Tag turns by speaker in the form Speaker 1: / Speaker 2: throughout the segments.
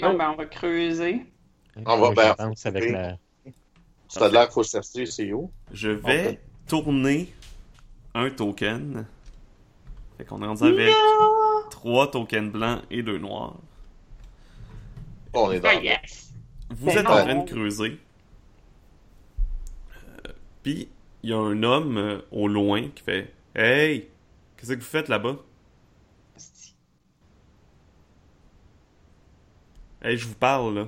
Speaker 1: bon, ben, on va creuser.
Speaker 2: Hein,
Speaker 3: On va
Speaker 4: Je
Speaker 3: faire-
Speaker 4: pense avec la...
Speaker 3: Ça a l'air qu'il faut s'assurer, c'est où?
Speaker 5: Je vais tourner un token. Fait qu'on est rendu avec trois tokens blancs et deux noirs.
Speaker 3: On est dans.
Speaker 1: Ah, yes!
Speaker 5: Vous
Speaker 1: Ben
Speaker 5: êtes
Speaker 3: non.
Speaker 5: en train de creuser. Euh, Puis, il y a un homme euh, au loin qui fait Hey, qu'est-ce que vous faites là-bas Hey, je vous parle là.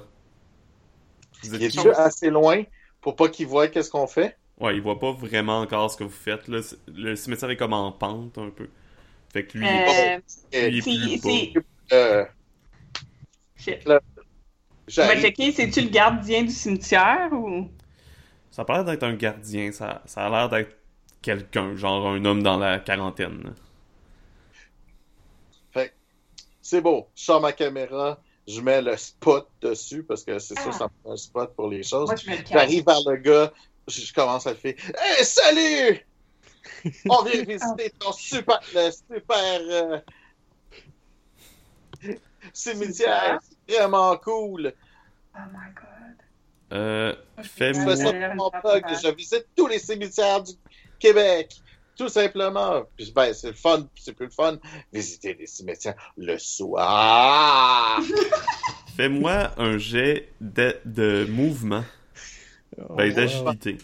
Speaker 5: Vous
Speaker 3: Il
Speaker 5: êtes qui?
Speaker 3: est-tu assez loin pour pas qu'il voie qu'est-ce qu'on fait?
Speaker 5: Ouais, il voit pas vraiment encore ce que vous faites. Là. C'est- Le cimetière est comme en pente un peu. Fait que lui, il est-
Speaker 1: Euh,
Speaker 3: Euh,
Speaker 5: lui, il est
Speaker 1: c'est-
Speaker 5: plus
Speaker 1: c'est-
Speaker 5: bas.
Speaker 3: euh,
Speaker 1: shit. On va
Speaker 3: j'arrive.
Speaker 1: checker, c'est-tu le gardien du cimetière ou.
Speaker 5: Ça a pas l'air d'être un gardien, ça, ça a l'air d'être quelqu'un, genre un homme dans la quarantaine. là.
Speaker 3: C'est beau. Je sors ma caméra, je mets le spot dessus parce que c'est ça, ça me prend un spot pour les choses.
Speaker 1: Ah. Moi, je me le cache.
Speaker 3: J'arrive vers le gars, je je commence à le faire. Hey, salut! On vient visiter ton super, le super euh, cimetière. C'est Vraiment cool.
Speaker 1: Oh my god.
Speaker 5: Euh,
Speaker 3: Je
Speaker 5: fais-moi
Speaker 3: fais ça pour mon blog. Je visite tous les cimetières du Québec. Tout simplement. Puis, je- ben, c'est le fun, puis c'est plus le fun. Visiter les cimetières le soir.
Speaker 5: Fais-moi un jet de, de mouvement, ben, d'agilité.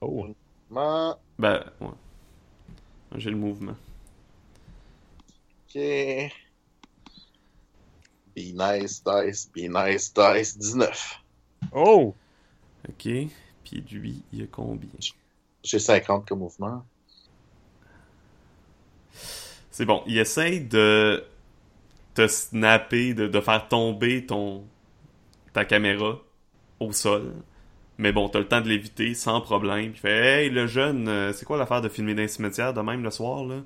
Speaker 4: Oh,
Speaker 3: Comment?
Speaker 5: Ben, ouais. Un jet de mouvement.
Speaker 3: Ok. Be nice, dice, be nice, dice, 19.
Speaker 4: oh!
Speaker 5: Ok. Puis lui, il a combien
Speaker 3: J'ai 50 comme mouvement.
Speaker 5: C'est bon, il essaye de te snapper, de, de faire tomber ton ta caméra au sol. Mais bon, t'as le temps de l'éviter sans problème. Il fait Hey, le jeune, euh, c'est quoi l'affaire de filmer dans un cimetière de même le soir, là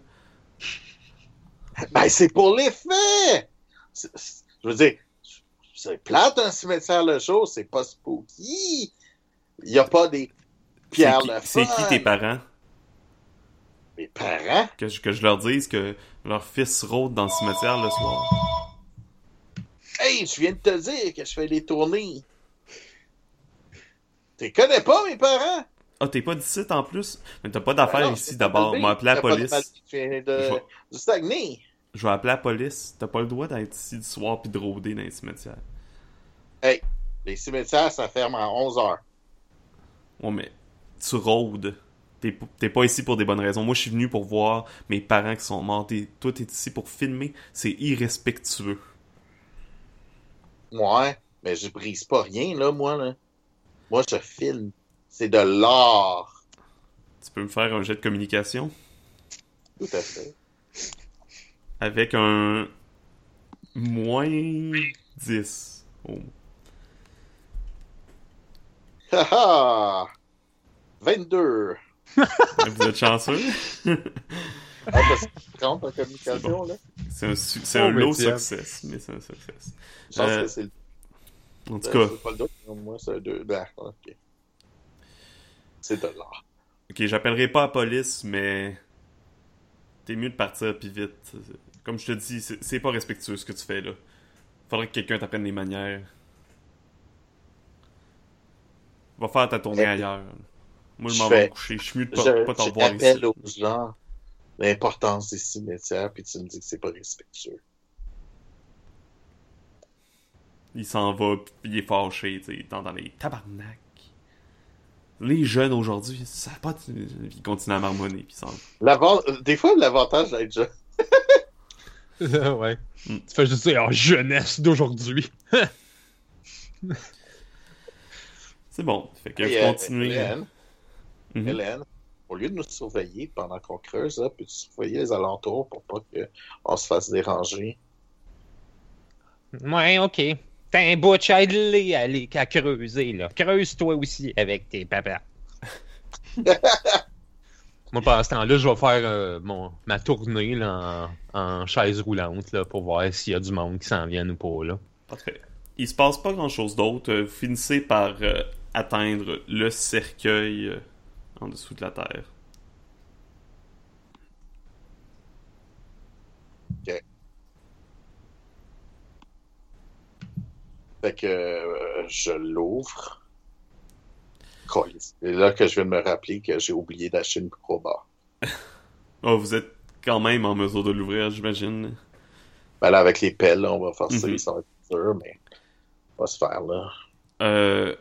Speaker 3: Ben, c'est pour les faits! C'est- c'est- Je veux dire, c'est plate un cimetière le jour, c'est pas spooky! Il y a pas des
Speaker 5: C'est
Speaker 3: pierres
Speaker 5: qui-
Speaker 3: le
Speaker 5: C'est qui
Speaker 3: fun.
Speaker 5: tes parents
Speaker 3: Mes parents?
Speaker 5: que je, que je leur dise que leur fils rôde dans le cimetière le soir.
Speaker 3: Hey, je viens de te dire que je fais des tournées! Tu connais pas mes parents?
Speaker 5: Ah, t'es pas d'ici en plus? Mais t'as pas d'affaires
Speaker 3: Ben non,
Speaker 5: ici
Speaker 3: c'est
Speaker 5: d'abord.
Speaker 3: pas de
Speaker 5: M'a appelé la
Speaker 3: T'as pas de
Speaker 5: police.
Speaker 3: mal- Je viens de-
Speaker 5: Je vais-
Speaker 3: du Saguenay!
Speaker 5: Je vais appeler la police. T'as pas le droit d'être ici du soir puis de rôder dans les cimetières.
Speaker 3: Les cimetières, ça ferme à 11 heures.
Speaker 5: Ouais, mais tu rôdes. T'es p- t'es pas ici pour des bonnes raisons. Moi, je suis venu pour voir mes parents qui sont morts. T'es- toi, t'es ici pour filmer. C'est irrespectueux.
Speaker 3: Ouais, mais je brise pas rien, là, moi, là. Moi, je filme. C'est de l'art.
Speaker 5: Tu peux me faire un jet de communication
Speaker 3: Tout à fait.
Speaker 5: avec un moins 10. Oh.
Speaker 3: Ha ha! 22.
Speaker 5: Vous êtes chanceux?
Speaker 3: Ah, parce que tu comptes en communication, là.
Speaker 5: C'est un, su- c'est
Speaker 4: Oh,
Speaker 5: un
Speaker 4: mais
Speaker 5: low
Speaker 4: tiens.
Speaker 5: succès, mais c'est un succès.
Speaker 3: Je pense
Speaker 5: Euh,
Speaker 3: que c'est le.
Speaker 5: En tout cas,
Speaker 3: C'est pas le doute, moi, c'est le 2. Ah, ok. C'est de l'art.
Speaker 5: ok, j'appellerai pas la police, mais t'es mieux de partir puis vite. Comme je te dis, c'est c'est pas respectueux ce que tu fais là. Faudrait que quelqu'un t'apprenne les manières. Va faire ta tournée
Speaker 3: Je-
Speaker 5: ailleurs. Moi, je
Speaker 3: je
Speaker 5: m'en vais
Speaker 3: fais-
Speaker 5: me coucher. Je suis mieux de pas,
Speaker 3: Je,
Speaker 5: pas t'en voir ici.
Speaker 3: j'appelle aux gens l'importance des cimetières, puis tu me dis que c'est pas respectueux.
Speaker 5: Il s'en va, puis il est fâché, tu sais, il entend les tabarnak. Les jeunes aujourd'hui, ça a pas. de- Ils continuent à marmonner, puis ils s'en vont.
Speaker 3: L'avant- euh, Des fois, l'avantage d'être jeune.
Speaker 4: ouais.
Speaker 5: Mm.
Speaker 4: Tu fais juste dire, oh, jeunesse d'aujourd'hui.
Speaker 5: C'est bon. Fait que
Speaker 3: Hey,
Speaker 5: vous
Speaker 3: euh,
Speaker 5: continuez.
Speaker 3: Hélène,
Speaker 5: Mhm.
Speaker 3: Hélène, au lieu de nous surveiller pendant qu'on creuse, là, peux-tu surveiller les alentours pour pas qu'on se fasse déranger?
Speaker 2: Ouais, ok. T'es un butch à aller, aller, à creuser, là. Creuse-toi aussi avec tes papas.
Speaker 4: Moi, pendant ce temps-là, je vais faire euh, mon, ma tournée là, en, en chaise roulante là, pour voir s'il y a du monde qui s'en vient ou pas. Là.
Speaker 5: Parfait. Il se passe pas grand chose d'autre. Euh, Vous finissez par euh, atteindre le cercueil euh, en dessous de la terre.
Speaker 3: Fait que euh, je l'ouvre. Colisse. C'est là que je viens de me rappeler que j'ai oublié d'acheter une crowbar.
Speaker 5: Oh, vous êtes quand même en mesure de l'ouvrir, j'imagine.
Speaker 3: Ben là, avec les pelles, là, on va forcer,
Speaker 5: Mhm.
Speaker 3: ça va être dur, mais on va se faire là.
Speaker 5: Euh,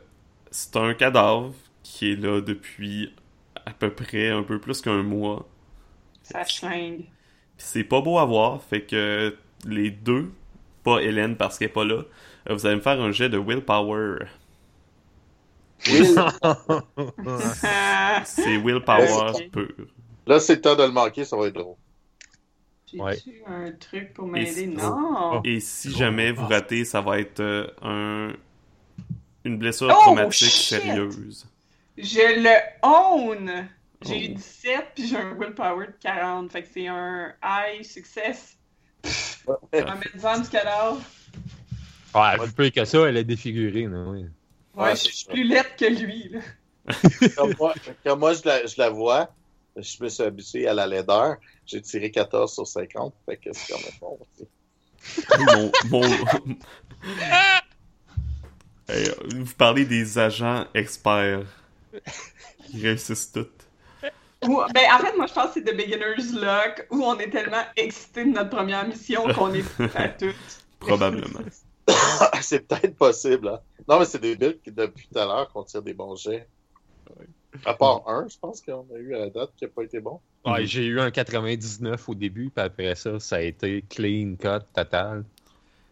Speaker 5: c'est un cadavre qui est là depuis à peu près un peu plus qu'un mois.
Speaker 1: Ça schlingue.
Speaker 5: Puis c'est pas beau à voir, fait que les deux, pas Hélène parce qu'elle est pas là, euh, vous allez me faire un jet de willpower.
Speaker 1: Ah,
Speaker 5: C'est willpower
Speaker 1: Ok.
Speaker 5: pur.
Speaker 3: Là, c'est le temps de le manquer, ça va être drôle.
Speaker 1: J'ai-tu
Speaker 4: Ouais.
Speaker 1: un truc pour
Speaker 5: Et-
Speaker 1: m'aider? Non!
Speaker 5: Et si jamais vous ratez, ça va être euh, un... une blessure
Speaker 1: Oh,
Speaker 5: traumatique
Speaker 1: shit!
Speaker 5: sérieuse.
Speaker 1: Je le own! J'ai eu
Speaker 5: Oh.
Speaker 1: 17 puis j'ai un willpower de 40. Fait que c'est un high success.
Speaker 5: Ah.
Speaker 1: Un médecin du cadavre.
Speaker 4: Ah, plus pire que ça, elle est défigurée. non, oui.
Speaker 1: Ouais,
Speaker 3: Ouais,
Speaker 1: je
Speaker 3: c'est
Speaker 1: suis
Speaker 3: ça.
Speaker 1: plus lettre que lui. Là.
Speaker 3: Comme moi, comme moi, je, la, je la vois, je me suis habitué à la laideur. J'ai tiré 14 sur 50, fait que c'est quand même bon aussi.
Speaker 5: mon, mon- Hey, euh, vous parlez des agents experts. Ils réussissent tout.
Speaker 1: Ou- ben, en fait, moi, je pense que c'est The Beginner's Luck où on est tellement excité de notre première mission qu'on est prêt à tout.
Speaker 5: Probablement.
Speaker 3: c'est peut-être possible. Hein. Non, mais c'est des builds qui, depuis tout à l'heure qu'on tire des bons jets. À part un, je pense qu'on a eu à la date qui n'a pas été bon.
Speaker 5: Mhm.
Speaker 4: Ouais, J'ai eu un 99 au début, puis après ça, ça a été clean cut total.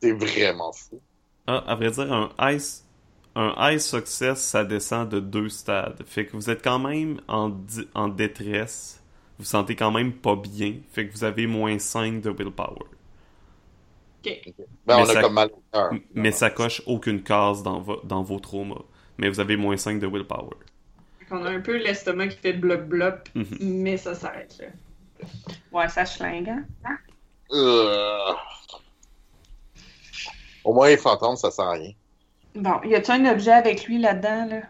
Speaker 3: C'est vraiment fou.
Speaker 5: Ah, à vrai dire, un ice, un high success, ça descend de deux stades. Fait que vous êtes quand même en, di- en détresse. Vous sentez quand même pas bien. Fait que vous avez moins 5 de willpower.
Speaker 1: Ok.
Speaker 3: Ben,
Speaker 5: Mais
Speaker 3: on
Speaker 5: ça-
Speaker 3: a comme mal au cœur.
Speaker 5: M- Mais ça coche aucune case dans, vo- dans vos traumas. Mais vous avez moins 5 de willpower.
Speaker 1: On a un peu l'estomac qui fait bloc-bloc,
Speaker 5: Mhm.
Speaker 1: mais ça s'arrête là. Ouais, ça schlingue, hein? Hein?
Speaker 3: Euh. Au moins, les fantômes, ça sent rien.
Speaker 1: Bon, y a-tu un objet avec lui là-dedans, là?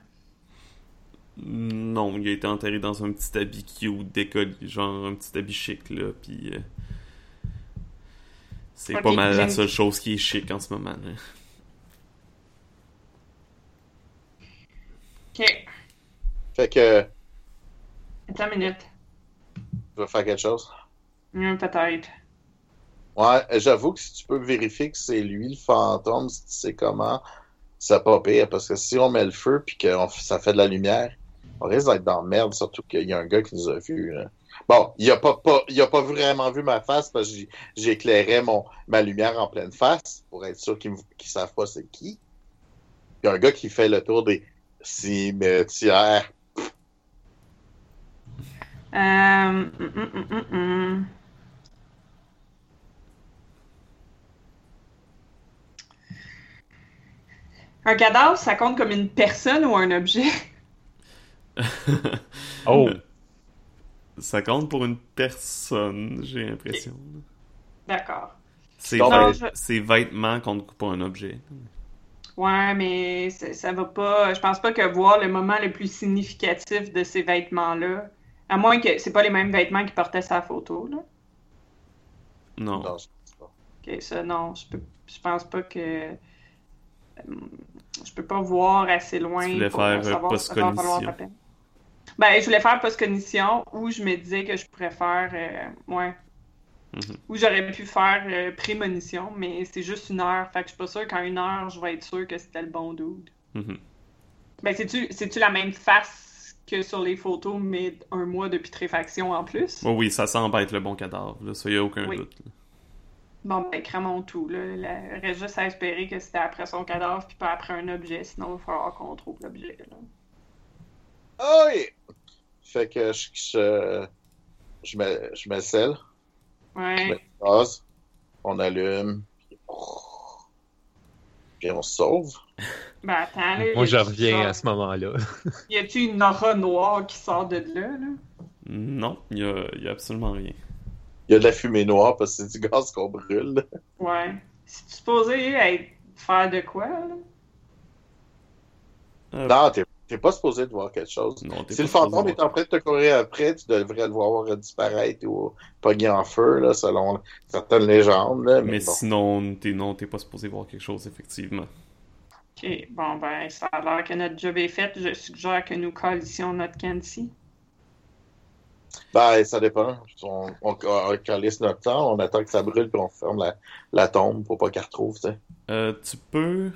Speaker 5: Non, il a été enterré dans un petit habit cute, décolleté, genre un petit habit chic, là, puis... euh, C'est
Speaker 1: Ok,
Speaker 5: pas mal la
Speaker 1: j'aime-
Speaker 5: seule chose qui est chic en ce moment, là.
Speaker 1: Ok.
Speaker 3: Fait que,
Speaker 1: Attends une minute.
Speaker 3: je vais faire quelque chose.
Speaker 1: Hum, peut-être.
Speaker 3: Ouais, j'avoue que si tu peux vérifier que c'est lui le fantôme, si tu sais comment, ça pas pire. Parce que si on met le feu puis que on- ça fait de la lumière, on risque d'être dans la merde, surtout qu'il y a un gars qui nous a vus. là. Bon, il a pas, pas, il a pas vraiment vu ma face parce que j'y- j'éclairais mon ma lumière en pleine face pour être sûr qu'ils ne savent pas c'est qui. Il y a un gars qui fait le tour des cimetières.
Speaker 1: Euh, hum, hum, hum, hum, hum. Un cadavre, ça compte comme une personne ou un objet?
Speaker 4: Oh!
Speaker 5: Ça compte pour une personne, j'ai l'impression.
Speaker 1: D'accord.
Speaker 5: Ses,
Speaker 3: Non,
Speaker 5: vêt-
Speaker 1: je-
Speaker 5: ses vêtements comptent pour un objet.
Speaker 1: Ouais, mais ça, ça va pas. Je pense pas que voir le moment le plus significatif de ces vêtements-là, à moins que c'est pas les mêmes vêtements qu'il portait sa photo, là.
Speaker 5: Non.
Speaker 3: Non, je pense pas.
Speaker 1: Ok, ça, non, je peux, je pense pas que. Hum, Je peux pas voir assez loin
Speaker 5: Tu voulais
Speaker 1: pour
Speaker 5: faire, euh,
Speaker 1: savoir si ça va valoir
Speaker 5: post-cognition.
Speaker 1: la peine. Ben, je voulais faire post-cognition où je me disais que je pourrais faire. euh, ouais.
Speaker 5: Mhm.
Speaker 1: Où j'aurais pu faire euh, prémonition, mais c'est juste une heure. Fait que je suis pas sûre qu'en une heure, je vais être sûre que c'était le bon dude.
Speaker 5: Mhm.
Speaker 1: Ben, c'est-tu, c'est-tu la même face que sur les photos, mais un mois de putréfaction en plus?
Speaker 5: Oh oui, ça semble être le bon cadavre, là, ça y a aucun
Speaker 1: Oui.
Speaker 5: doute. là.
Speaker 1: Bon, ben, cramons tout, là. La- Reste juste à espérer que c'était après son cadavre, puis pas après un objet, sinon il va falloir qu'on trouve l'objet, là.
Speaker 3: Ah oui! Fait que je, je, je, me, je me scelle.
Speaker 1: Ouais.
Speaker 3: Ouais. gaz, on allume, puis, puis on se sauve.
Speaker 1: Ben, attends, là. y
Speaker 4: Moi,
Speaker 1: a-tu
Speaker 4: je reviens
Speaker 1: genre-
Speaker 4: à ce moment-là.
Speaker 1: Y a-tu une aura noire qui sort de là, là?
Speaker 5: Non, il y a, il y a absolument rien.
Speaker 3: Il y a de la fumée noire parce que c'est du gaz qu'on brûle.
Speaker 5: Euh.
Speaker 1: Ouais. C'est supposé être... faire de quoi, là?
Speaker 5: Euh,
Speaker 3: Non, t'es, t'es pas supposé de voir quelque chose.
Speaker 5: non, t'es
Speaker 3: Si le
Speaker 5: pas supposé
Speaker 3: fantôme est en
Speaker 5: voir.
Speaker 3: train de te courir après, tu devrais le voir disparaître ou pogner en feu, là, selon certaines légendes. Là, mais
Speaker 5: Mais
Speaker 3: bon.
Speaker 5: sinon, t'es non, t'es pas supposé voir quelque chose, effectivement.
Speaker 1: OK. Bon, ben, ça a l'air que notre job est fait. Je suggère que nous collisions notre Kenzie.
Speaker 3: Ben, ça dépend. On, on, on calisse notre temps, on attend que ça brûle, puis on ferme la, la tombe pour pas qu'elle retrouve, tu sais.
Speaker 5: Euh, tu peux.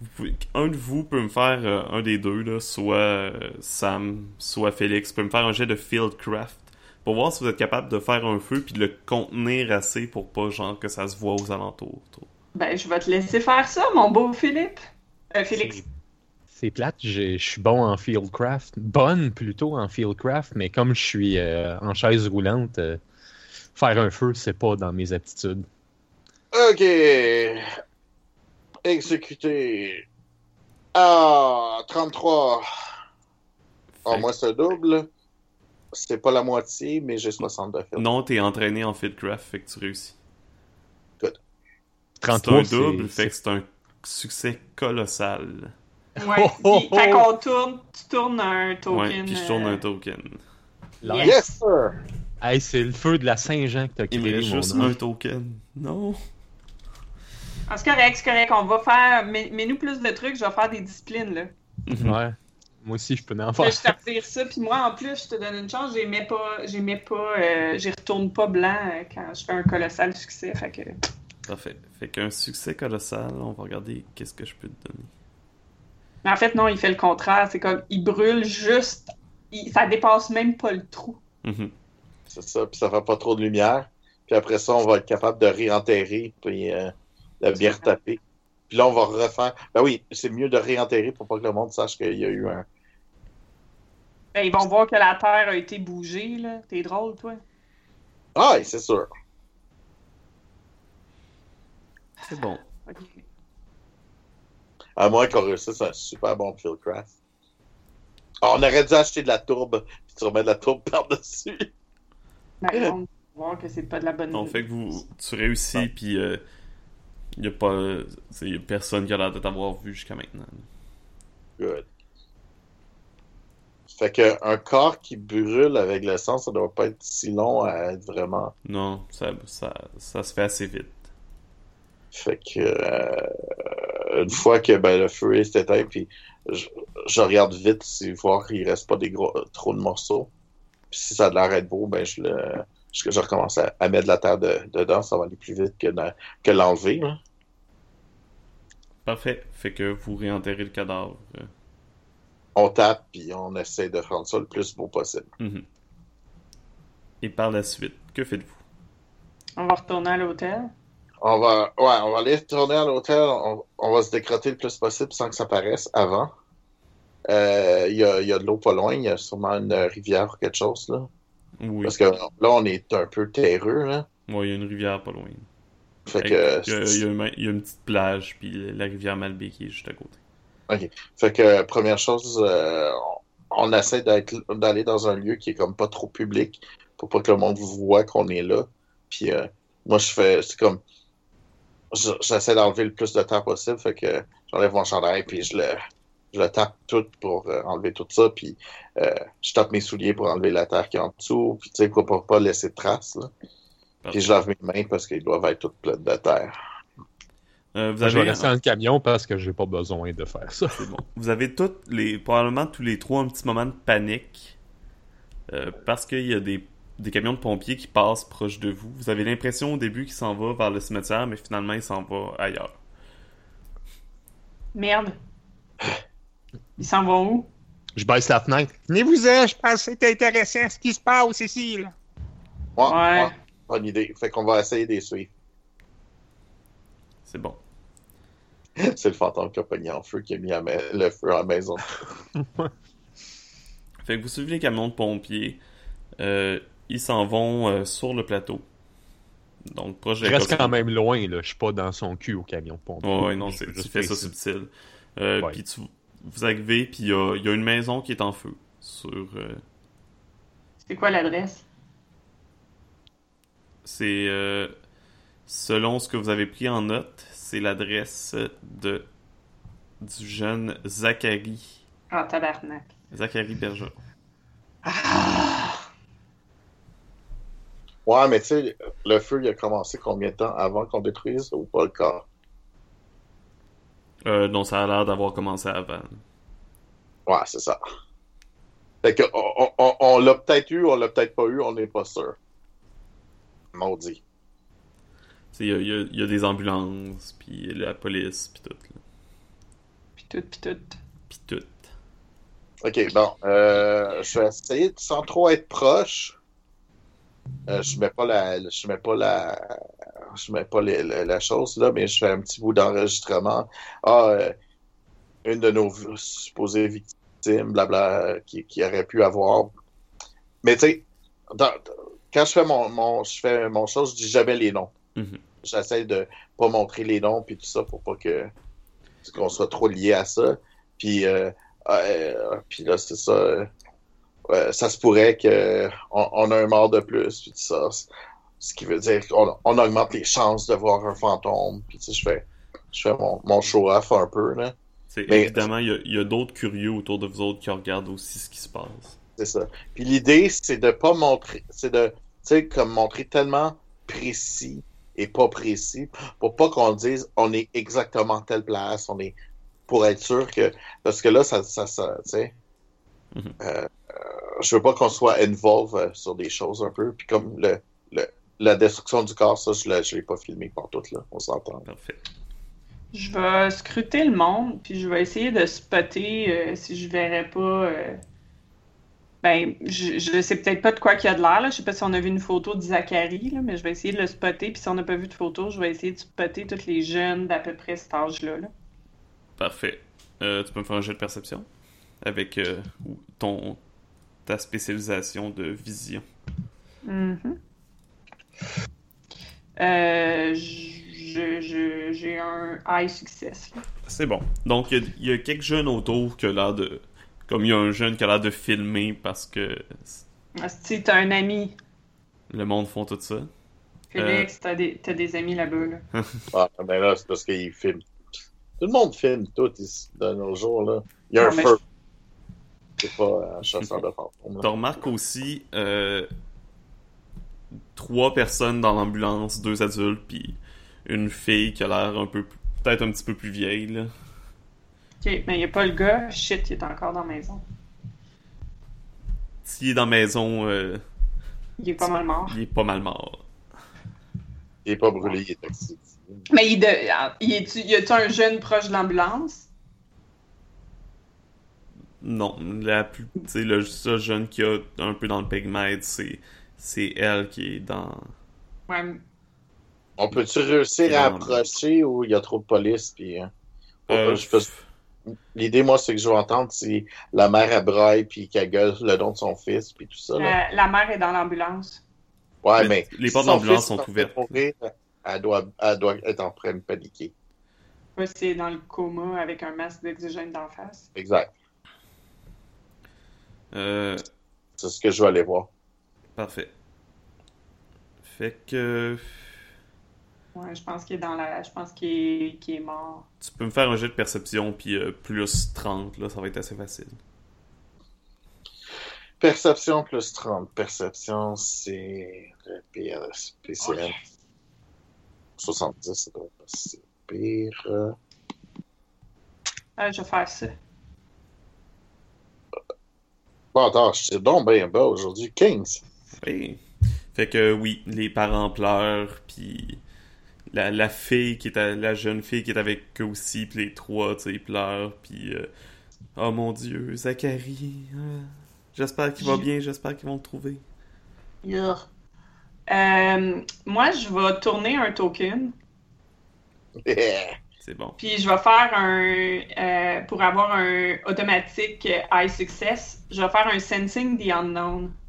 Speaker 5: Vous pouvez- Un de vous peut me faire euh, un des deux, là, soit euh, Sam, soit Félix, peut me faire un jet de Fieldcraft pour voir si vous êtes capable de faire un feu puis de le contenir assez pour pas genre que ça se voit aux alentours. trop.
Speaker 1: Ben, je vais te laisser faire ça, mon beau Philippe. Euh, Félix.
Speaker 4: C'est- C'est plate, j'ai- je suis bon en fieldcraft. Bonne plutôt en fieldcraft, mais comme je suis euh, en chaise roulante, euh, faire un feu, c'est pas dans mes aptitudes.
Speaker 3: OK. Exécuté. Ah, 33.
Speaker 5: Fait
Speaker 3: Ah,
Speaker 5: que-
Speaker 3: moi, c'est double. C'est pas la moitié, mais j'ai 62.
Speaker 5: Non, t'es entraîné en Fieldcraft, fait que tu réussis. C'est
Speaker 4: 33,
Speaker 5: un double,
Speaker 4: c'est-
Speaker 5: fait que c'est un succès colossal.
Speaker 1: Ouais.
Speaker 4: Oh, oh,
Speaker 1: Puis, Fait
Speaker 4: oh.
Speaker 1: qu'on tourne, tu tournes un token.
Speaker 5: Ouais, puis je tourne un
Speaker 1: euh,
Speaker 5: token.
Speaker 4: Là,
Speaker 1: Yes.
Speaker 3: Yes, sir.
Speaker 4: hey, c'est le feu de la Saint-Jean que t'as
Speaker 5: Il me
Speaker 4: créé,
Speaker 5: reste
Speaker 4: mon
Speaker 5: juste
Speaker 4: homme.
Speaker 5: un token. Non.
Speaker 1: Ah, c'est correct, c'est correct. On va faire. mais- Mets-nous plus de trucs, je vais faire des disciplines, là.
Speaker 5: Mhm.
Speaker 4: Ouais. Moi aussi, je peux en
Speaker 1: Là,
Speaker 4: faire.
Speaker 1: je te retire ça, puis moi, en plus, je te donne une chance. J'y mets pas. J'y mets pas. euh, j'y retourne pas blanc euh, quand je fais un colossal succès. Fait que.
Speaker 5: Parfait. Fait qu'un succès colossal, on va regarder qu'est-ce que je peux te donner.
Speaker 1: Mais en fait, non, il fait le contraire. C'est comme. Il brûle juste. il- ça dépasse même pas le trou.
Speaker 5: Mhm.
Speaker 3: C'est ça, puis ça fait pas trop de lumière. Puis après ça, on va être capable de réenterrer, puis euh, de bien retaper. Puis là, on va refaire. Ben oui, c'est mieux de réenterrer pour pas que le monde sache qu'il y a eu un.
Speaker 1: Ben, ils vont voir que la terre a été bougée, là. T'es drôle, toi.
Speaker 3: Ah, c'est sûr.
Speaker 5: C'est bon.
Speaker 1: Ok.
Speaker 3: À moins qu'on réussisse un super bon fieldcraft. Ah, on aurait dû acheter de la tourbe, puis tu remets de la tourbe par-dessus.
Speaker 4: Eh.
Speaker 1: Ben, on va voir que c'est pas de la bonne
Speaker 5: Donc,
Speaker 1: idée.
Speaker 5: fait que vous, tu réussis, puis euh, y a pas, c'est- y a personne qui a l'air de t'avoir vu jusqu'à maintenant.
Speaker 3: Good. Fait que un corps qui brûle avec le sang, ça doit pas être si long à être vraiment.
Speaker 5: Non, ça, ça, ça se fait assez vite.
Speaker 3: Fait que euh, une fois que ben, le feu est éteint, puis je, je regarde vite si voir qu'il reste pas des gros trop de morceaux. Puis si ça a l'air d'être beau, ben je le je, je recommence à, à mettre de la terre de- dedans, ça va aller plus vite que, de- que l'enlever. là.
Speaker 5: Parfait. Fait que vous réenterrez le cadavre. euh.
Speaker 3: On tape puis on essaie de rendre ça le plus beau possible.
Speaker 5: Mhm. Et par la suite, que faites-vous?
Speaker 1: On va retourner à l'hôtel.
Speaker 3: On va ouais, on va aller retourner à l'hôtel, on, on va se décroter le plus possible sans que ça paraisse avant. Euh, Il y, a, il y a de l'eau pas loin, il y a sûrement une rivière ou quelque chose là.
Speaker 5: Oui.
Speaker 3: Parce que là, on est un peu terreux, là.
Speaker 5: Ouais, y a une rivière pas loin.
Speaker 3: Fait
Speaker 5: Fait
Speaker 3: que,
Speaker 5: que, y, a, y a une- y a une petite plage, puis la rivière Malbé qui est juste à côté.
Speaker 3: fait que première chose, euh, on on essaie d'être- d'aller dans un lieu qui est comme pas trop public pour pas que le monde voit qu'on est là. Puis euh, moi, je fais, c'est comme, je- j'essaie d'enlever le plus de temps possible. Fait que j'enlève mon chandail puis je le, je le tape tout pour euh, enlever tout ça. Puis euh, je tape mes souliers pour enlever la terre qui est en dessous. Puis tu sais, pour, pour pas laisser de traces. Là. Puis je lave mes mains parce qu'ils doivent être toutes pleines de terre.
Speaker 5: Euh, vous
Speaker 4: Moi, Ah, Je vais
Speaker 5: avez,
Speaker 4: rester dans le camion parce que j'ai pas besoin de faire ça.
Speaker 5: c'est bon. vous avez toutes les, probablement tous les trois un petit moment de panique euh, parce qu'il y a des, des camions de pompiers qui passent proche de vous. Vous avez l'impression au début qu'il s'en va vers le cimetière, mais finalement il s'en va ailleurs.
Speaker 1: Merde. Ils s'en vont où?
Speaker 4: Je baisse la fenêtre.
Speaker 2: Venez-vous-en, je pense que c'est intéressant ce qui se passe ici, là.
Speaker 3: Ouais,
Speaker 1: Ouais.
Speaker 3: ouais, bonne idée. Fait qu'on va essayer de les suivre.
Speaker 5: C'est bon.
Speaker 3: C'est le fantôme qui a pogné en feu qui a mis la ma- le feu à la maison.
Speaker 5: Fait que vous suivez les camions de pompiers, euh, ils s'en vont euh, sur le plateau. Donc proche de
Speaker 4: Je
Speaker 5: la
Speaker 4: reste
Speaker 5: côte-
Speaker 4: quand même loin, là. Je suis pas dans son cul au camion de pompier.
Speaker 5: Ouais, ouais, non,
Speaker 4: Je
Speaker 5: c'est-
Speaker 4: fais
Speaker 5: tu
Speaker 4: juste
Speaker 5: fais ça
Speaker 4: essayer.
Speaker 5: subtil. Euh,
Speaker 4: Ouais.
Speaker 5: Puis tu, vous arrivez, puis il y a, il y a une maison qui est en feu. Sur, euh,
Speaker 1: C'est quoi l'adresse?
Speaker 5: c'est euh, selon ce que vous avez pris en note, c'est l'adresse de du jeune Zachary,
Speaker 1: Ah, tabarnak.
Speaker 5: Zachary Bergeron.
Speaker 3: Ouais, mais tu sais, le feu, il a commencé combien de temps avant qu'on détruise ou pas le corps?
Speaker 5: Euh, non, ça a l'air d'avoir commencé avant.
Speaker 3: Ouais, c'est ça. Fait que, on, on- on l'a peut-être eu, on l'a peut-être pas eu, on n'est pas sûr. Maudit.
Speaker 5: Tu sais, Il y a, il y a- il y a des ambulances, puis la police, puis tout. là.
Speaker 1: Puis tout, puis tout.
Speaker 5: Puis tout.
Speaker 3: Ok, bon. Euh, je vais essayer de, sans trop être proche. Euh, je mets pas la, je mets pas la, je mets pas les- la, la chose là, mais je fais un petit bout d'enregistrement. Ah, euh, une de nos v- supposées victimes, blabla, qui, qui aurait pu avoir. Mais tu sais, dans- quand je fais mon, mon, je fais mon chose, je dis jamais les noms.
Speaker 5: Mhm.
Speaker 3: J'essaie de pas montrer les noms puis tout ça pour pas que qu'on soit trop lié à ça. Puis euh, euh, puis là, c'est ça. euh, ouais, ça se pourrait que on, on a un mort de plus, puis tout ça. C- Ce qui veut dire qu'on on augmente les chances de voir un fantôme. Puis tu sais, je fais, je fais mon, mon show-off un peu, là.
Speaker 5: Tu sais,
Speaker 3: Mais-
Speaker 5: Évidemment, il y a, il y a d'autres curieux autour de vous autres qui regardent aussi ce qui se passe.
Speaker 3: C'est ça. Puis l'idée, c'est de pas montrer, c'est de, tu sais, comme montrer tellement précis et pas précis pour pas qu'on dise on est exactement à telle place, on est pour être sûr que parce que là ça ça ça, tu sais.
Speaker 5: Mhm.
Speaker 3: Euh, euh, je veux pas qu'on soit involve euh, sur des choses un peu puis comme le, le la destruction du corps ça je l'ai je l'ai pas filmé par tout là, on s'entend.
Speaker 5: Parfait.
Speaker 1: Je vais scruter le monde, puis je vais essayer de spotter euh, si je verrais pas. euh, Ben, je, je sais peut-être pas de quoi qu'il y a de l'air, là. Je sais pas si on a vu une photo de Zachary, là, mais je vais essayer de le spotter. Puis si on n'a pas vu de photo, je vais essayer de spotter tous les jeunes d'à peu près cet âge-là. là.
Speaker 5: Parfait. Euh, tu peux me faire un jet de perception avec euh, ou- ton ta spécialisation de vision.
Speaker 1: Mhm. Euh, je- je- j'ai un high success. là.
Speaker 5: C'est bon. Donc, il y a- il y, a quelques jeunes autour qui a l'air de. Comme il y a un jeune qui a l'air de filmer parce que s-
Speaker 1: Ah, Si t'as un ami,
Speaker 5: le monde font tout ça.
Speaker 1: Félix, t'as des, t'as des amis là-bas, là.
Speaker 3: Ah ben là c'est parce qu'ils filment. Tout le monde filme tout ici de nos jours là. Il y a
Speaker 1: Non,
Speaker 3: un
Speaker 1: mais-
Speaker 3: feu. C'est pas un chasseur de fantômes. là.
Speaker 5: T'en remarques aussi euh, trois personnes dans l'ambulance, deux adultes, puis une fille qui a l'air un peu. p- Peut-être un petit peu plus vieille, là.
Speaker 1: Ok, mais y a pas le gars. Shit, il est encore dans la maison.
Speaker 5: S'il est dans la maison, euh,
Speaker 1: Il est pas mal mort.
Speaker 5: il est pas mal mort.
Speaker 3: Il est pas brûlé, il est toxique.
Speaker 1: Mais il, de... ah, il est-tu... y a-tu un jeune proche de l'ambulance?
Speaker 5: Non, la plus. Tu sais, le seul jeune qui a un peu dans le pygmède, c'est. C'est elle qui est dans.
Speaker 1: Ouais. mais-
Speaker 3: On peut-tu réussir à approcher ou il y a trop de police? Puis, hein?
Speaker 5: Euh,
Speaker 3: Je peux- L'idée, moi, c'est que je veux entendre si la mère elle braille puis qu'elle gueule le nom de son fils puis tout ça. là.
Speaker 1: La... la mère est dans l'ambulance.
Speaker 3: Ouais,
Speaker 5: mais
Speaker 3: mais,
Speaker 5: les portes
Speaker 3: son
Speaker 5: d'ambulance
Speaker 3: fils
Speaker 5: sont
Speaker 3: est en train de
Speaker 5: ouvertes.
Speaker 3: mourir, Elle doit, elle doit être en train de paniquer.
Speaker 1: Je sais pas si elle est dans le coma avec un masque d'oxygène d'en face.
Speaker 3: Exact.
Speaker 5: euh,
Speaker 3: C'est ce que je veux aller voir.
Speaker 5: Parfait. Fait que
Speaker 1: Ouais, je pense qu'il est dans la. Je pense qu'il est... qu'il est mort.
Speaker 5: tu peux me faire un jet de perception, puis euh, plus 30, là, ça va être assez facile.
Speaker 3: Perception plus 30. Perception, c'est le pire. PCM. 70, ça doit être pas si pire. Euh,
Speaker 1: Ah, je vais faire ça.
Speaker 3: Bon, attends, je suis donc bien bas aujourd'hui. 15.
Speaker 5: Oui. Fait que oui, les parents pleurent, puis la, la fille qui est à- la jeune fille qui est avec eux aussi, puis les trois, tu sais, ils pleurent, puis euh, oh mon Dieu, Zachary, euh, j'espère qu'il va bien, j'espère qu'ils vont le trouver.
Speaker 1: Euh, moi, je vais tourner un token.
Speaker 5: C'est bon.
Speaker 1: Puis je vais faire un. euh, pour avoir un automatique euh, high success, je vais faire un sensing the unknown.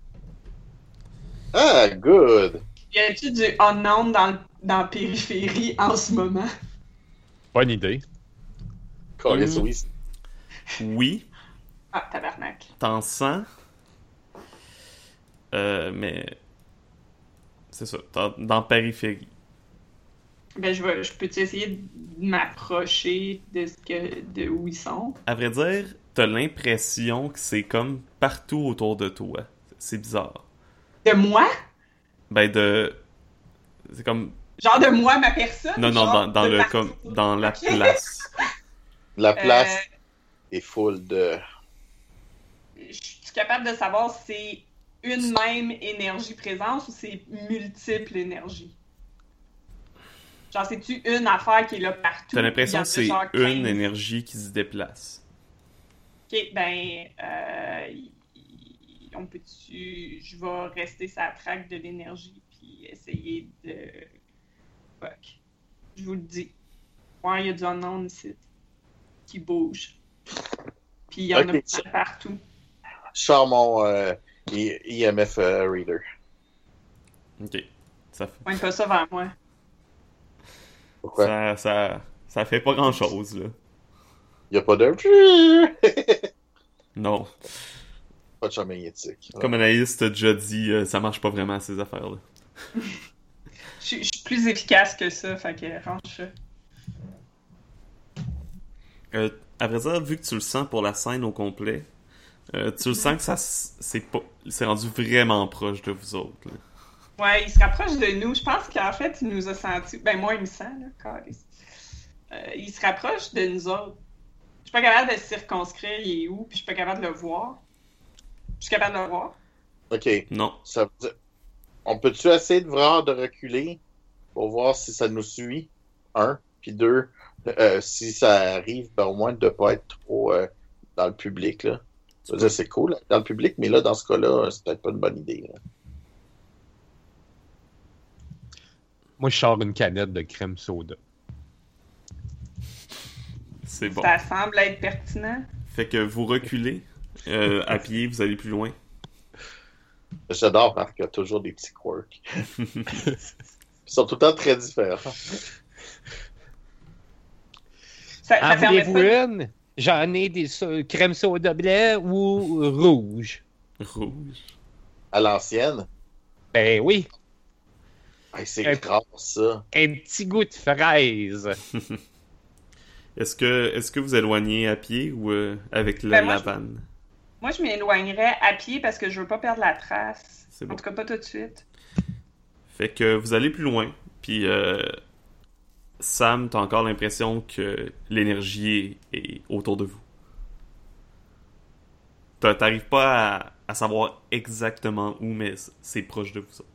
Speaker 3: Ah, good.
Speaker 1: Y a-tu du unknown dans, le- dans la périphérie en ce moment?
Speaker 4: Bonne idée.
Speaker 3: Colis,
Speaker 5: Mm.
Speaker 3: oui, c'est-
Speaker 5: Oui,
Speaker 1: Ah, tabarnak.
Speaker 5: t'en sens. Euh, mais. C'est ça. t'en- Dans périphérie.
Speaker 1: Ben, je, vais, je peux-tu essayer de m'approcher de ce que de où ils sont?
Speaker 5: À vrai dire, t'as l'impression que c'est comme partout autour de toi. C'est bizarre.
Speaker 1: De moi?
Speaker 5: Ben, de. C'est comme.
Speaker 1: Genre de moi, ma personne?
Speaker 5: Non, non,
Speaker 1: Genre
Speaker 5: dans, dans
Speaker 1: de
Speaker 5: le.
Speaker 1: partout?
Speaker 5: Comme, dans la
Speaker 1: Ok.
Speaker 5: place.
Speaker 3: La
Speaker 1: Euh,
Speaker 3: place est full de.
Speaker 1: je suis capable de savoir si c'est une même énergie présence ou c'est multiple énergie. Genre, c'est-tu une affaire qui est là partout?
Speaker 5: T'as l'impression que
Speaker 1: Il
Speaker 5: c'est
Speaker 1: y en a genre
Speaker 5: une
Speaker 1: 15.
Speaker 5: énergie qui se déplace.
Speaker 1: Ok, ben, euh, y- y- on peut-tu. Je vais rester sa traque de l'énergie puis essayer de. Fuck. Je vous le dis. Ouais, il y a du unknown ici qui bouge. Puis il y en
Speaker 3: Ok, ça-
Speaker 1: a partout.
Speaker 3: Je sors mon euh, I- IMF euh, Reader.
Speaker 5: Ok. Ça, fait-
Speaker 1: Pointe pas ça vers moi.
Speaker 3: Pourquoi?
Speaker 5: ça, ça, ça fait pas grand chose, là.
Speaker 3: Il n'y a pas de.
Speaker 5: Non.
Speaker 3: pas de champ magnétique.
Speaker 5: Comme Anaïs t'a déjà dit, euh, ça marche pas vraiment ces affaires-là.
Speaker 1: Je suis- je suis plus efficace que ça, fait que range ça.
Speaker 5: Euh, à vrai dire, vu que tu le sens pour la scène au complet, euh, tu le sens que ça s- c'est pas c'est rendu vraiment proche de vous autres. là.
Speaker 1: Ouais, il se rapproche de nous. Je pense qu'en fait, il nous a sentis. Ben, moi, il me sent, là, câlisse. Euh, Il se rapproche de nous autres. Je suis pas capable de le circonscrire, il est où, puis je suis pas capable de le voir. Je suis capable de le voir.
Speaker 3: Ok.
Speaker 5: Non.
Speaker 3: Ça veut dire- On peut-tu essayer de voir de reculer pour voir si ça nous suit? Un. Puis deux, euh, si ça arrive, ben au moins de pas être trop euh, dans le public. Là. Ça veut dire, c'est cool là, dans le public, mais là, dans ce cas-là, euh, c'est peut-être pas une bonne idée. là.
Speaker 4: Moi, je sors une canette de crème soda.
Speaker 5: C'est bon.
Speaker 1: Ça semble être pertinent.
Speaker 5: Fait que vous reculez, euh, à pied, vous allez plus loin.
Speaker 3: J'adore parce qu'il y a toujours des petits quirks. Ils sont tout le temps très différents.
Speaker 1: Ça, ça
Speaker 2: En
Speaker 1: permet
Speaker 2: Ah, voulez-vous
Speaker 1: pas.
Speaker 2: une? J'en ai des so- crème soda blanc ou rouge.
Speaker 5: Rouge.
Speaker 3: À l'ancienne,
Speaker 2: Ben oui,
Speaker 3: hey, c'est
Speaker 2: Euh,
Speaker 3: grave ça.
Speaker 2: un petit goût de fraise.
Speaker 5: Est-ce que est-ce que vous éloignez à pied ou euh, avec la,
Speaker 1: Ben, moi,
Speaker 5: la
Speaker 1: je-
Speaker 5: vanne?
Speaker 1: Moi, je m'éloignerais à pied parce que je veux pas perdre la trace.
Speaker 5: C'est
Speaker 1: En
Speaker 5: bon.
Speaker 1: tout cas, pas tout de suite.
Speaker 5: Fait que vous allez plus loin, puis euh, Sam, t'as encore l'impression que l'énergie est, est autour de vous. T'as- T'arrives pas à, à savoir exactement où, mais c- c'est proche de vous. autres.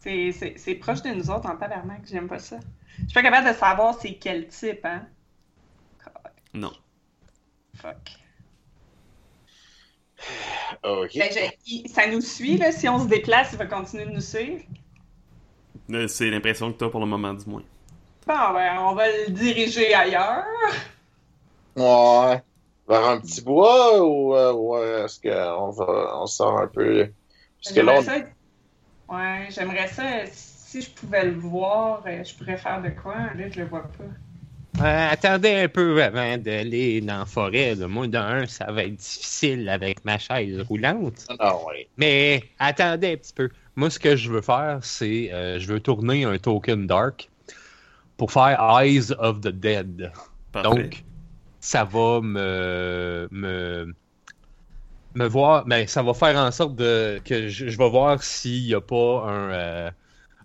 Speaker 1: C'est- C'est c'est proche de nous autres en tabarnak, j'aime pas ça. Je suis pas capable de savoir c'est quel type, hein.
Speaker 5: Non.
Speaker 1: Fuck.
Speaker 3: Ah, Ok.
Speaker 1: Ben, je- il- ça nous suit, là. Si on se déplace, il va continuer de nous suivre.
Speaker 5: Euh, C'est l'impression que t'as pour le moment, du moins.
Speaker 1: Bon, ben, on va le diriger ailleurs.
Speaker 3: Ouais. Vers un petit bois ou euh, ouais, est-ce qu'on va on sort un peu parce que là
Speaker 1: J'aimerais ça...
Speaker 3: on-
Speaker 1: Ouais, j'aimerais ça. Si je pouvais le voir, euh, je pourrais faire de quoi? Là, je le vois pas.
Speaker 2: Euh, attendez un peu avant d'aller dans la forêt. là. Moi, d'un, ça va être difficile avec ma chaise roulante.
Speaker 3: non, non, ouais.
Speaker 2: Mais attendez un petit peu.
Speaker 4: Moi, ce que je veux faire, c'est euh, je veux tourner un token dark pour faire Eyes of the Dead.
Speaker 5: Parfait.
Speaker 4: Donc, ça va me, me, me voir, mais ça va faire en sorte de, que je, je vais voir s'il n'y a pas un, euh,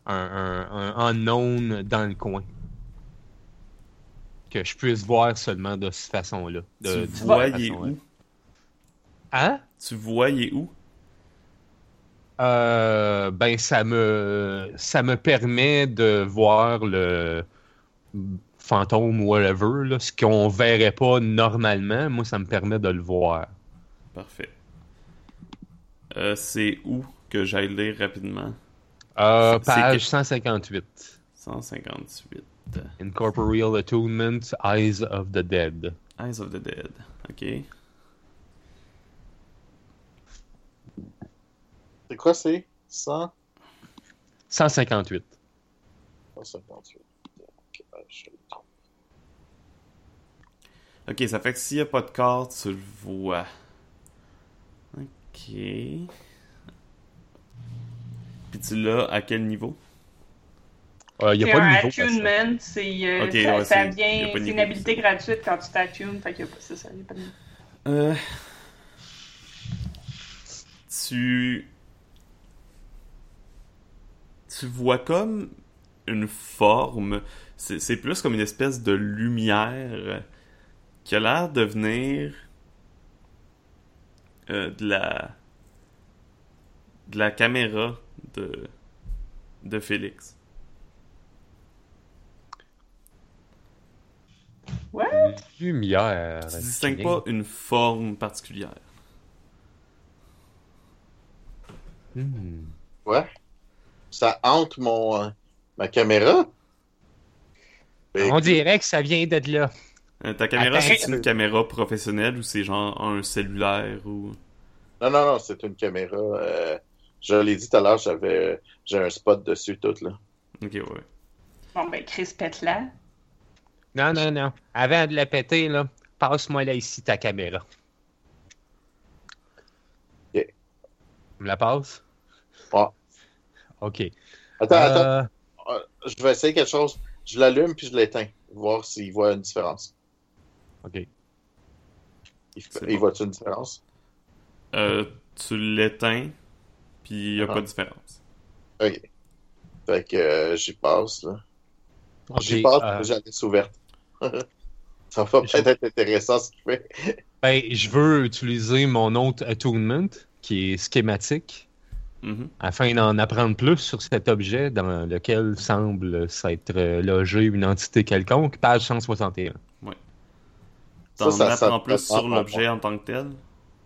Speaker 4: un, un, un unknown dans le coin. Que je puisse voir seulement de cette façon-là.
Speaker 5: Euh, tu
Speaker 4: De- de
Speaker 2: Ah,
Speaker 4: cette
Speaker 5: voyais
Speaker 4: façon-là.
Speaker 5: où?
Speaker 4: Hein?
Speaker 5: Tu voyais où?
Speaker 4: Euh, ben, ça me, ça me permet de voir le fantôme, whatever, là, ce qu'on verrait pas normalement. Moi, ça me permet de le voir.
Speaker 5: Parfait. Euh, c'est où que j'aille lire rapidement?
Speaker 4: Euh,
Speaker 5: C'est- c'est
Speaker 4: page
Speaker 5: que-
Speaker 4: 158.
Speaker 5: 158.
Speaker 4: Incorporeal Attunement, Eyes of the Dead.
Speaker 5: Eyes of the Dead. Ok.
Speaker 3: C'est quoi c'est 100
Speaker 4: 158.
Speaker 3: Oh, 158. Ok, ben, je le trouve.
Speaker 5: Ok, ça fait que s'il n'y a pas de corps, tu le vois. Ok. Puis tu l'as à quel niveau?
Speaker 4: Il n'y
Speaker 1: C'est
Speaker 4: Euh, a pas
Speaker 1: un
Speaker 4: de niveau. parce que-
Speaker 1: attunement, c'est euh,
Speaker 5: Ok,
Speaker 1: ça,
Speaker 5: ouais,
Speaker 1: ça
Speaker 5: c'est-
Speaker 1: vient-
Speaker 5: y a pas de
Speaker 1: c'est une
Speaker 5: niveau,
Speaker 1: habilité gratuite quand tu t'attunes, fait qu'il y a pas c'est ça, il y a pas de niveau.
Speaker 5: Euh... Tu... Tu vois comme une forme. C'est c'est plus comme une espèce de lumière qui a l'air de venir euh, de la de la caméra de de Félix.
Speaker 1: Ouais.
Speaker 2: Ah,
Speaker 4: Lumière.
Speaker 2: ben,
Speaker 5: Tu distingues pas une forme particulière.
Speaker 4: Hmm.
Speaker 3: Ouais. Ça hante mon, euh, ma caméra. Fait
Speaker 2: On
Speaker 3: que-
Speaker 2: dirait que ça vient d'être là.
Speaker 5: Euh, ta caméra,
Speaker 2: Attends.
Speaker 5: c'est une caméra professionnelle ou c'est genre un cellulaire ou.
Speaker 3: Non, non, non, c'est une caméra. euh, je l'ai dit tout à l'heure, j'avais, euh, j'ai un spot dessus tout, là.
Speaker 5: Ok, ouais, ouais.
Speaker 1: Bon, ben, Chris pète là.
Speaker 2: Non, non, non. Avant de la péter, là, passe-moi là ici ta caméra.
Speaker 3: Ok.
Speaker 2: Tu me la passe?
Speaker 3: Ouais.
Speaker 2: OK.
Speaker 3: Attends, attends,
Speaker 2: Euh,
Speaker 3: je vais essayer quelque chose. Je l'allume puis je l'éteins, voir s'il voit une différence.
Speaker 2: OK.
Speaker 3: Il,
Speaker 5: C'est
Speaker 3: il
Speaker 5: bon.
Speaker 3: voit une différence?
Speaker 5: Euh, tu l'éteins, puis y a
Speaker 3: Ah.
Speaker 5: pas de différence.
Speaker 3: Ok. Fait que euh, j'y passe, là. J'y
Speaker 2: J'ai,
Speaker 3: passe,
Speaker 2: euh,
Speaker 3: puis je la laisse ouverte. Ça va peut-être être intéressant ce qu'il fait.
Speaker 2: ben, je veux utiliser mon autre attunement, qui est schématique,
Speaker 5: Mhm.
Speaker 2: afin d'en apprendre plus sur cet objet dans lequel semble s'être euh, logée une entité quelconque. Page 161.
Speaker 5: T'en
Speaker 3: ça, ça-
Speaker 5: apprends plus
Speaker 3: ça-
Speaker 5: sur l'objet en tant que tel.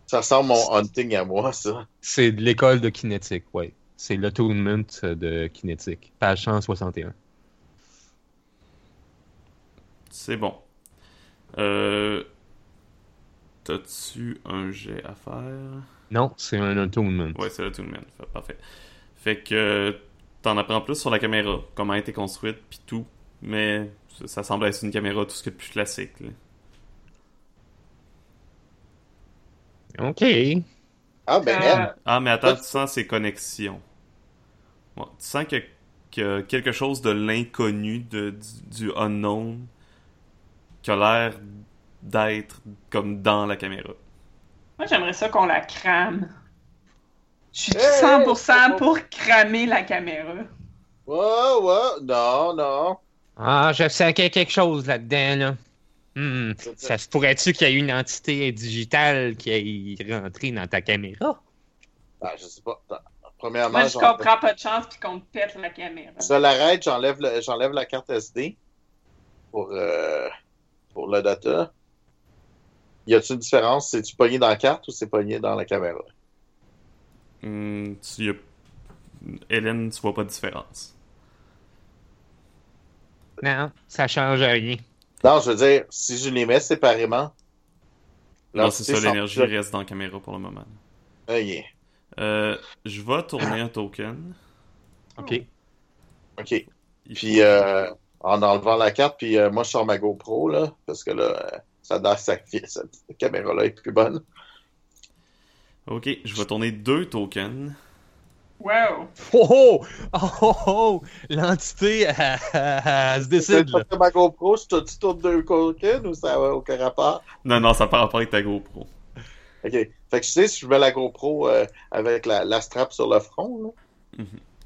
Speaker 3: Ça ressemble à mon hunting à moi, ça.
Speaker 2: C'est de l'école de kinétique, oui. C'est l'attunement de kinétique. Page 161.
Speaker 5: C'est bon. Euh. T'as-tu un jet à faire?
Speaker 2: Non, c'est un attunement.
Speaker 5: Ouais, c'est le Toonman. Fait- Parfait. Fait que euh, t'en apprends plus sur la caméra, comment elle a été construite, puis tout. Mais ça, ça semble être une caméra tout ce que de plus classique. là.
Speaker 2: OK.
Speaker 3: Ah, ben, elle,
Speaker 1: Euh,
Speaker 5: Ah, mais attends,
Speaker 3: Ouais.
Speaker 5: tu sens ses connexions. Ouais, tu sens que, que quelque chose de l'inconnu, de, du, du unknown, qui a l'air d'être comme dans la caméra.
Speaker 1: moi, j'aimerais ça qu'on la crame. Je suis
Speaker 3: Hey!
Speaker 1: 100% pour cramer la caméra.
Speaker 3: Ouais, ouais, non, non.
Speaker 2: Ah, je sais qu'il y a quelque chose là-dedans, là. Hmm, Ça se pourrait-tu qu'il y ait une entité digitale qui ait rentré dans ta caméra?
Speaker 3: Ah, je sais pas. Attends. Premièrement,
Speaker 1: Moi, je
Speaker 3: j'en-
Speaker 1: comprends pas de chance puis qu'on me pète la caméra.
Speaker 3: je l'arrête, j'enlève, le- j'enlève la carte SD pour, euh, pour le data. Y a-t-il une différence? C'est-tu pogné dans la carte ou c'est pogné dans la caméra?
Speaker 5: Hum, tu y as- Hélène, tu vois pas de différence.
Speaker 2: Non, ça change rien.
Speaker 3: Non, je veux dire, si je les mets séparément.
Speaker 5: Non, c'est ça,
Speaker 3: l'entité
Speaker 5: l'énergie
Speaker 3: semble-
Speaker 5: reste dans la caméra pour le moment.
Speaker 3: Ah, yeah.
Speaker 5: Euh, je vais tourner un token.
Speaker 2: OK.
Speaker 3: OK.
Speaker 5: Il
Speaker 3: Puis euh, en enlevant la carte, puis euh, moi je sors ma GoPro là, parce que là, euh, ça a cette caméra-là est plus bonne.
Speaker 5: Ok, je vais tourner deux tokens.
Speaker 1: Wow!
Speaker 2: Oh oh! Oh oh oh! L'entité elle- elle se
Speaker 3: C'est
Speaker 2: décide, là.
Speaker 3: parce que ma GoPro, je te tu tournes deux coquines ou ça n'a aucun rapport?
Speaker 5: Non, non, ça par rapport avec ta GoPro.
Speaker 3: OK. Fait que je sais, si je mets la GoPro euh, avec la, la strap sur le front, là.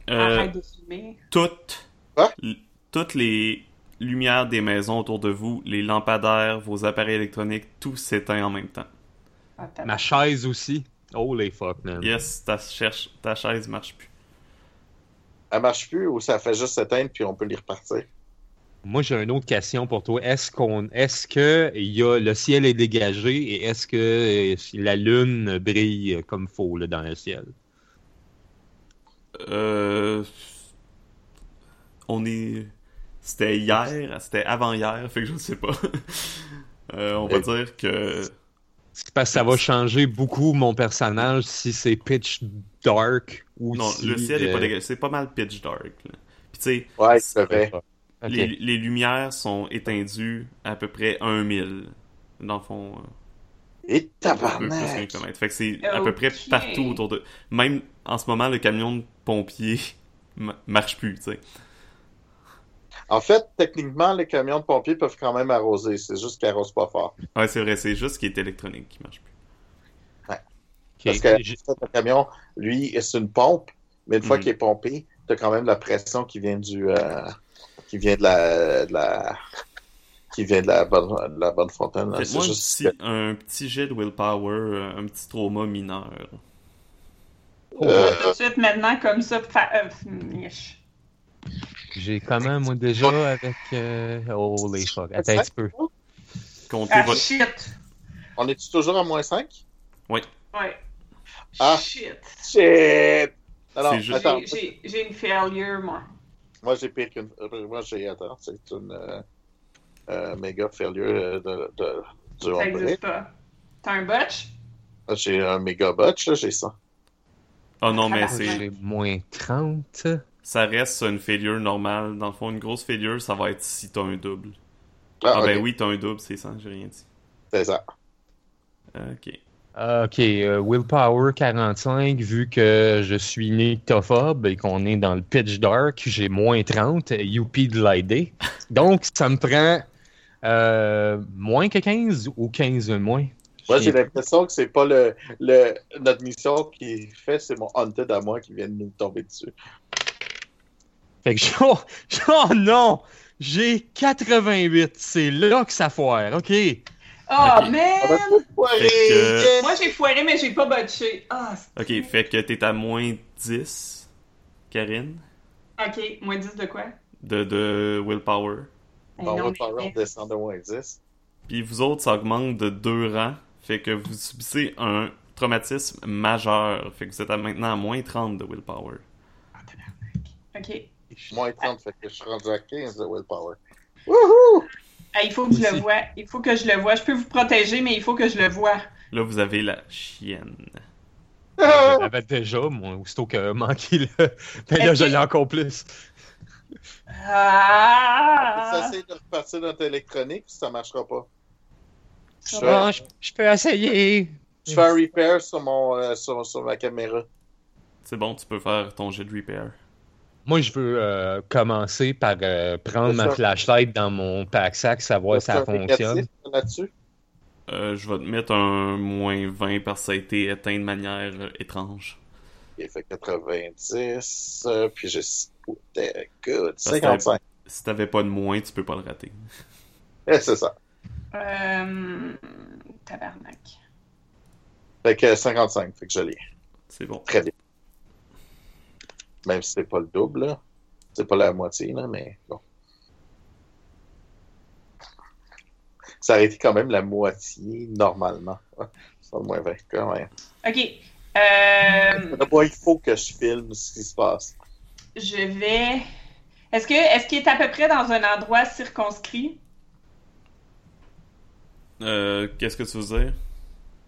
Speaker 5: Euh,
Speaker 1: Arrête de filmer.
Speaker 5: toutes,
Speaker 3: Quoi?
Speaker 5: l- toutes les lumières des maisons autour de vous, les lampadaires, vos appareils électroniques, tout s'éteint en même temps.
Speaker 1: Attends.
Speaker 2: Ma chaise aussi. Holy fuck, man.
Speaker 5: Yes, ta, cherche, ta chaise marche plus.
Speaker 3: elle marche plus ou ça fait juste s'éteindre puis on peut les repartir.
Speaker 2: Moi, j'ai une autre question pour toi. Est-ce qu'on, est-ce que il y a, le ciel est dégagé et est-ce que euh, la lune brille comme faux là, dans le ciel?
Speaker 5: Euh, on est. C'était hier, c'était avant-hier, fait que je ne sais pas. Euh, on va
Speaker 3: Euh,
Speaker 5: dire que.
Speaker 2: C'est parce que ça va changer beaucoup mon personnage si c'est pitch dark ou
Speaker 5: Non,
Speaker 2: si,
Speaker 5: le ciel est
Speaker 2: euh,
Speaker 5: pas dégagé. C'est pas mal pitch dark. là. Puis tu sais,
Speaker 3: Ouais, je vais.
Speaker 2: Ok.
Speaker 5: Les, les lumières sont éteindues à peu près 1000, dans le fond, euh,
Speaker 3: Et
Speaker 5: un peu plus qu'un
Speaker 3: tabarnak!
Speaker 5: kilomètre. Fait que c'est à peu
Speaker 1: Ok.
Speaker 5: près partout autour de... Même en ce moment, le camion de pompiers ma- marche plus, tu sais.
Speaker 3: En fait, techniquement, les camions de pompiers peuvent quand même arroser. C'est juste qu'ils arrosent pas fort.
Speaker 5: Ouais, c'est vrai, c'est juste ce qui est électronique qui marche plus.
Speaker 2: Ok.
Speaker 3: Parce que
Speaker 2: J'ai-
Speaker 3: en fait, le camion, lui, c'est une pompe, mais une fois
Speaker 5: Mhm.
Speaker 3: qu'il est pompé, t'as quand même la pression qui vient du euh, qui vient de la de la qui vient de la bonne, de la bonne fontaine. hein. C'est
Speaker 5: Faites-moi un,
Speaker 3: juste
Speaker 5: petit, un petit jet de willpower, euh, un petit trauma mineur.
Speaker 3: euh,
Speaker 1: Tout de suite, maintenant, comme ça, fa- euh, niche.
Speaker 2: J'ai quand même, moi, déjà avec. Euh... Oh, les fuck. Attends un petit peu.
Speaker 5: Comptez
Speaker 1: Ah,
Speaker 5: votre...
Speaker 1: shit!
Speaker 3: on est-tu toujours à moins 5?
Speaker 1: Ouais.
Speaker 3: Ah.
Speaker 1: Shit!
Speaker 3: Shit! Alors,
Speaker 5: C'est juste-
Speaker 3: attends,
Speaker 1: J'ai- J'ai j'ai une failure, moi.
Speaker 3: moi j'ai pire qu'une. euh, Moi j'ai. Attends, c'est une euh, euh, méga failure euh, de, de, du
Speaker 1: Ça
Speaker 3: Hombre.
Speaker 1: n'existe pas. T'as un botch?
Speaker 3: J'ai un méga botch, là, j'ai ça.
Speaker 5: Ah non, mais
Speaker 1: Ah,
Speaker 5: c'est...
Speaker 2: J'ai moins 30.
Speaker 5: Ça reste une failure normale. Dans le fond, une grosse failure, ça va être si t'as un double.
Speaker 3: Ah,
Speaker 5: Ah, ben
Speaker 3: ok,
Speaker 5: oui, t'as un double, c'est ça, j'ai rien dit.
Speaker 3: C'est ça.
Speaker 5: Ok.
Speaker 2: Ok, euh, Willpower 45, vu que je suis nictophobe et qu'on est dans le pitch dark, j'ai moins 30, euh, youpi de l'aider. Donc, ça me prend euh, moins que 15 ou 15 de moins.
Speaker 3: Moi j'ai l'impression que c'est pas le, le notre mission qui fait, c'est mon Haunted à moi qui vient de nous tomber dessus.
Speaker 2: Fait que, j'ai- oh, oh non! J'ai 88, c'est là que ça foire, ok?
Speaker 1: Oh,
Speaker 5: Ok.
Speaker 3: On va
Speaker 1: man!
Speaker 3: tout foirer!
Speaker 5: Fait que-
Speaker 3: Yes!
Speaker 1: Moi, j'ai foiré, mais j'ai pas botché. Ah,
Speaker 5: Ok, fait que t'es à moins 10, Karine,
Speaker 1: OK, moins 10 de quoi?
Speaker 5: de, de willpower.
Speaker 1: Eh
Speaker 3: Bon, on
Speaker 1: non,
Speaker 3: va
Speaker 1: mais-
Speaker 3: parler, on descend de moins 10.
Speaker 5: Puis vous autres, ça augmente de deux rangs. Fait que vous subissez un traumatisme majeur. Fait que vous êtes à maintenant à moins 30 de willpower.
Speaker 1: OK.
Speaker 3: Moins 30, fait que je suis rendu à 15 de willpower.
Speaker 1: Ah, il faut que je
Speaker 2: Moi
Speaker 1: le
Speaker 2: aussi.
Speaker 1: voie. Il faut que je le voie. Je peux vous protéger, mais il faut que je le voie.
Speaker 5: Là, vous avez la chienne.
Speaker 3: Ah!
Speaker 2: Je l'avais déjà, moi, aussitôt que manqué le. Ben là, je l'ai encore plus.
Speaker 3: Ça,
Speaker 1: Ah!
Speaker 3: c'est de repartir notre électronique, ça marchera pas. Je fais,
Speaker 2: Bon, je je peux essayer.
Speaker 3: je fais un repair sur, mon, euh, sur, sur ma caméra.
Speaker 5: C'est bon, tu peux faire ton jet de repair.
Speaker 2: Moi, je veux euh, commencer par euh, prendre
Speaker 3: C'est
Speaker 2: ma
Speaker 3: ça.
Speaker 2: flashlight dans mon pack sac, savoir si
Speaker 3: Est-ce
Speaker 2: ça
Speaker 3: qu'il y a un
Speaker 2: fonctionne.
Speaker 3: négatif Là-dessus?
Speaker 5: Euh, je vais te mettre un moins 20 parce que ça a été éteint de manière euh, étrange.
Speaker 3: Il fait 90, euh, puis j'ai... Oh, damn, Good,
Speaker 5: Ça, c'est-
Speaker 3: 55.
Speaker 5: Si t'avais pas de moins, tu peux pas le rater.
Speaker 3: Eh, c'est ça.
Speaker 1: Euh, Tabarnak.
Speaker 3: Fait que 55, fait que je l'ai.
Speaker 5: C'est bon.
Speaker 3: Très bien. Même si c'est pas le double, là. C'est pas la moitié, là, mais bon. Ça aurait été quand même la moitié, normalement. Sur le moins 20, quand même.
Speaker 1: OK. Euh,
Speaker 3: Moi, il faut que je filme ce qui se passe.
Speaker 1: je vais. Est-ce que est-ce qu'il est à peu près dans un endroit circonscrit?
Speaker 5: Euh, Qu'est-ce que tu veux dire?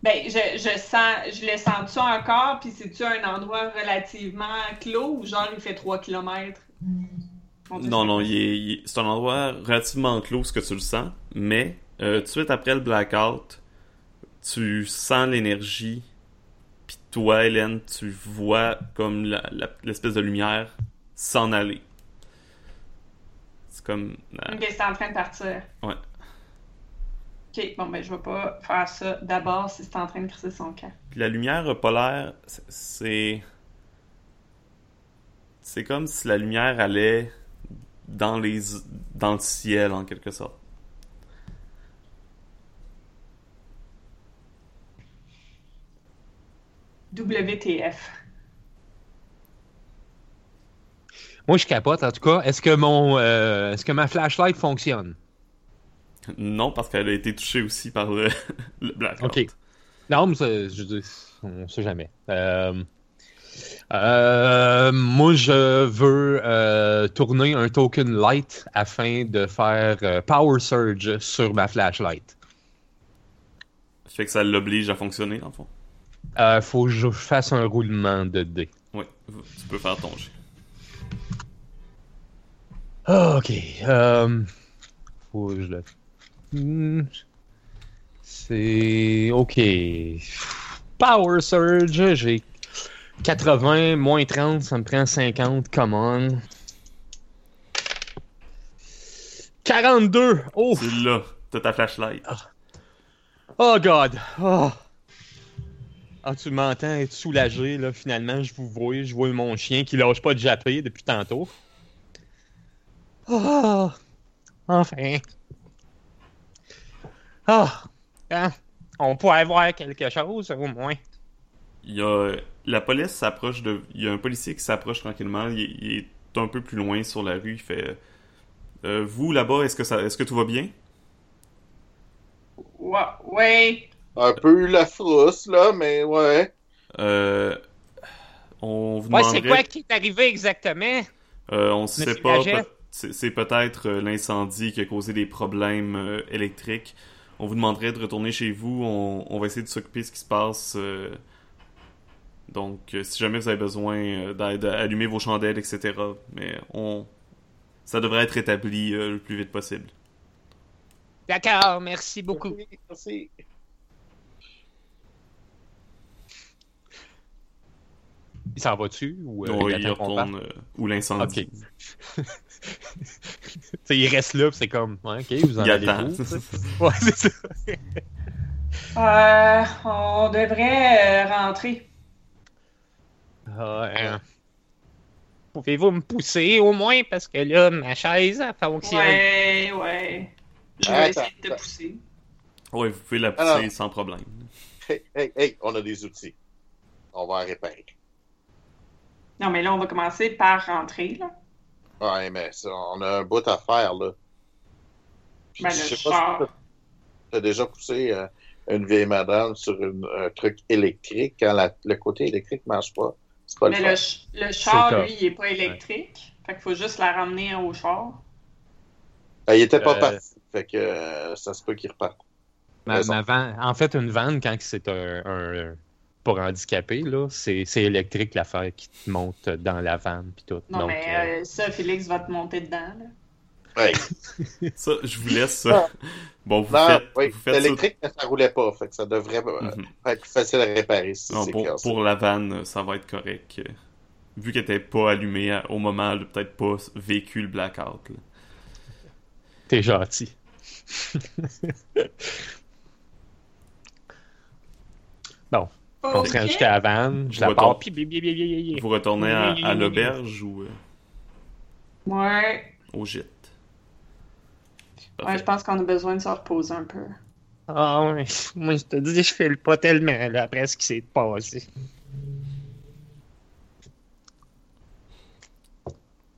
Speaker 1: Ben, je, je sens, je le sens-tu encore, puis c'est-tu un endroit relativement clos ou genre il fait 3 km?
Speaker 5: Non, non, il est- il est- c'est un endroit relativement clos, ce que tu le sens, mais euh, tout de suite après le blackout, tu sens l'énergie, puis toi, Hélène, tu vois comme la- la- l'espèce de lumière s'en aller. C'est comme... la-
Speaker 1: Ok, c'est en train de partir.
Speaker 5: Ouais.
Speaker 1: Ok, bon, ben, je vais pas faire ça d'abord si c'est en train de crisser son camp.
Speaker 5: Puis la lumière polaire, c'est- c'est. C'est comme si la lumière allait dans les. dans le ciel en quelque sorte.
Speaker 1: WTF.
Speaker 2: Moi, je capote, en tout cas. Est-ce que mon. euh, Est-ce que ma flashlight fonctionne?
Speaker 5: Non, parce qu'elle a été touchée aussi par le, le blackout.
Speaker 2: Ok. Non, mais c'est- je dis, on sait jamais. Euh, euh, moi, je veux euh, tourner un token light afin de faire euh, power surge sur ma flashlight.
Speaker 5: Fait que ça l'oblige à fonctionner, en fond.
Speaker 2: Euh, faut que je fasse un roulement de dés.
Speaker 5: Oui, tu peux faire ton jet.
Speaker 2: Ah, ok. Euh, faut que je le. Hmm. C'est. Ok. Power Surge, j'ai 80, moins 30, ça me prend 50, come on. 42! Oh!
Speaker 5: Tu l'as, t'as ta flashlight.
Speaker 2: Oh god! Oh. Ah, tu m'entends être soulagé, là, finalement, je vous vois, je vois mon chien qui lâche pas de japper depuis Oh. tantôt. Ah! Enfin! Ah! hein, On pourrait voir quelque chose, au moins.
Speaker 5: Il y a, la police s'approche de. Il y a un policier qui s'approche tranquillement. Il, est- il est un peu plus loin sur la rue. Il fait euh, Vous là-bas, est-ce que, ça, est-ce que tout va bien
Speaker 1: Wa- Ouais.
Speaker 3: Un peu la frousse, là, mais ouais.
Speaker 5: Euh, On vous
Speaker 2: Ouais, c'est
Speaker 5: demanderait-
Speaker 2: quoi qui est arrivé exactement?
Speaker 5: Euh, on sait
Speaker 2: Monsieur
Speaker 5: pas.
Speaker 2: Gadget?
Speaker 5: peut- C'est c'est peut-être euh, l'incendie qui a causé des problèmes euh, électriques. On vous demanderait de retourner chez vous. On, on va essayer de s'occuper de ce qui se passe. euh, Donc, euh, si jamais vous avez besoin euh, d'aide, allumez vos chandelles, etc. Mais on, ça devrait être établi euh, le plus vite possible.
Speaker 2: D'accord, merci beaucoup.
Speaker 3: Merci.
Speaker 2: Il s'en va-tu? Ou, euh,
Speaker 5: Ouais,
Speaker 2: il
Speaker 5: il
Speaker 2: attend qu'on parte?
Speaker 5: retourne euh, ou l'incendie.
Speaker 2: T'sais, il reste là, puis c'est comme, ouais, ok, vous en
Speaker 5: Il
Speaker 2: allez
Speaker 5: attend.
Speaker 2: vous? ouais, c'est ça.
Speaker 1: Euh, on devrait euh, rentrer.
Speaker 2: Ah, hein. Pouvez-vous me pousser au moins parce que là, ma chaise, elle fonctionne.
Speaker 1: Ouais, ouais. Je vais
Speaker 3: Attends,
Speaker 1: essayer de te
Speaker 3: attends.
Speaker 1: pousser.
Speaker 5: ouais, vous pouvez la pousser
Speaker 3: Alors-
Speaker 5: sans problème.
Speaker 3: Hey, hey, hey, on a des outils. On va en réparer.
Speaker 1: Non, mais là, on va commencer par rentrer, là.
Speaker 3: Ouais, Ah, mais ça, on a un bout à faire, là. Puis,
Speaker 1: Ben,
Speaker 3: je
Speaker 1: le
Speaker 3: sais pas
Speaker 1: char.
Speaker 3: si t'as déjà poussé euh, une vieille madame sur une- un truc électrique quand la- le côté électrique marche pas. C'est pas le
Speaker 1: Mais
Speaker 3: fun.
Speaker 1: ben, le, ch- le char,
Speaker 2: top.
Speaker 1: lui, il est pas électrique. Fait qu'il faut juste la ramener au char.
Speaker 3: Ben, il était pas
Speaker 2: Euh,
Speaker 3: parti. Fait que euh, ça se peut qu'il reparte.
Speaker 2: Ma-
Speaker 3: Raison.
Speaker 2: ma van- en fait, une vanne, quand c'est un, un- pour handicapé, là, c'est c'est électrique l'affaire qui te monte dans la vanne puis tout.
Speaker 1: Non,
Speaker 2: Donc,
Speaker 1: mais
Speaker 2: euh,
Speaker 1: euh, ça, Félix va te monter dedans, là.
Speaker 3: Ouais.
Speaker 5: Ça, je vous laisse ça. Bon, vous
Speaker 3: Non, Ah.
Speaker 5: faites,
Speaker 3: Ben, oui,
Speaker 5: vous faites
Speaker 3: c'est
Speaker 5: ça-
Speaker 3: électrique, mais ça roulait pas. Fait que ça devrait euh,
Speaker 5: Mhm.
Speaker 3: être plus facile à réparer si
Speaker 5: Non,
Speaker 3: c'est
Speaker 5: pour,
Speaker 3: cassé.
Speaker 5: pour la vanne, ça va être correct. Euh, Vu qu'elle était pas allumée à- au moment, elle a peut-être pas s- vécu le blackout. là.
Speaker 2: t'es gentil. On se rend
Speaker 1: Ok.
Speaker 2: jusqu'à la vanne, je la
Speaker 5: Ouais,
Speaker 2: pars,
Speaker 5: donc-
Speaker 2: puis bi- bi- bi- bi- bi- bi-
Speaker 5: Vous retournez à, à l'auberge ou euh,
Speaker 1: Ouais.
Speaker 5: au gîte?
Speaker 1: Ouais,
Speaker 5: Parfait.
Speaker 1: je pense qu'on a besoin de se reposer un peu.
Speaker 2: Ah ouais, moi je te dis, je file pas tellement là, après ce qui s'est passé.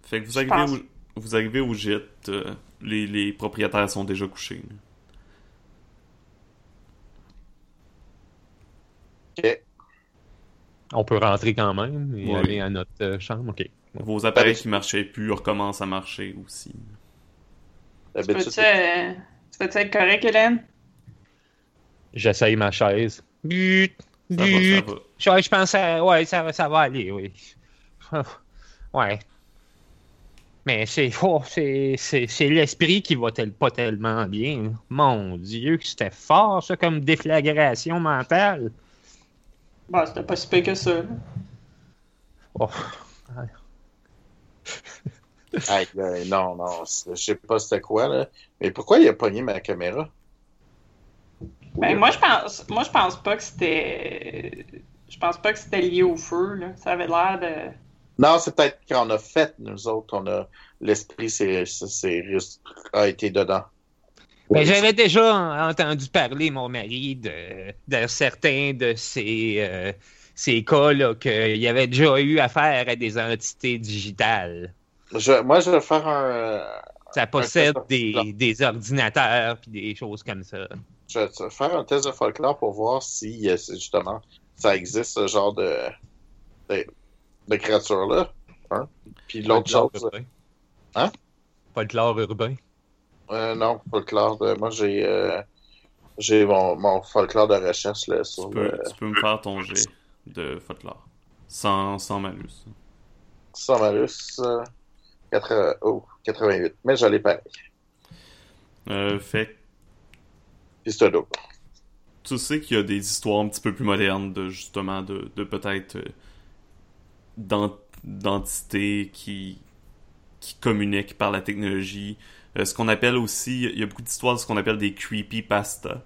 Speaker 5: Fait que vous
Speaker 1: je
Speaker 5: arrivez,
Speaker 1: pense.
Speaker 5: au, vous arrivez au gîte, euh, les, les propriétaires sont déjà couchés. là.
Speaker 3: Ok.
Speaker 2: On peut rentrer quand même et
Speaker 5: Ouais.
Speaker 2: aller à notre euh, chambre, ok.
Speaker 5: Vos appareils
Speaker 3: Avec-
Speaker 5: qui marchaient plus recommencent à marcher aussi.
Speaker 1: Tu
Speaker 3: D'habitude,
Speaker 1: peux-tu euh, tu peux-tu être correct, Hélène?
Speaker 2: J'essaye ma chaise. But,
Speaker 5: Ça va, ça
Speaker 2: but.
Speaker 5: va.
Speaker 2: Je, je pense, à- ouais, ça, va- ça va aller, oui. ouais. Mais c'est oh, c'est- c'est c'est l'esprit qui va tel, pas tellement bien. Mon Dieu, que c'était fort, ça, comme déflagration mentale.
Speaker 1: Bah, c'était pas si pire que ça, là.
Speaker 2: Oh.
Speaker 3: Aïe, aïe, non, non, c'est- je sais pas c'était quoi, là. Mais pourquoi il a pogné ma caméra?
Speaker 1: Ben, moi, je pense, moi, je pense pas que c'était. Je pense pas que c'était lié au feu, là. Ça avait l'air de.
Speaker 3: Non, c'est peut-être qu'on a fait, nous autres, on a l'esprit c'est, c'est- c'est- a été dedans.
Speaker 5: Ben,
Speaker 2: Mais j'avais déjà en- entendu parler, mon mari, de, de certains de ces, euh, ces cas là, qu'il avait déjà eu affaire à des entités digitales.
Speaker 3: Je- moi, je vais faire un. euh,
Speaker 2: Ça possède
Speaker 3: ça.
Speaker 2: des, des ordinateurs puis des choses comme ça.
Speaker 3: Je vais faire un test de folklore pour voir si, euh, c'est justement, ça existe ce genre de, de, de créature-là. hein. Puis l'autre chose, Hein?
Speaker 2: Pas de l'art urbain.
Speaker 3: euh, non, folklore. de- moi, j'ai euh, j'ai mon, mon folklore de recherche là, sur euh,
Speaker 5: Tu peux,
Speaker 3: le-
Speaker 5: tu peux me faire ton jet de folklore. Sans, sans malus.
Speaker 3: sans malus euh, 80 oh, 88. Mais j'allais pareil.
Speaker 5: Euh, fait que
Speaker 3: Puis c'est un double.
Speaker 5: tu sais qu'il y a des histoires un petit peu plus modernes de justement de, de peut-être euh, d'en- d'entités qui qui communiquent par la technologie. Euh, ce qu'on appelle aussi, il y a beaucoup d'histoires de ce qu'on appelle des creepypasta.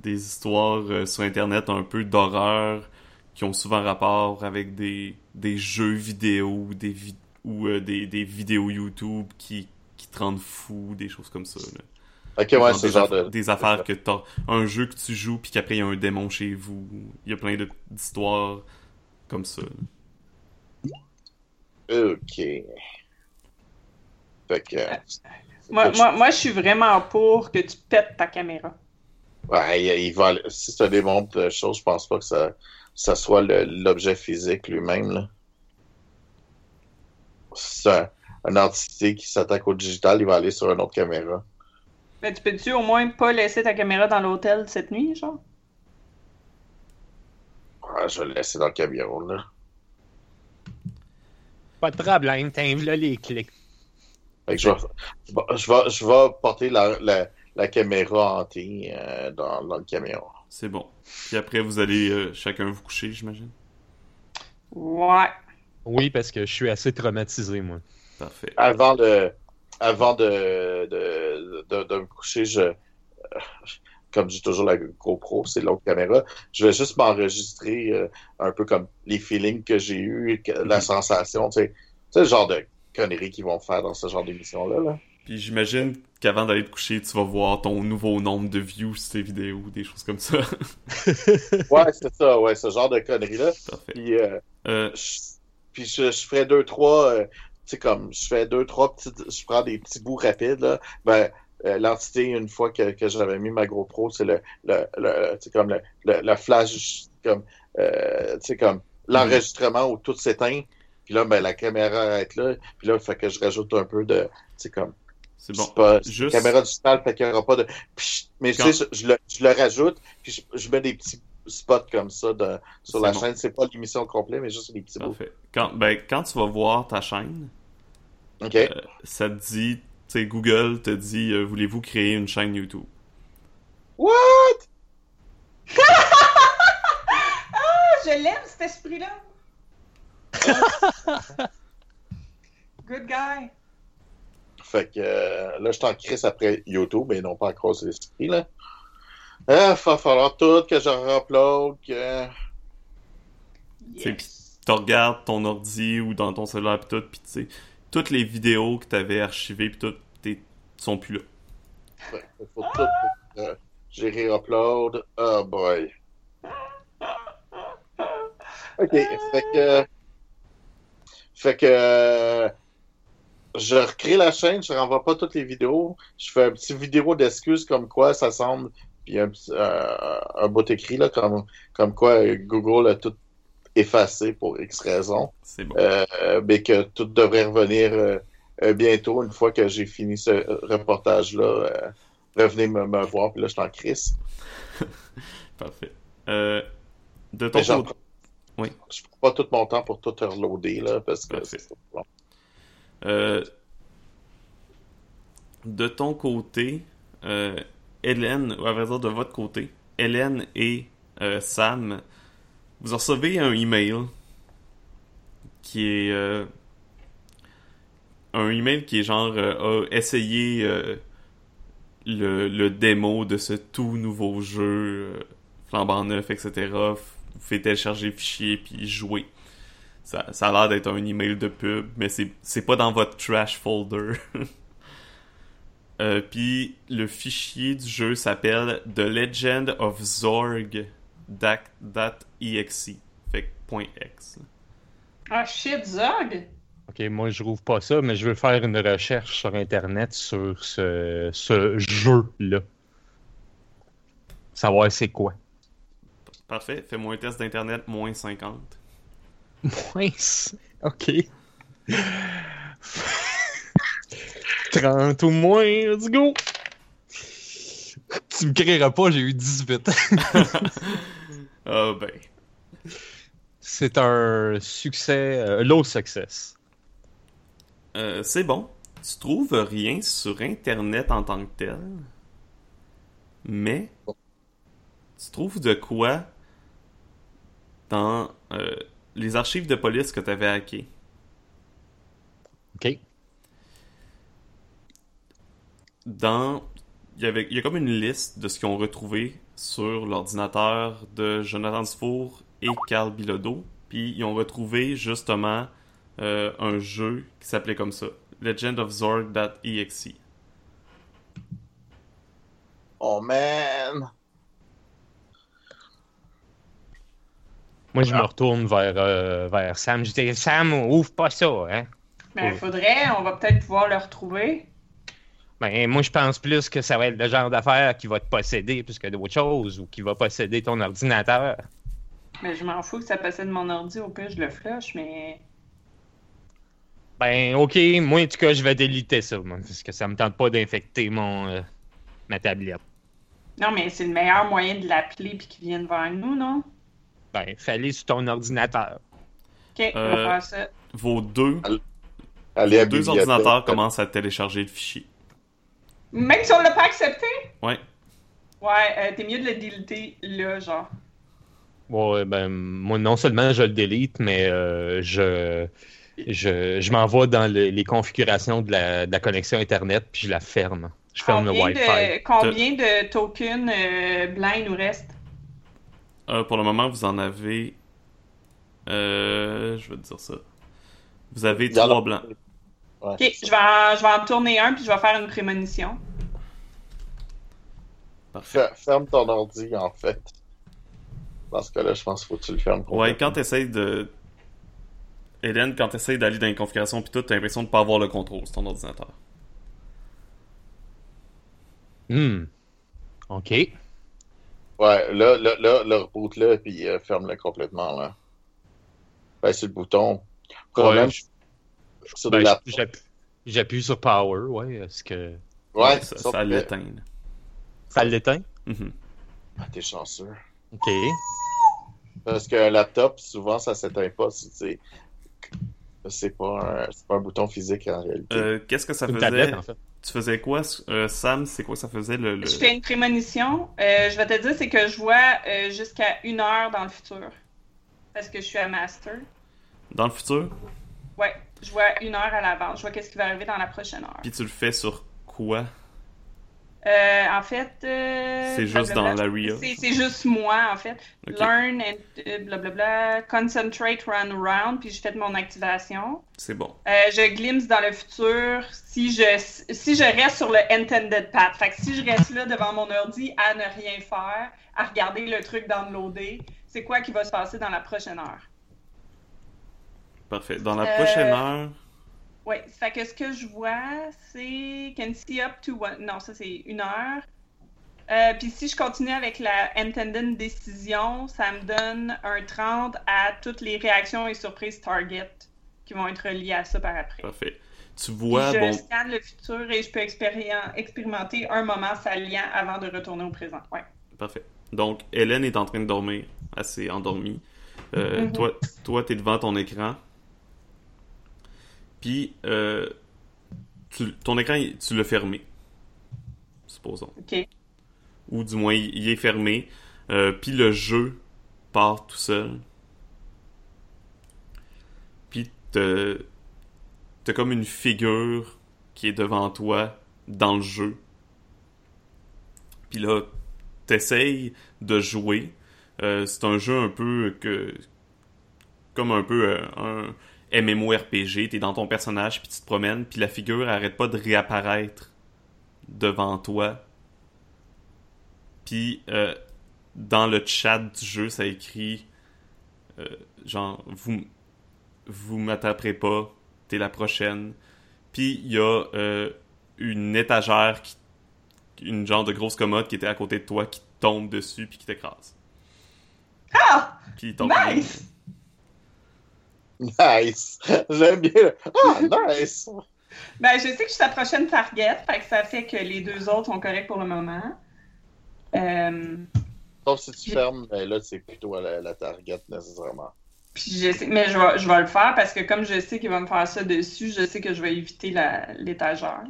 Speaker 5: Des histoires euh, sur internet un peu d'horreur qui ont souvent rapport avec des, des jeux vidéo ou des vi- ou euh, des, des vidéos YouTube qui qui te rendent fou, des choses comme ça. là.
Speaker 3: Ok, ouais,
Speaker 5: Genre
Speaker 3: c'est
Speaker 5: des,
Speaker 3: genre
Speaker 5: aff-
Speaker 3: de.
Speaker 5: des affaires que t'as un jeu que tu joues puis qu'après il y a un démon chez vous. Il y a plein de- d'histoires comme ça.
Speaker 3: Ok. Fait que. euh,
Speaker 1: Moi, moi, moi, je suis vraiment pour que tu pètes ta caméra.
Speaker 3: Ouais, il- il va... Si ça démontre de choses, je pense pas que ça, ça soit le- l'objet physique lui-même. là. C'est un, une entité qui s'attaque au digital, il va aller sur une autre caméra.
Speaker 1: Mais Ben, tu peux-tu au moins pas laisser ta caméra dans l'hôtel cette nuit, genre?
Speaker 3: Ouais, Ah, je vais le laisser dans le camion. Là.
Speaker 2: Pas de problème, t'as là les clics.
Speaker 3: Fait que je, vais, je, vais, je vais porter la, la, la caméra hantée euh, dans, dans le camion.
Speaker 5: C'est bon. Puis après, vous allez euh, chacun vous coucher, j'imagine.
Speaker 1: Ouais.
Speaker 2: Oui, parce que je suis assez traumatisé, moi.
Speaker 5: Parfait.
Speaker 3: Avant de, avant de, de, de, de me coucher, je, comme j'ai toujours la GoPro, c'est l'autre caméra, je vais juste m'enregistrer euh, un peu comme les feelings que j'ai eus, que- la sensation, tu sais, tu sais, le genre de conneries qu'ils vont faire dans ce genre d'émission-là. Là.
Speaker 5: Puis j'imagine qu'avant d'aller te coucher, tu vas voir ton nouveau nombre de views sur tes vidéos, des choses comme ça.
Speaker 3: Ouais, c'est ça, ouais, ce genre de conneries-là.
Speaker 5: Parfait.
Speaker 3: Puis, euh,
Speaker 5: Euh,
Speaker 3: je, puis je, je ferais deux, trois, euh, tu sais, comme je fais deux, trois petites, je prends des petits bouts rapides, là. Ben, euh, l'entité, une fois que, que j'avais mis ma GoPro, c'est le, le, le tu sais, comme le, le, le flash, comme, euh, tu sais, comme l'enregistrement où tout s'éteint. Puis là, ben, la caméra arrête là. Puis là, fait que je rajoute un peu de, tu sais, comme,
Speaker 5: c'est bon.
Speaker 3: c'est pas-
Speaker 5: Juste-
Speaker 3: caméra digitale, fait qu'il n'y aura pas de. Pshht mais
Speaker 5: Quand-
Speaker 3: tu sais, je, je le, je le rajoute, puis je, je mets des petits spots comme ça de- sur
Speaker 5: C'est
Speaker 3: la
Speaker 5: bon.
Speaker 3: chaîne. C'est pas l'émission complète, mais juste des petits bouts.
Speaker 5: Parfait. Quand, ben, quand tu vas voir ta chaîne,
Speaker 3: OK?
Speaker 5: euh, ça te dit, tu sais, Google te dit, euh, voulez-vous créer une chaîne YouTube?
Speaker 3: What?
Speaker 1: Ah, je l'aime, cet esprit-là! Good guy.
Speaker 3: Fait que euh, là, je t'en crisse après YouTube, mais non pas à cause de l'esprit, là. Ah, va falloir tout que je euh, re-upload, que.
Speaker 1: Yes.
Speaker 5: Tu regardes ton ordi ou dans ton cellulaire pis tout, pis tu sais, toutes les vidéos que t'avais archivées pis tout, t'es- sont plus là.
Speaker 3: Fait que faut tout. euh, j'ai re-upload. Oh boy. Ok, fait que. Fait que. euh, Je recrée la chaîne, je renvoie pas toutes les vidéos. Je fais un petit vidéo d'excuses comme quoi ça semble. Puis un, petit- euh, un beau écrit, là, comme, comme quoi euh, Google a tout effacé pour X raison.
Speaker 5: C'est bon.
Speaker 3: Euh, mais que tout devrait revenir euh, euh, bientôt, une fois que j'ai fini ce euh, reportage-là. euh, revenez me, me voir, puis là, je t'en crisse.
Speaker 5: Parfait. Euh, de ton
Speaker 3: Mais j'en
Speaker 5: côté.
Speaker 3: prends-
Speaker 5: Oui.
Speaker 3: Je prends pas tout mon temps pour tout reloader, là, parce que
Speaker 5: Parfait.
Speaker 3: c'est trop long.
Speaker 5: Euh, de ton côté, euh, Hélène, ou à vrai dire de votre côté, Hélène et euh, Sam, vous recevez un email qui est euh, un email qui est genre euh, Ah, essayez euh, le, le démo de ce tout nouveau jeu euh, flambant neuf, etc. Vous pouvez télécharger le fichier puis jouer. Ça, ça a l'air d'être un email de pub, mais c'est c'est pas dans votre trash folder. Euh, Puis le fichier du jeu s'appelle The Legend of Zorg that, that .exe. Fait que point .x.
Speaker 1: Ah, shit, Zog!
Speaker 2: OK, moi, je rouvre pas ça, mais je veux faire une recherche sur Internet sur ce, ce jeu-là. Savoir c'est quoi.
Speaker 5: Parfait. Fais-moi un test d'internet moins 50.
Speaker 2: Mince. OK. 30 ou moins, let's go! Tu me crieras pas, j'ai eu 18.
Speaker 5: Ah ben.
Speaker 2: C'est un succès, euh, low success.
Speaker 5: Euh, c'est bon. Tu trouves rien sur Internet en tant que tel, mais tu trouves de quoi dans euh, les archives de police que tu avais hackées.
Speaker 2: OK.
Speaker 5: Dans, il y, avait, il y a comme une liste de ce qu'ils ont retrouvé sur l'ordinateur de Jonathan Dufour et Carl Bilodeau. Puis ils ont retrouvé justement euh, un jeu qui s'appelait comme ça, Legend of Zorg.exe.
Speaker 3: Oh man!
Speaker 2: Moi, je me retourne vers, euh, vers Sam. Je dis Sam, ouvre pas ça, hein?
Speaker 1: Mais il Ben, faudrait, on va peut-être pouvoir le retrouver.
Speaker 2: Ben, moi, je pense plus que ça va être le genre d'affaire qui va te posséder plus que d'autres choses ou qui va posséder ton ordinateur.
Speaker 1: Mais je m'en fous que ça passait de mon ordi, au pire je le flush, mais.
Speaker 2: Ben, ok, moi, en tout cas, je vais déliter ça, moi, parce que ça me tente pas d'infecter mon euh, ma tablette.
Speaker 1: Non, mais c'est le meilleur moyen de l'appeler puis qu'il vienne vers nous, non?
Speaker 2: Ben, fallait sur ton ordinateur.
Speaker 1: Ok, on va
Speaker 5: Euh,
Speaker 1: faire ça.
Speaker 5: Vos deux,
Speaker 3: Allez, à
Speaker 5: vos deux
Speaker 3: bibliothèque.
Speaker 5: ordinateurs commencent à télécharger le fichier.
Speaker 1: Même si on l'a pas accepté?
Speaker 5: Ouais.
Speaker 1: Ouais, euh, t'es mieux de le déliter là, genre.
Speaker 2: Ouais, ben, moi, non seulement je le délite, mais euh, je, je, je m'en vais dans le- les configurations de la, de la connexion Internet, puis je la ferme. Je ferme
Speaker 1: combien
Speaker 2: le Wi-Fi.
Speaker 1: de, combien de tokens euh, blancs il nous reste?
Speaker 5: Euh, pour le moment, vous en avez. Euh, je vais te dire ça. Vous avez
Speaker 3: Il y en a-
Speaker 5: trois blancs.
Speaker 3: Ouais,
Speaker 1: Ok, je vais, en, je vais en tourner un puis je vais faire une prémonition.
Speaker 5: Parfait.
Speaker 3: Fer- Ferme ton ordi, en fait. Dans ce cas-là, je pense qu'il faut que tu le fermes.
Speaker 5: Ouais, quand t'essayes de. Hélène, quand t'essayes d'aller dans les configurations pis tout, t'as l'impression de pas avoir le contrôle sur ton ordinateur.
Speaker 2: Hmm. OK.
Speaker 3: Ouais, là, là, là, là reboot-le, puis euh, ferme-le complètement, là. Ben, sur le bouton. Problème,
Speaker 2: Ouais, je-
Speaker 3: sur
Speaker 2: ben,
Speaker 3: le laptop.
Speaker 2: j'appu- J'appuie sur Power, ouais. Est-ce que
Speaker 3: Ouais,
Speaker 5: ça,
Speaker 3: sauf
Speaker 5: ça
Speaker 3: que-
Speaker 5: l'éteint.
Speaker 2: ça l'éteint?
Speaker 5: Mhm.
Speaker 3: Ah, t'es chanceux.
Speaker 2: OK.
Speaker 3: Parce qu'un laptop, souvent, ça s'éteint pas si tu sais. C'est pas, un... c'est pas un bouton physique, en réalité.
Speaker 5: Euh, Qu'est-ce que ça
Speaker 2: Une
Speaker 5: faisait
Speaker 2: tablette, en fait.
Speaker 5: Tu faisais quoi, euh, Sam C'est quoi ça faisait le. le-
Speaker 1: Je fais une prémonition. Euh, je vais te dire, c'est que je vois euh, jusqu'à une heure dans le futur. Parce que je suis à Master.
Speaker 5: Dans le futur
Speaker 1: Ouais, je vois une heure à l'avance. Je vois qu'est-ce qui va arriver dans la prochaine heure.
Speaker 5: Puis tu le fais sur quoi
Speaker 1: Euh, en fait. euh,
Speaker 5: C'est juste
Speaker 1: blablabla.
Speaker 5: dans l'area.
Speaker 1: C'est c'est juste moi, en fait.
Speaker 5: Ok.
Speaker 1: Learn and euh, blablabla. Concentrate, run around. Puis je fais de mon activation.
Speaker 5: C'est bon.
Speaker 1: Euh, je glimse dans le futur si je, si je reste sur le intended path. Fait que si je reste là devant mon ordi à ne rien faire, à regarder le truc downloader, c'est quoi qui va se passer dans la prochaine heure?
Speaker 5: Parfait. Dans la
Speaker 1: Euh,
Speaker 5: prochaine heure.
Speaker 1: Oui, fait que ce que je vois, c'est can see up to one. Non, ça c'est une heure. Euh, Puis si je continue avec la intended décision, ça me donne un 30 à toutes les réactions et surprises target qui vont être liées à ça par après.
Speaker 5: Parfait. Tu vois,
Speaker 1: je
Speaker 5: bon.
Speaker 1: scanne le futur et je peux expérien- expérimenter un moment salient avant de retourner au présent. Ouais.
Speaker 5: Parfait. Donc, Hélène est en train de dormir. Elle s'est endormie. Euh,
Speaker 1: Mhm.
Speaker 5: Toi, toi, t'es devant ton écran. Puis, euh, tu- ton écran, il- tu l'as fermé. Supposons.
Speaker 1: OK.
Speaker 5: Ou du moins, il il est fermé. Euh, puis le jeu part tout seul. Puis, te- t'as comme une figure qui est devant toi dans le jeu. Puis là, t'essayes de jouer. Euh, c'est un jeu un peu que comme un peu euh, un MMORPG, t'es dans ton personnage puis tu te promènes puis la figure elle arrête pas de réapparaître devant toi. Puis euh, dans le chat du jeu, ça écrit euh, genre vous vous m'attraperez pas, t'es la prochaine. Puis il y a euh, une étagère qui une genre de grosse commode qui était à côté de toi qui tombe dessus puis qui t'écrase.
Speaker 1: Ah!
Speaker 5: Puis il tombe.
Speaker 1: Nice!
Speaker 3: Nice! J'aime bien le... Ah, nice!
Speaker 1: Ben, je sais que je suis sa prochaine target, fait que ça fait que les deux autres sont corrects pour le moment. Euh,
Speaker 3: Sauf si tu
Speaker 1: J'ai-
Speaker 3: fermes, ben là, c'est plutôt à la, la target, nécessairement.
Speaker 1: puis je sais- mais je vais, je vais le faire parce que comme je sais qu'il va me faire ça dessus, je sais que je vais éviter la- l'étagère.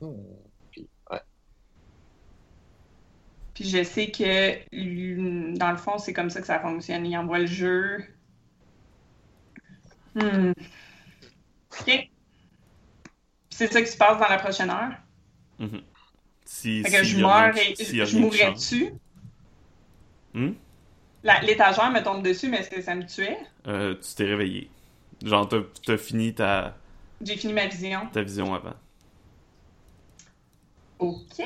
Speaker 3: Hmm.
Speaker 1: Puis je sais que lui, dans le fond, c'est comme ça que ça fonctionne. Il envoie le jeu. Hmm. OK. Puis C'est ça qui se passe dans la prochaine heure.
Speaker 5: Mhm. Si,
Speaker 1: Fait que
Speaker 5: s'il
Speaker 1: je
Speaker 5: y a rien
Speaker 1: meurs
Speaker 5: qui-
Speaker 1: et
Speaker 5: s'il y a
Speaker 1: je, je
Speaker 5: rien qui
Speaker 1: mourrais
Speaker 5: change.
Speaker 1: dessus.
Speaker 5: Hmm?
Speaker 1: La- L'étagère me tombe dessus, mais est-ce que ça me tuait?
Speaker 5: Euh, tu t'es réveillé. Genre, t'as, t'as fini ta,
Speaker 1: J'ai fini ma vision.
Speaker 5: ta vision avant.
Speaker 1: OK.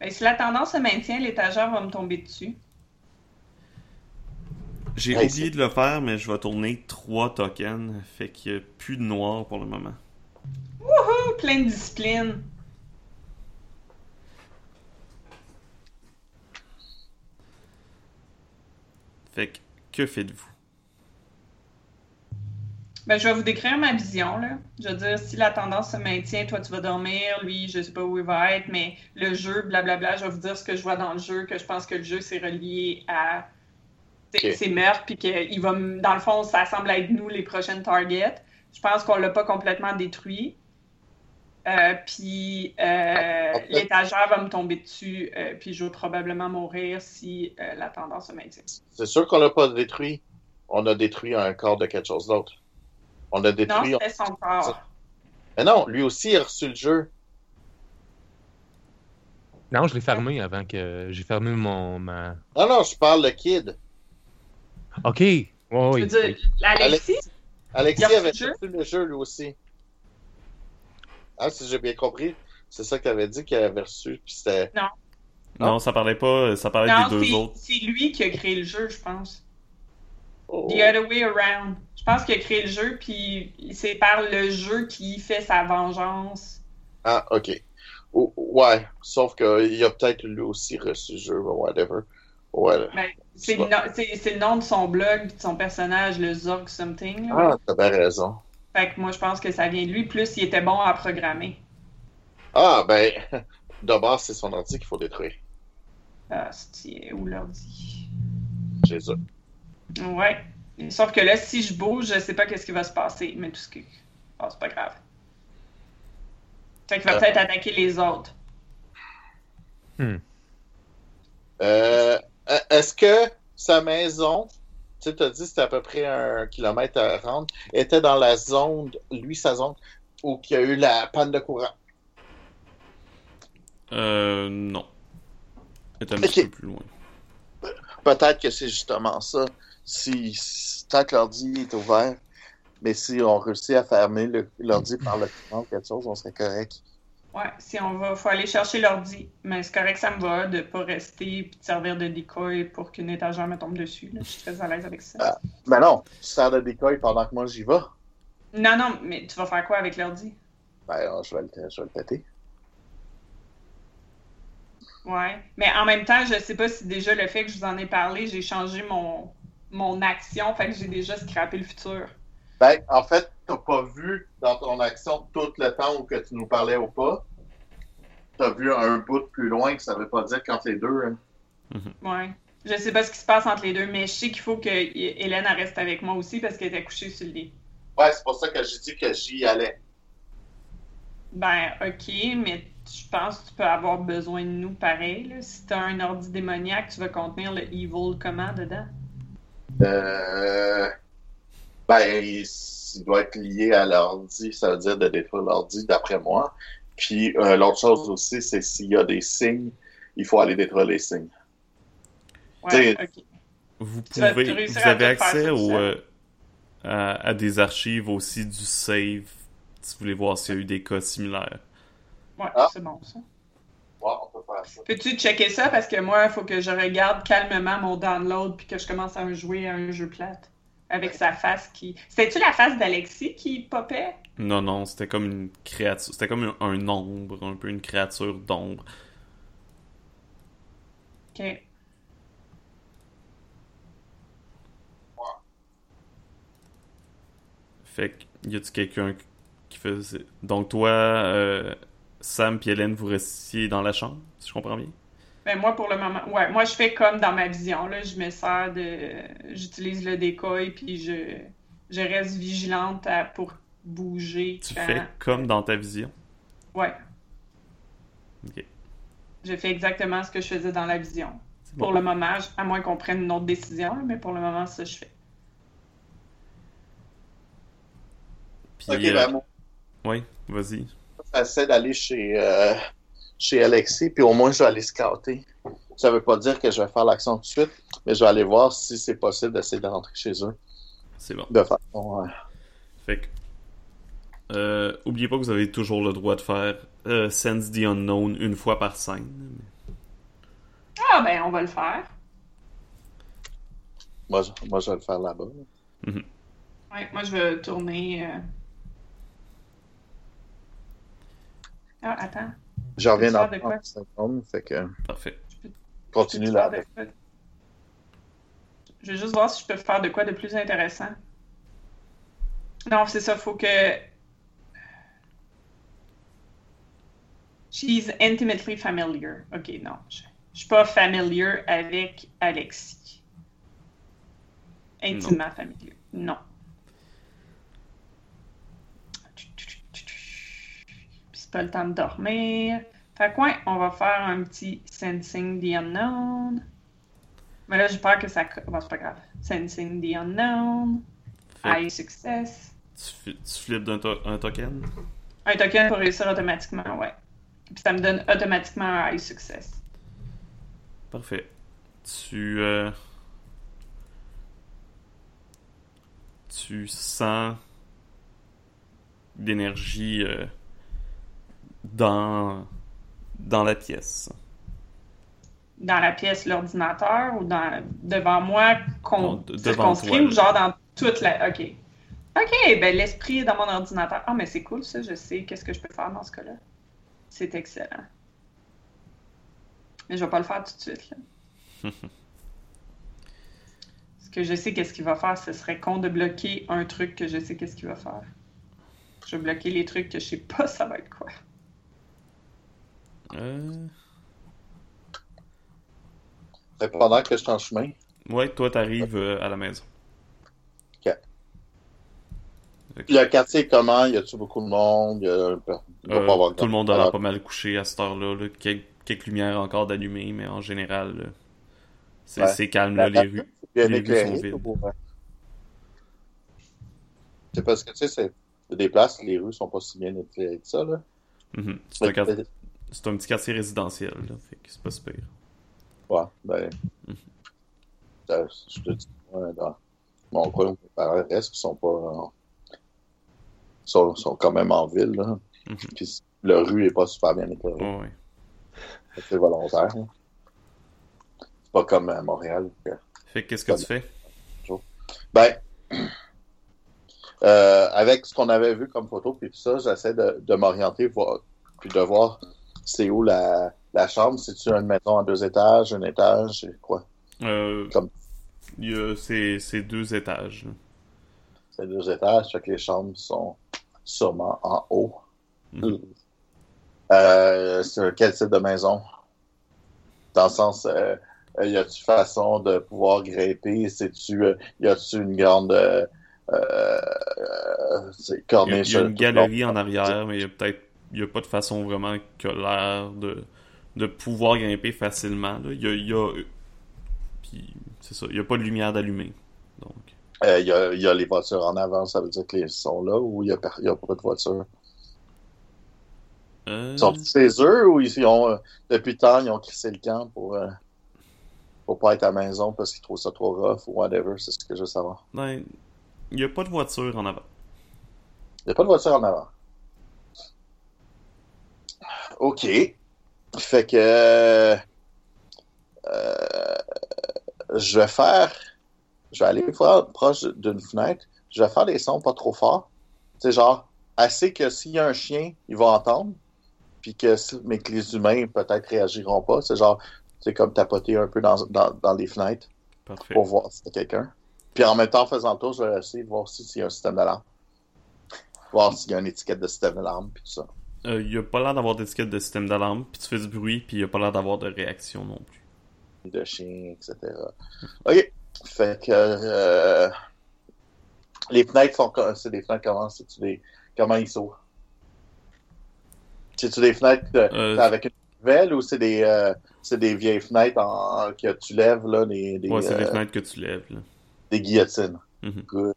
Speaker 1: Ben, si la tendance se maintient, l'étagère va me tomber dessus.
Speaker 5: J'ai
Speaker 3: Ouais,
Speaker 5: oublié de le faire, mais je vais tourner 3 tokens. Fait qu'il n'y a plus de noir pour le moment.
Speaker 1: Oh, plein de discipline.
Speaker 5: Fait que, que faites-vous?
Speaker 1: Ben, je vais vous décrire ma vision, là. Je veux dire, si la tendance se maintient, toi, tu vas dormir, lui, je sais pas où il va être, mais le jeu, blablabla, je vais vous dire ce que je vois dans le jeu, que je pense que le jeu, c'est relié à
Speaker 3: Ok.
Speaker 1: ses ses meurtres, puis qu'il va, m- dans le fond, ça semble être nous, les prochaines targets. Je pense qu'on l'a pas complètement détruit. Euh, puis euh,
Speaker 3: Ah, En fait-
Speaker 1: l'étagère va me tomber dessus, euh, puis je vais probablement mourir si euh, la tendance se maintient.
Speaker 3: C'est sûr qu'on l'a pas détruit. On a détruit un corps de quelque chose d'autre. On a
Speaker 1: Non,
Speaker 3: détruit.
Speaker 1: c'était son corps.
Speaker 3: Mais non, lui aussi, il a reçu le jeu.
Speaker 2: Non, je l'ai fermé avant que j'ai fermé mon ma.
Speaker 3: Non, non, je parle le kid.
Speaker 2: Ok. Ouais,
Speaker 1: Je veux
Speaker 2: oui.
Speaker 1: dire, Alexis,
Speaker 3: Alexis
Speaker 1: Il a reçu
Speaker 3: avait
Speaker 1: le jeu?
Speaker 3: reçu le jeu, lui aussi. Ah, si j'ai bien compris, c'est ça que t'avais dit qu'il avait reçu, puis c'était... Non.
Speaker 5: Non, ça parlait pas, ça parlait
Speaker 1: Non,
Speaker 5: des deux
Speaker 1: c'est-
Speaker 5: autres.
Speaker 1: c'est lui qui a créé le jeu, je pense.
Speaker 3: Oh,
Speaker 1: The other way around. Je pense qu'il a créé le jeu, puis c'est par le jeu qui fait sa vengeance.
Speaker 3: Ah, ok. Oh, ouais, sauf qu'il a peut-être lui aussi reçu le jeu, ou whatever. Ouais.
Speaker 1: C'est le, nom- c'est- c'est le nom de son blog, puis de son personnage, le Zorg Something. là.
Speaker 3: Ah, t'as bien raison.
Speaker 1: Fait que moi, je pense que ça vient de lui. Plus, il était bon à programmer.
Speaker 3: Ah, ben, d'abord, c'est son ordi qu'il faut détruire.
Speaker 1: Ah, c'est où l'ordi?
Speaker 3: Jésus.
Speaker 1: Ouais. Sauf que là, si je bouge, je sais pas qu'est-ce qui va se passer, mais tout ce qui. Ah, c'est pas grave. Fait qu'il va
Speaker 3: Ah.
Speaker 1: peut-être attaquer les autres.
Speaker 3: Euh, est-ce que sa maison, tu sais, t'as dit c'était à peu près un kilomètre à rendre, était dans la zone, lui, sa zone, où il y a eu la panne de courant?
Speaker 5: Euh, non. C'est un
Speaker 3: Ok.
Speaker 5: petit peu plus loin.
Speaker 3: Peut-être que c'est justement ça. Si, si- tant que l'ordi est ouvert, mais si on réussit à fermer le- l'ordi par le courant ou quelque chose, on serait correct.
Speaker 1: Ouais, si on va, faut aller chercher l'ordi. Mais c'est correct, ça me va de pas rester puis de servir de decoy pour qu'une étagère me tombe dessus. là. Je suis très à l'aise avec ça.
Speaker 3: Ah. Mais non, tu sers de décoil pendant que moi j'y vais.
Speaker 1: Non, non, mais tu vas faire quoi avec l'ordi?
Speaker 3: Ben, non, je vais le, je vais le péter.
Speaker 1: Ouais. Mais en même temps, je sais pas si déjà le fait que je vous en ai parlé, j'ai changé mon, mon action, fait que j'ai déjà scrappé le futur.
Speaker 3: Ben, en fait, t'as pas vu dans ton action tout le temps où que tu nous parlais ou pas. T'as vu un bout de plus loin que ça veut pas dire quand les deux. hein.
Speaker 1: Ouais. Je sais pas ce qui se passe entre les deux, mais je sais qu'il faut que Hélène elle reste avec moi aussi parce qu'elle était couchée sur le lit.
Speaker 3: Ouais, c'est pour ça que j'ai dit que j'y allais.
Speaker 1: Ben, ok, mais je pense que tu peux avoir besoin de nous pareil. Là. Si t'as un ordi démoniaque, tu vas contenir le evil comment dedans?
Speaker 3: Euh... Ben, il, il doit être lié à l'ordi, ça veut dire de détruire l'ordi, d'après moi. Puis euh, l'autre chose aussi, c'est s'il y a des signes, il faut aller détruire les signes.
Speaker 1: Ouais,
Speaker 3: T'sais-
Speaker 1: ok.
Speaker 5: Vous
Speaker 1: Tu vas
Speaker 5: pouvez,
Speaker 1: réussir
Speaker 5: vous
Speaker 1: à
Speaker 5: avez
Speaker 1: tout faire
Speaker 5: accès
Speaker 1: tout
Speaker 5: au,
Speaker 1: seul.
Speaker 5: euh, à, à des archives aussi du save si vous voulez voir s'il y a eu des cas similaires.
Speaker 1: Ouais,
Speaker 3: Ah.
Speaker 1: c'est bon ça.
Speaker 3: Ouais, on peut faire ça.
Speaker 1: Peux-tu checker ça? Parce que moi, il faut que je regarde calmement mon download puis que je commence à jouer à un jeu plate. Avec sa face qui. C'était-tu la face d'Alexis qui popait?
Speaker 5: Non, non, c'était comme une créature, c'était comme un, un ombre, un peu une créature d'ombre.
Speaker 1: Ok.
Speaker 5: Fait que, y a-tu quelqu'un qui faisait. Donc, toi, euh, Sam et Hélène, vous restiez dans la chambre, si je comprends bien?
Speaker 1: Ben moi, pour le moment, ouais, moi, je fais comme dans ma vision, là, je me sers de... J'utilise le décoil, puis je, je reste vigilante à- pour bouger
Speaker 5: Tu
Speaker 1: quand-
Speaker 5: fais comme dans ta vision.
Speaker 1: Ouais.
Speaker 5: Ok.
Speaker 1: Je fais exactement ce que je faisais dans la vision.
Speaker 5: C'est
Speaker 1: Pour
Speaker 5: bon.
Speaker 1: le moment, je- à moins qu'on prenne une autre décision, là, mais pour le moment, ça, je fais.
Speaker 5: Puis,
Speaker 3: Ok,
Speaker 5: euh,
Speaker 3: ben, moi,
Speaker 5: ouais, vas-y.
Speaker 3: j'essaie d'aller chez, euh, chez Alexis, puis au moins, je vais aller scouter. Ça veut pas dire que je vais faire l'action tout de suite, mais je vais aller voir si c'est possible d'essayer de rentrer chez eux
Speaker 5: C'est bon.
Speaker 3: de façon. euh,
Speaker 5: Fait que. Euh, oubliez pas que vous avez toujours le droit de faire euh, Sense the Unknown une fois par scène.
Speaker 1: Ah, ben, on va le faire.
Speaker 3: Moi, je- moi, je vais le faire là-bas. là.
Speaker 1: Ouais, moi, je vais tourner. euh. Ah, attends.
Speaker 3: Je reviens
Speaker 1: Tu vas
Speaker 3: dans
Speaker 1: faire de quoi?
Speaker 3: 30 secondes, fait que
Speaker 5: Parfait.
Speaker 3: continue
Speaker 1: Je
Speaker 3: là.
Speaker 1: vais faire de quoi- Je vais juste voir si je peux faire de quoi de plus intéressant. Non, c'est ça, faut que. She's intimately familiar. Ok, non. Je, je suis pas familiar avec Alexis. Intimement familier. Non. C'est pas le temps de dormir. Fait quoi, on va faire un petit Sensing the Unknown. Mais là, j'ai peur que ça. co- Bon, c'est pas grave. Sensing the Unknown.
Speaker 5: Fait que
Speaker 1: High Success.
Speaker 5: tu, fi- tu flippes d'un to- un token.
Speaker 1: Un token pour réussir automatiquement, ouais. Puis ça me donne automatiquement un High Success.
Speaker 5: Parfait. Tu. euh, tu sens l'énergie euh, dans, dans la pièce.
Speaker 1: Dans la pièce, l'ordinateur ou dans, devant moi,
Speaker 5: Non,
Speaker 1: con,
Speaker 5: de- devant
Speaker 1: circonscrit
Speaker 5: toi,
Speaker 1: ou
Speaker 5: là.
Speaker 1: genre dans toute la. Ok. Ok, ben l'esprit est dans mon ordinateur. Ah, mais c'est cool ça, je sais qu'est-ce que je peux faire dans ce cas-là. C'est excellent. Mais je vais pas le faire tout de suite, là. Parce que je sais qu'est-ce qu'il va faire, ce serait con de bloquer un truc que je sais qu'est-ce qu'il va faire. Je vais bloquer les trucs que je sais pas ça va être quoi.
Speaker 5: Euh,
Speaker 3: Fait que Ben, pendant que je suis en chemin,
Speaker 5: ouais, toi, t'arrives euh, à la maison.
Speaker 3: Puis le quartier, comment? Y a-tu beaucoup de monde? Y a... il doit
Speaker 5: Euh,
Speaker 3: pas avoir
Speaker 5: tout le monde aura
Speaker 3: Alors,
Speaker 5: pas mal couché à cette heure-là. là. Quel- quelques lumières encore d'allumées, mais en général, là, c'est
Speaker 3: Ouais.
Speaker 5: c'est calme, là,
Speaker 3: la-
Speaker 5: les rues.
Speaker 3: Bien
Speaker 5: les rues sont
Speaker 3: éclairé.
Speaker 5: vides.
Speaker 3: tout pour- C'est parce que, tu sais, c'est il y a des places, où les rues sont pas si bien éclairées que ça, là.
Speaker 5: Mhm. C'est un,
Speaker 3: Fait que-
Speaker 5: quart- c'est un petit quartier résidentiel, là, fait que c'est pas super.
Speaker 3: Ouais, ben.
Speaker 5: Mm-hmm.
Speaker 3: ça, Je te dis, ouais, dans mon coin, mes parents restent, ils sont pas. euh, sont, sont quand même en ville, là.
Speaker 5: Mhm.
Speaker 3: Puis la rue est pas super bien éclairée.
Speaker 5: Ouais, ouais.
Speaker 3: C'est volontaire, là. C'est pas comme à Montréal. que-
Speaker 5: Fait que qu'est-ce que tu fais?
Speaker 3: Ben, euh, avec ce qu'on avait vu comme photo, puis tout ça, j'essaie de, de m'orienter, voir- puis de voir c'est où la, la chambre. C'est-tu une maison à deux étages, un étage, c'est quoi?
Speaker 5: Euh,
Speaker 3: Comme-
Speaker 5: il y a ces, ces deux étages. là.
Speaker 3: C'est deux étages, fait que les chambres sont sûrement en haut.
Speaker 5: Mhm.
Speaker 3: Euh, c'est quel type de maison? Dans le sens, euh, euh, y a-tu façon de pouvoir grimper? C'est-tu, euh, y a-tu une grande euh, euh, c'est
Speaker 5: Il y a,
Speaker 3: corniche?
Speaker 5: il y a une
Speaker 3: tout le long?
Speaker 5: galerie en arrière, mais il y a peut-être il y a pas de façon vraiment que l'air de, de pouvoir grimper facilement. là. Il y a, il y a- puis c'est ça, il y a pas de lumière d'allumée. Donc,
Speaker 3: Il Euh, y, a, y a les voitures en avant, ça veut dire que les sont là ou il n'y a, per- y a pas de voiture?
Speaker 5: euh,
Speaker 3: Ils sont chez eux ou ils ont, euh, depuis tant, ils ont crissé le camp pour, euh, pour pas être à la maison parce qu'ils trouvent ça trop rough ou whatever, c'est ce que je veux savoir.
Speaker 5: ben, il y a pas de voiture en avant.
Speaker 3: Il n'y a pas de voiture en avant. OK. Fait que. euh, euh, je vais faire. Je vais aller voir proche d'une fenêtre. Je vais faire des sons pas trop forts. Tu sais, genre, assez que s'il y a un chien, il va entendre. Puis que, si- mais que les humains, peut-être, réagiront pas. C'est genre, c'est comme tapoter un peu dans, dans, dans les fenêtres
Speaker 5: Parfait.
Speaker 3: pour voir si c'est quelqu'un. Puis en même temps, en faisant le tour, je vais essayer de voir si- s'il y a un système d'alarme. Voir s'il y a une étiquette de système d'alarme, puis tout ça.
Speaker 5: Euh, il y a pas l'air d'avoir d'étiquette de système d'alarme, puis tu fais du bruit, puis il y a pas l'air d'avoir de réaction non plus.
Speaker 3: De chien, etc. OK. Fait que... euh, les fenêtres sont... co- C'est des fenêtres comment? C'est-tu des... Comment ils s'ouvrent? C'est-tu des fenêtres de-
Speaker 5: Euh,
Speaker 3: avec une nouvelle ou c'est des... euh, c'est des vieilles fenêtres en- que tu lèves, là, des, des,
Speaker 5: Ouais, c'est des
Speaker 3: euh,
Speaker 5: fenêtres que tu lèves. Là.
Speaker 3: des guillotines.
Speaker 5: Mhm.
Speaker 3: Good.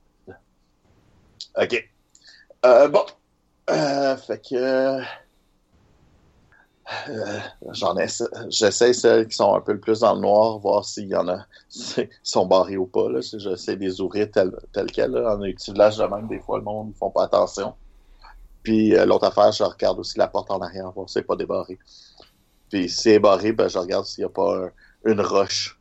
Speaker 3: OK. Euh, bon. Euh, fait que. euh, J'en ai. J'essaie celles qui sont un peu le plus dans le noir, voir s'il y en a. S'ils sont barrés ou pas. là. Si J'essaie de les ouvrir telles tel quelles. là. En utilisage de même, des fois, le monde, ils font pas attention. Puis euh, l'autre affaire, je regarde aussi la porte en arrière, voir si elle n'est pas débarrée. Puis si elle est barrée, ben, je regarde s'il n'y a pas un- une roche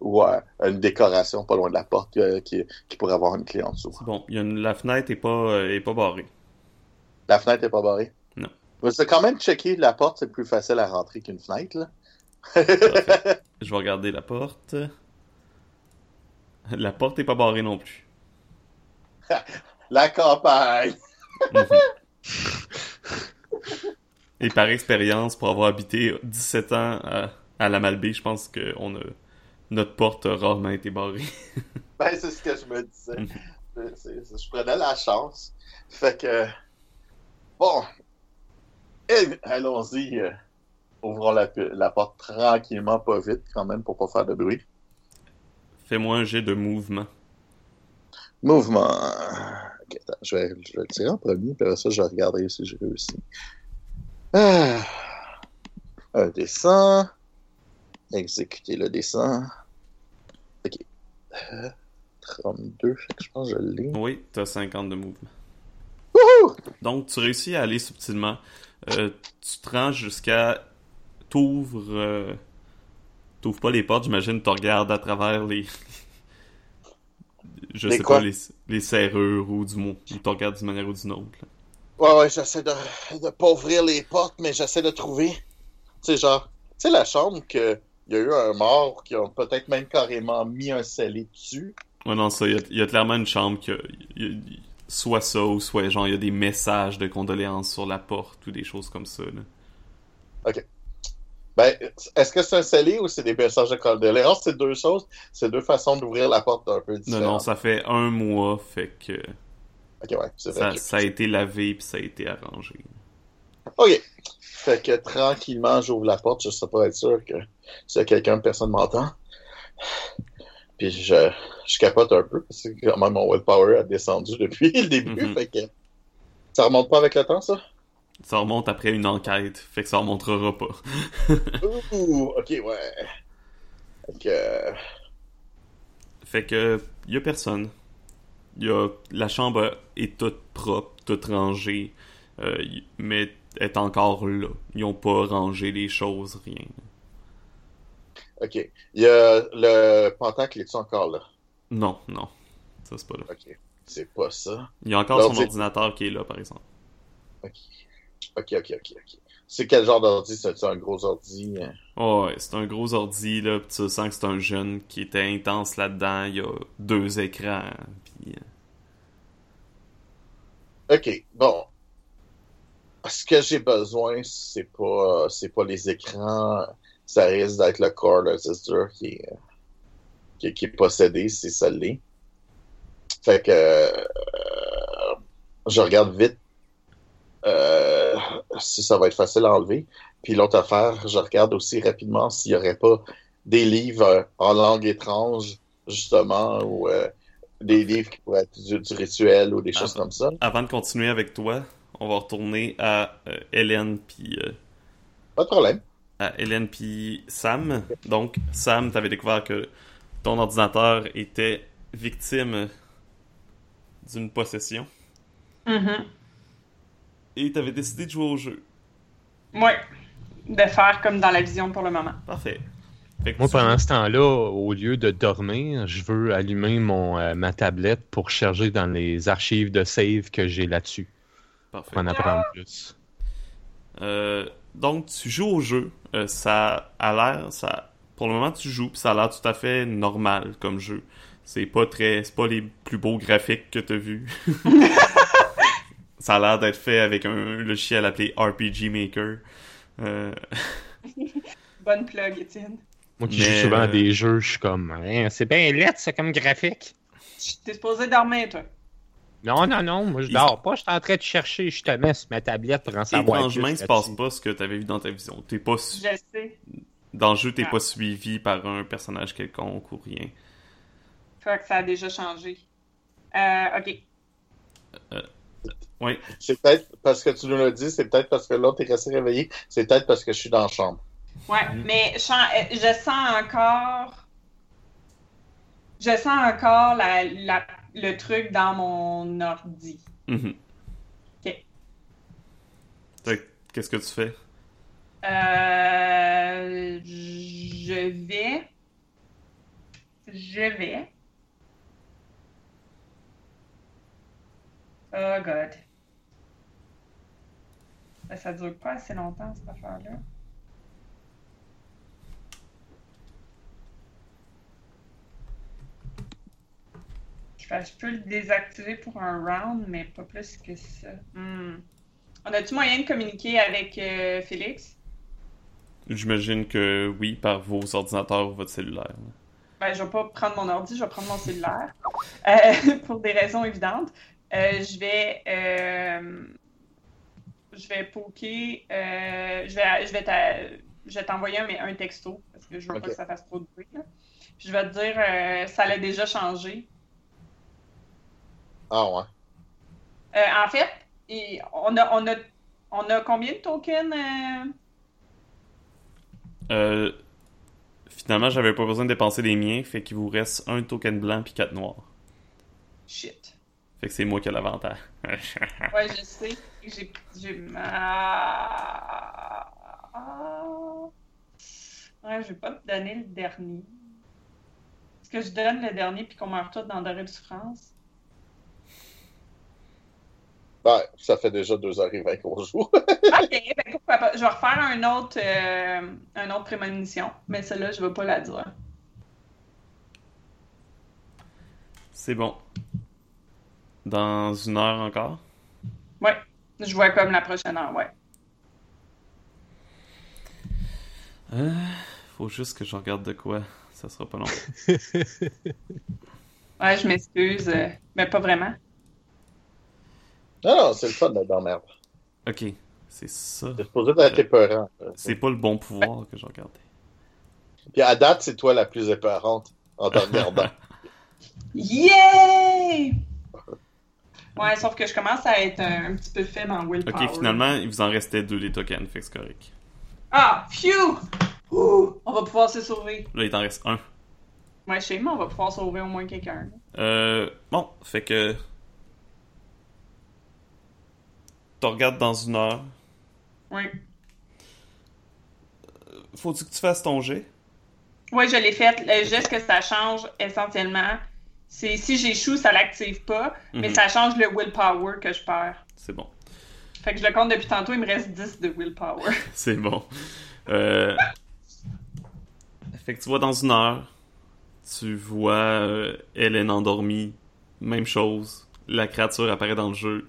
Speaker 3: ou euh, une décoration pas loin de la porte euh, qui, qui pourrait avoir une clé en dessous.
Speaker 5: C'est bon, il y a une- la fenêtre est pas, euh, est pas barrée.
Speaker 3: La fenêtre est pas barrée?
Speaker 5: Non.
Speaker 3: Mais c'est quand même checker la porte, c'est plus facile à rentrer qu'une fenêtre. Là.
Speaker 5: Parfait. Je vais regarder la porte. La porte est pas barrée non plus.
Speaker 3: La campagne!
Speaker 5: Mhm. Et par expérience, pour avoir habité 17 ans à, à la Malbaie, je pense que on a, notre porte a rarement été barrée.
Speaker 3: Ben, c'est ce que je me disais.
Speaker 5: Mhm.
Speaker 3: C'est- c'est- je prenais la chance. Fait que. Bon. Eh, Allons-y. euh, Ouvrons la, pu- la porte tranquillement, pas vite, quand même, pour pas faire de bruit.
Speaker 5: Fais-moi un jet de mouvement.
Speaker 3: Mouvement. Ok, attends, je, vais, je vais le tirer en premier, puis après ça, je vais regarder si j'ai réussi. Ah. Un dessin. Exécuter le dessin. Ok. Euh, 32, fait que je pense que je l'ai.
Speaker 5: Oui, t'as 50 de mouvement. Donc, tu réussis à aller subtilement. Euh, tu te rends jusqu'à. T'ouvres. euh, T'ouvres pas les portes, j'imagine, tu regardes à travers les. Je
Speaker 3: Les
Speaker 5: sais
Speaker 3: quoi?
Speaker 5: pas, les, les serrures ou du mot. Ou tu regardes d'une manière ou d'une autre. là.
Speaker 3: Ouais, ouais, j'essaie de, de pas ouvrir les portes, mais j'essaie de trouver. Tu sais, genre, tu sais, la chambre que il y a eu un mort qui ont peut-être même carrément mis un scellé dessus.
Speaker 5: Ouais, non, ça, il y a- il y, a clairement une chambre qui a- il y a- il- Soit ça, ou soit genre, il y a des messages de condoléances sur la porte ou des choses comme ça. là.
Speaker 3: Ben, est-ce que c'est un scellé ou c'est des messages de condoléances? C'est deux choses, c'est deux façons d'ouvrir la porte un peu
Speaker 5: Non,
Speaker 3: différentes.
Speaker 5: non, ça fait un mois, fait que.
Speaker 3: Ok, ouais, c'est vrai.
Speaker 5: Ça, ça a été lavé puis ça a été arrangé.
Speaker 3: Ok. Fait que tranquillement, j'ouvre la porte, je sais pas être sûr que s'il y a quelqu'un, personne m'entend. Puis je, je capote un peu, parce que quand même mon willpower a descendu depuis le début,
Speaker 5: Mhm.
Speaker 3: fait que ça remonte pas avec le temps, ça?
Speaker 5: Ça remonte après une enquête, fait que ça remontera pas.
Speaker 3: Ouh, ok, ouais. Fait que, euh,
Speaker 5: Fait que y a personne. Y a la chambre est toute propre, toute rangée, euh, y- mais est encore là. Ils ont pas rangé les choses, rien.
Speaker 3: ok. Il y a le pentacle, est-tu encore là?
Speaker 5: Non, non, ça c'est pas là.
Speaker 3: Ok. C'est pas ça.
Speaker 5: Il y a encore
Speaker 3: Alors,
Speaker 5: son
Speaker 3: c'est-
Speaker 5: ordinateur qui est là, par exemple.
Speaker 3: Ok, ok, ok, ok. C'est quel genre d'ordi? C'est un gros ordi? hein?
Speaker 5: Oh, ouais, c'est un gros ordi là, pis tu sens que c'est un jeune qui était intense là-dedans. Il y a deux écrans. Pis... euh,
Speaker 3: Ok, bon. Ce que j'ai besoin, c'est pas, euh, c'est pas les écrans. Ça risque d'être le corps d'un sister qui est, qui, qui est possédé, si ça l'est. Fait que euh, je regarde vite euh, si ça va être facile à enlever. Puis l'autre affaire, je regarde aussi rapidement s'il n'y aurait pas des livres euh, en langue étrange, justement, ou euh, des livres qui pourraient être du, du rituel ou des choses
Speaker 5: Ah.
Speaker 3: comme ça.
Speaker 5: Avant de continuer avec toi, on va retourner à euh, Hélène puis euh,
Speaker 3: Pas de problème.
Speaker 5: à Hélène puis Sam. Donc, Sam, t'avais découvert que ton ordinateur était victime d'une possession
Speaker 1: Mhm.
Speaker 5: et t'avais décidé de jouer au jeu.
Speaker 1: Ouais. De faire comme dans la vision pour le moment.
Speaker 5: Parfait. Fait que
Speaker 2: Moi,
Speaker 5: tu-
Speaker 2: pendant ce temps-là, au lieu de dormir, je veux allumer mon, euh, ma tablette pour charger dans les archives de save que j'ai là-dessus,
Speaker 5: Parfait.
Speaker 2: pour en apprendre plus.
Speaker 5: Euh, donc, tu joues au jeu. Euh, ça a l'air, ça, pour le moment, tu joues, puis ça a l'air tout à fait normal comme jeu. C'est pas très, c'est pas les plus beaux graphiques que t'as vus. ça a l'air d'être fait avec un logiciel appelé RPG Maker. Euh,
Speaker 1: Bonne plug, Étienne.
Speaker 2: Moi qui
Speaker 5: Mais,
Speaker 2: joue souvent à
Speaker 5: euh,
Speaker 2: des jeux, je suis comme, Hein, c'est bien lettre, ça, comme graphique.
Speaker 1: T'es supposé dormir, toi.
Speaker 2: Non, non, non, moi je dors pas, je suis en train de chercher justement sur ma tablette pour en savoir plus.
Speaker 5: étrangement, il se passe pas ce que t'avais vu dans ta vision. T'es pas, su-
Speaker 1: Je sais.
Speaker 5: dans le jeu, t'es
Speaker 1: Ah.
Speaker 5: pas suivi par un personnage quelconque ou rien.
Speaker 1: Fait que ça a déjà changé. Euh, ok.
Speaker 3: C'est peut-être parce que tu nous l'as dit, c'est peut-être parce que l'autre est resté réveillé, c'est peut-être parce que je suis dans la chambre.
Speaker 1: Ouais, mais je sens, euh, je sens encore. Je sens encore la, la- le truc dans mon ordi.
Speaker 5: Mhm.
Speaker 1: Ok.
Speaker 5: Fait que, Qu'est-ce que tu fais?
Speaker 1: Euh, je vais. Je vais. Oh God. Ben, ça dure pas assez longtemps, cette affaire-là. Je, fais- je peux le désactiver pour un round, mais pas plus que ça. Hmm. On a-tu moyen de communiquer avec euh, Félix?
Speaker 5: J'imagine que oui, par vos ordinateurs ou votre cellulaire.
Speaker 1: Ben, je vais pas prendre mon ordi, je vais prendre mon cellulaire. Euh, pour des raisons évidentes. Euh, je vais. euh, je vais poker. euh, je vais, je vais t'a- je vais t'envoyer un, mais un texto parce que je veux
Speaker 3: Ok.
Speaker 1: pas que ça fasse trop de bruit. là. Puis je vais te dire, euh, ça l'a déjà changé.
Speaker 3: Ah ouais.
Speaker 1: Euh, en fait, et on, a, on, a, on a combien de tokens euh,
Speaker 5: Euh, finalement, j'avais pas besoin de dépenser les miens, fait qu'il vous reste un token blanc puis quatre noirs.
Speaker 1: Shit.
Speaker 5: Fait que c'est moi qui ai l'avantage.
Speaker 1: Ouais, je sais. J'ai. j'ai- Ah. Ah. Ouais, je vais pas te donner le dernier. Est-ce que je donne le dernier puis qu'on meurt tous dans Doré de souffrance?
Speaker 3: Ben, ça fait déjà 2h20 qu'on joue.
Speaker 1: Ok, ben pourquoi pas. Je vais refaire un autre, euh, un autre prémonition, mais celle-là, je vais pas la dire.
Speaker 5: c'est bon. Dans une heure encore?
Speaker 1: Ouais, je vois comme la prochaine heure, ouais.
Speaker 5: Euh, faut juste que je regarde de quoi. Ça sera pas long.
Speaker 1: Ouais, je m'excuse, euh, mais pas vraiment.
Speaker 3: non, non, c'est le fun d'être dans merde.
Speaker 5: ok, c'est ça.
Speaker 3: C'est supposé être épeurant.
Speaker 5: C'est pas le bon pouvoir que je regardais.
Speaker 3: Puis à date, c'est toi la plus épeurante en t'emmerdant.
Speaker 1: Yay! Ouais, sauf que je commence à être un, un petit peu faible en willpower.
Speaker 5: Ok, finalement, il vous en restait deux les tokens, fait que c'est correct.
Speaker 1: Ah, phew! Ouh, on va pouvoir se sauver.
Speaker 5: Là, il t'en reste un.
Speaker 1: Ouais, chez moi, on va pouvoir sauver au moins quelqu'un.
Speaker 5: Euh, bon, fait que. T'en regardes dans une heure.
Speaker 1: Ouais.
Speaker 5: Faut-tu que tu fasses ton jet?
Speaker 1: Ouais, je l'ai fait. Le geste que ça change essentiellement, c'est si j'échoue, ça l'active pas, mais
Speaker 5: Mhm.
Speaker 1: ça change le willpower que je perds.
Speaker 5: C'est bon.
Speaker 1: Fait que je le compte depuis tantôt, il me reste 10 de willpower.
Speaker 5: C'est bon. Euh... Fait que tu vois dans une heure, tu vois euh, Hélène endormie, même chose. La créature apparaît dans le jeu,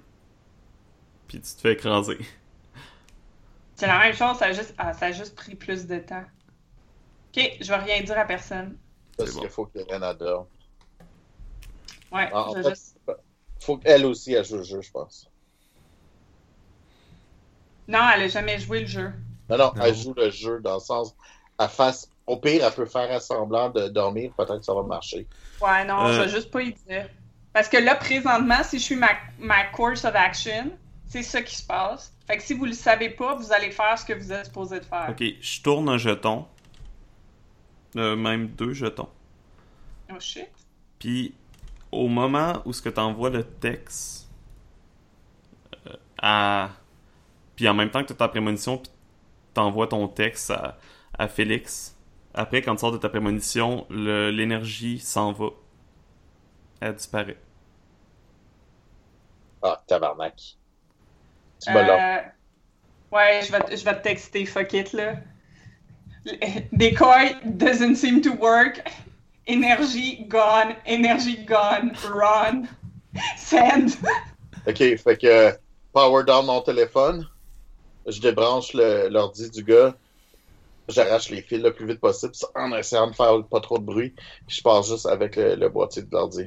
Speaker 5: puis tu te fais écraser.
Speaker 1: C'est la même chose, ça a juste, ah, ça a juste pris plus de temps. Ok, je vais rien dire à personne.
Speaker 3: parce
Speaker 5: C'est bon.
Speaker 3: qu'il faut que Ren adore.
Speaker 1: Ouais,
Speaker 3: Ah, en
Speaker 1: je vais
Speaker 3: fait-
Speaker 1: juste.
Speaker 3: Faut qu'elle aussi, elle joue le jeu, je pense.
Speaker 1: Non, elle a jamais joué le jeu.
Speaker 3: Non, non,
Speaker 5: Non.
Speaker 3: elle joue le jeu dans le sens. Elle fasse... Au pire, elle peut faire un semblant de dormir, peut-être que ça va marcher.
Speaker 1: Ouais, non,
Speaker 5: Euh.
Speaker 1: je vais juste pas y dire. Parce que là, présentement, si je suis ma, ma course of action, c'est ça qui se passe. Fait que si vous le savez pas, vous allez faire ce que vous êtes supposé de faire.
Speaker 5: Ok, je tourne un jeton. Euh, même deux jetons.
Speaker 1: Oh shit.
Speaker 5: Puis au moment où ce que t'envoies le texte euh, à puis en même temps que t'as ta prémonition puis t'envoies ton texte à, à Félix, après quand tu sors de ta prémonition, le- l'énergie s'en va. Elle disparaît.
Speaker 3: Ah, tabarnak. Tu me l'as.
Speaker 1: Euh, ouais, je vais, te- je vais te texter, fuck it, là. Le- Decoy doesn't seem to work. Énergie gone. Énergie gone. Run. Send.
Speaker 3: Ok, fait que power down mon téléphone, je débranche le- l'ordi du gars, j'arrache les fils le plus vite possible en essayant de faire pas trop de bruit, puis je pars juste avec le, le boîtier de l'ordi.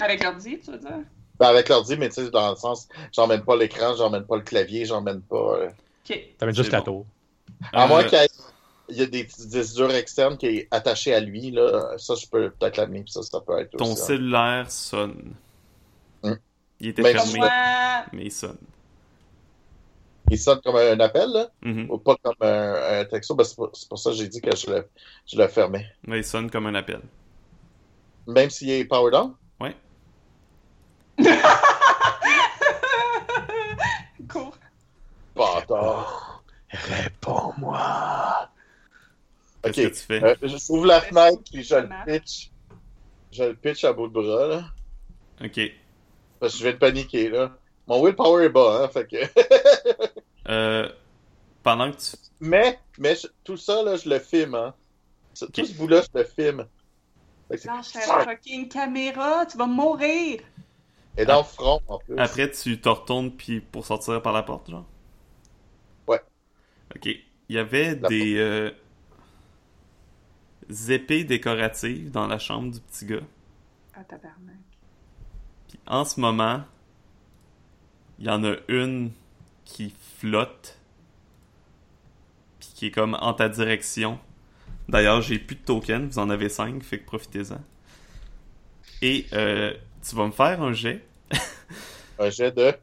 Speaker 1: Avec l'ordi, tu veux dire?
Speaker 3: Ben, avec l'ordi, mais tu sais, dans le sens, j'emmène pas l'écran, j'emmène pas le clavier, j'emmène pas. euh,
Speaker 1: Ok.
Speaker 2: T'amènes juste
Speaker 5: C'est
Speaker 2: la
Speaker 5: bon.
Speaker 2: tour.
Speaker 3: À
Speaker 5: Euh,
Speaker 3: moins qu'il y ait- il y ait des petits disques durs externes qui est attaché à lui, là, ça je peux peut-être l'amener, puis ça, ça peut être
Speaker 5: ton
Speaker 3: aussi, hein.
Speaker 5: cellulaire sonne.
Speaker 3: Hum.
Speaker 5: Il était
Speaker 3: Même
Speaker 5: fermé,
Speaker 3: si-
Speaker 1: Moi,
Speaker 5: mais il sonne.
Speaker 3: Il sonne comme un appel, là,
Speaker 5: Mhm.
Speaker 3: ou pas comme un, un texto, ben, c'est pour, c'est pour ça que j'ai dit que je le, je le fermais.
Speaker 5: Ouais, il sonne comme un appel.
Speaker 3: Même s'il est power down?
Speaker 1: cours.
Speaker 3: Bâtard.
Speaker 2: Réponds-moi.
Speaker 5: Qu'est-ce
Speaker 3: Ok.
Speaker 5: que tu fais?
Speaker 3: Euh, je j'ouvre la fenêtre, puis je le pitch. Je le pitch à bout de bras, là.
Speaker 5: Ok.
Speaker 3: Parce que je vais te paniquer, là. Mon willpower est bas, hein, fait que...
Speaker 5: Euh, pendant que tu...
Speaker 3: mais, mais je- tout ça, là, je le filme, hein. Ça- Tout ce bout-là, je le filme. Fait que c'est-
Speaker 1: Non, je fais la euh, fucking caméra, tu vas mourir!
Speaker 3: Et dans le front, en plus.
Speaker 5: Ah. Après, tu te retournes puis pour sortir par la porte, genre?
Speaker 3: Ouais.
Speaker 5: Ok. Il y avait
Speaker 3: La
Speaker 5: des... euh, épées décoratives dans la chambre du petit gars.
Speaker 1: Ah, tabarnak.
Speaker 5: Puis en ce moment, il y en a une qui flotte, puis qui est comme en ta direction. D'ailleurs, j'ai plus de tokens, vous en avez 5, fait que profitez-en. Et euh, tu vas me faire un jet
Speaker 3: Un jet de...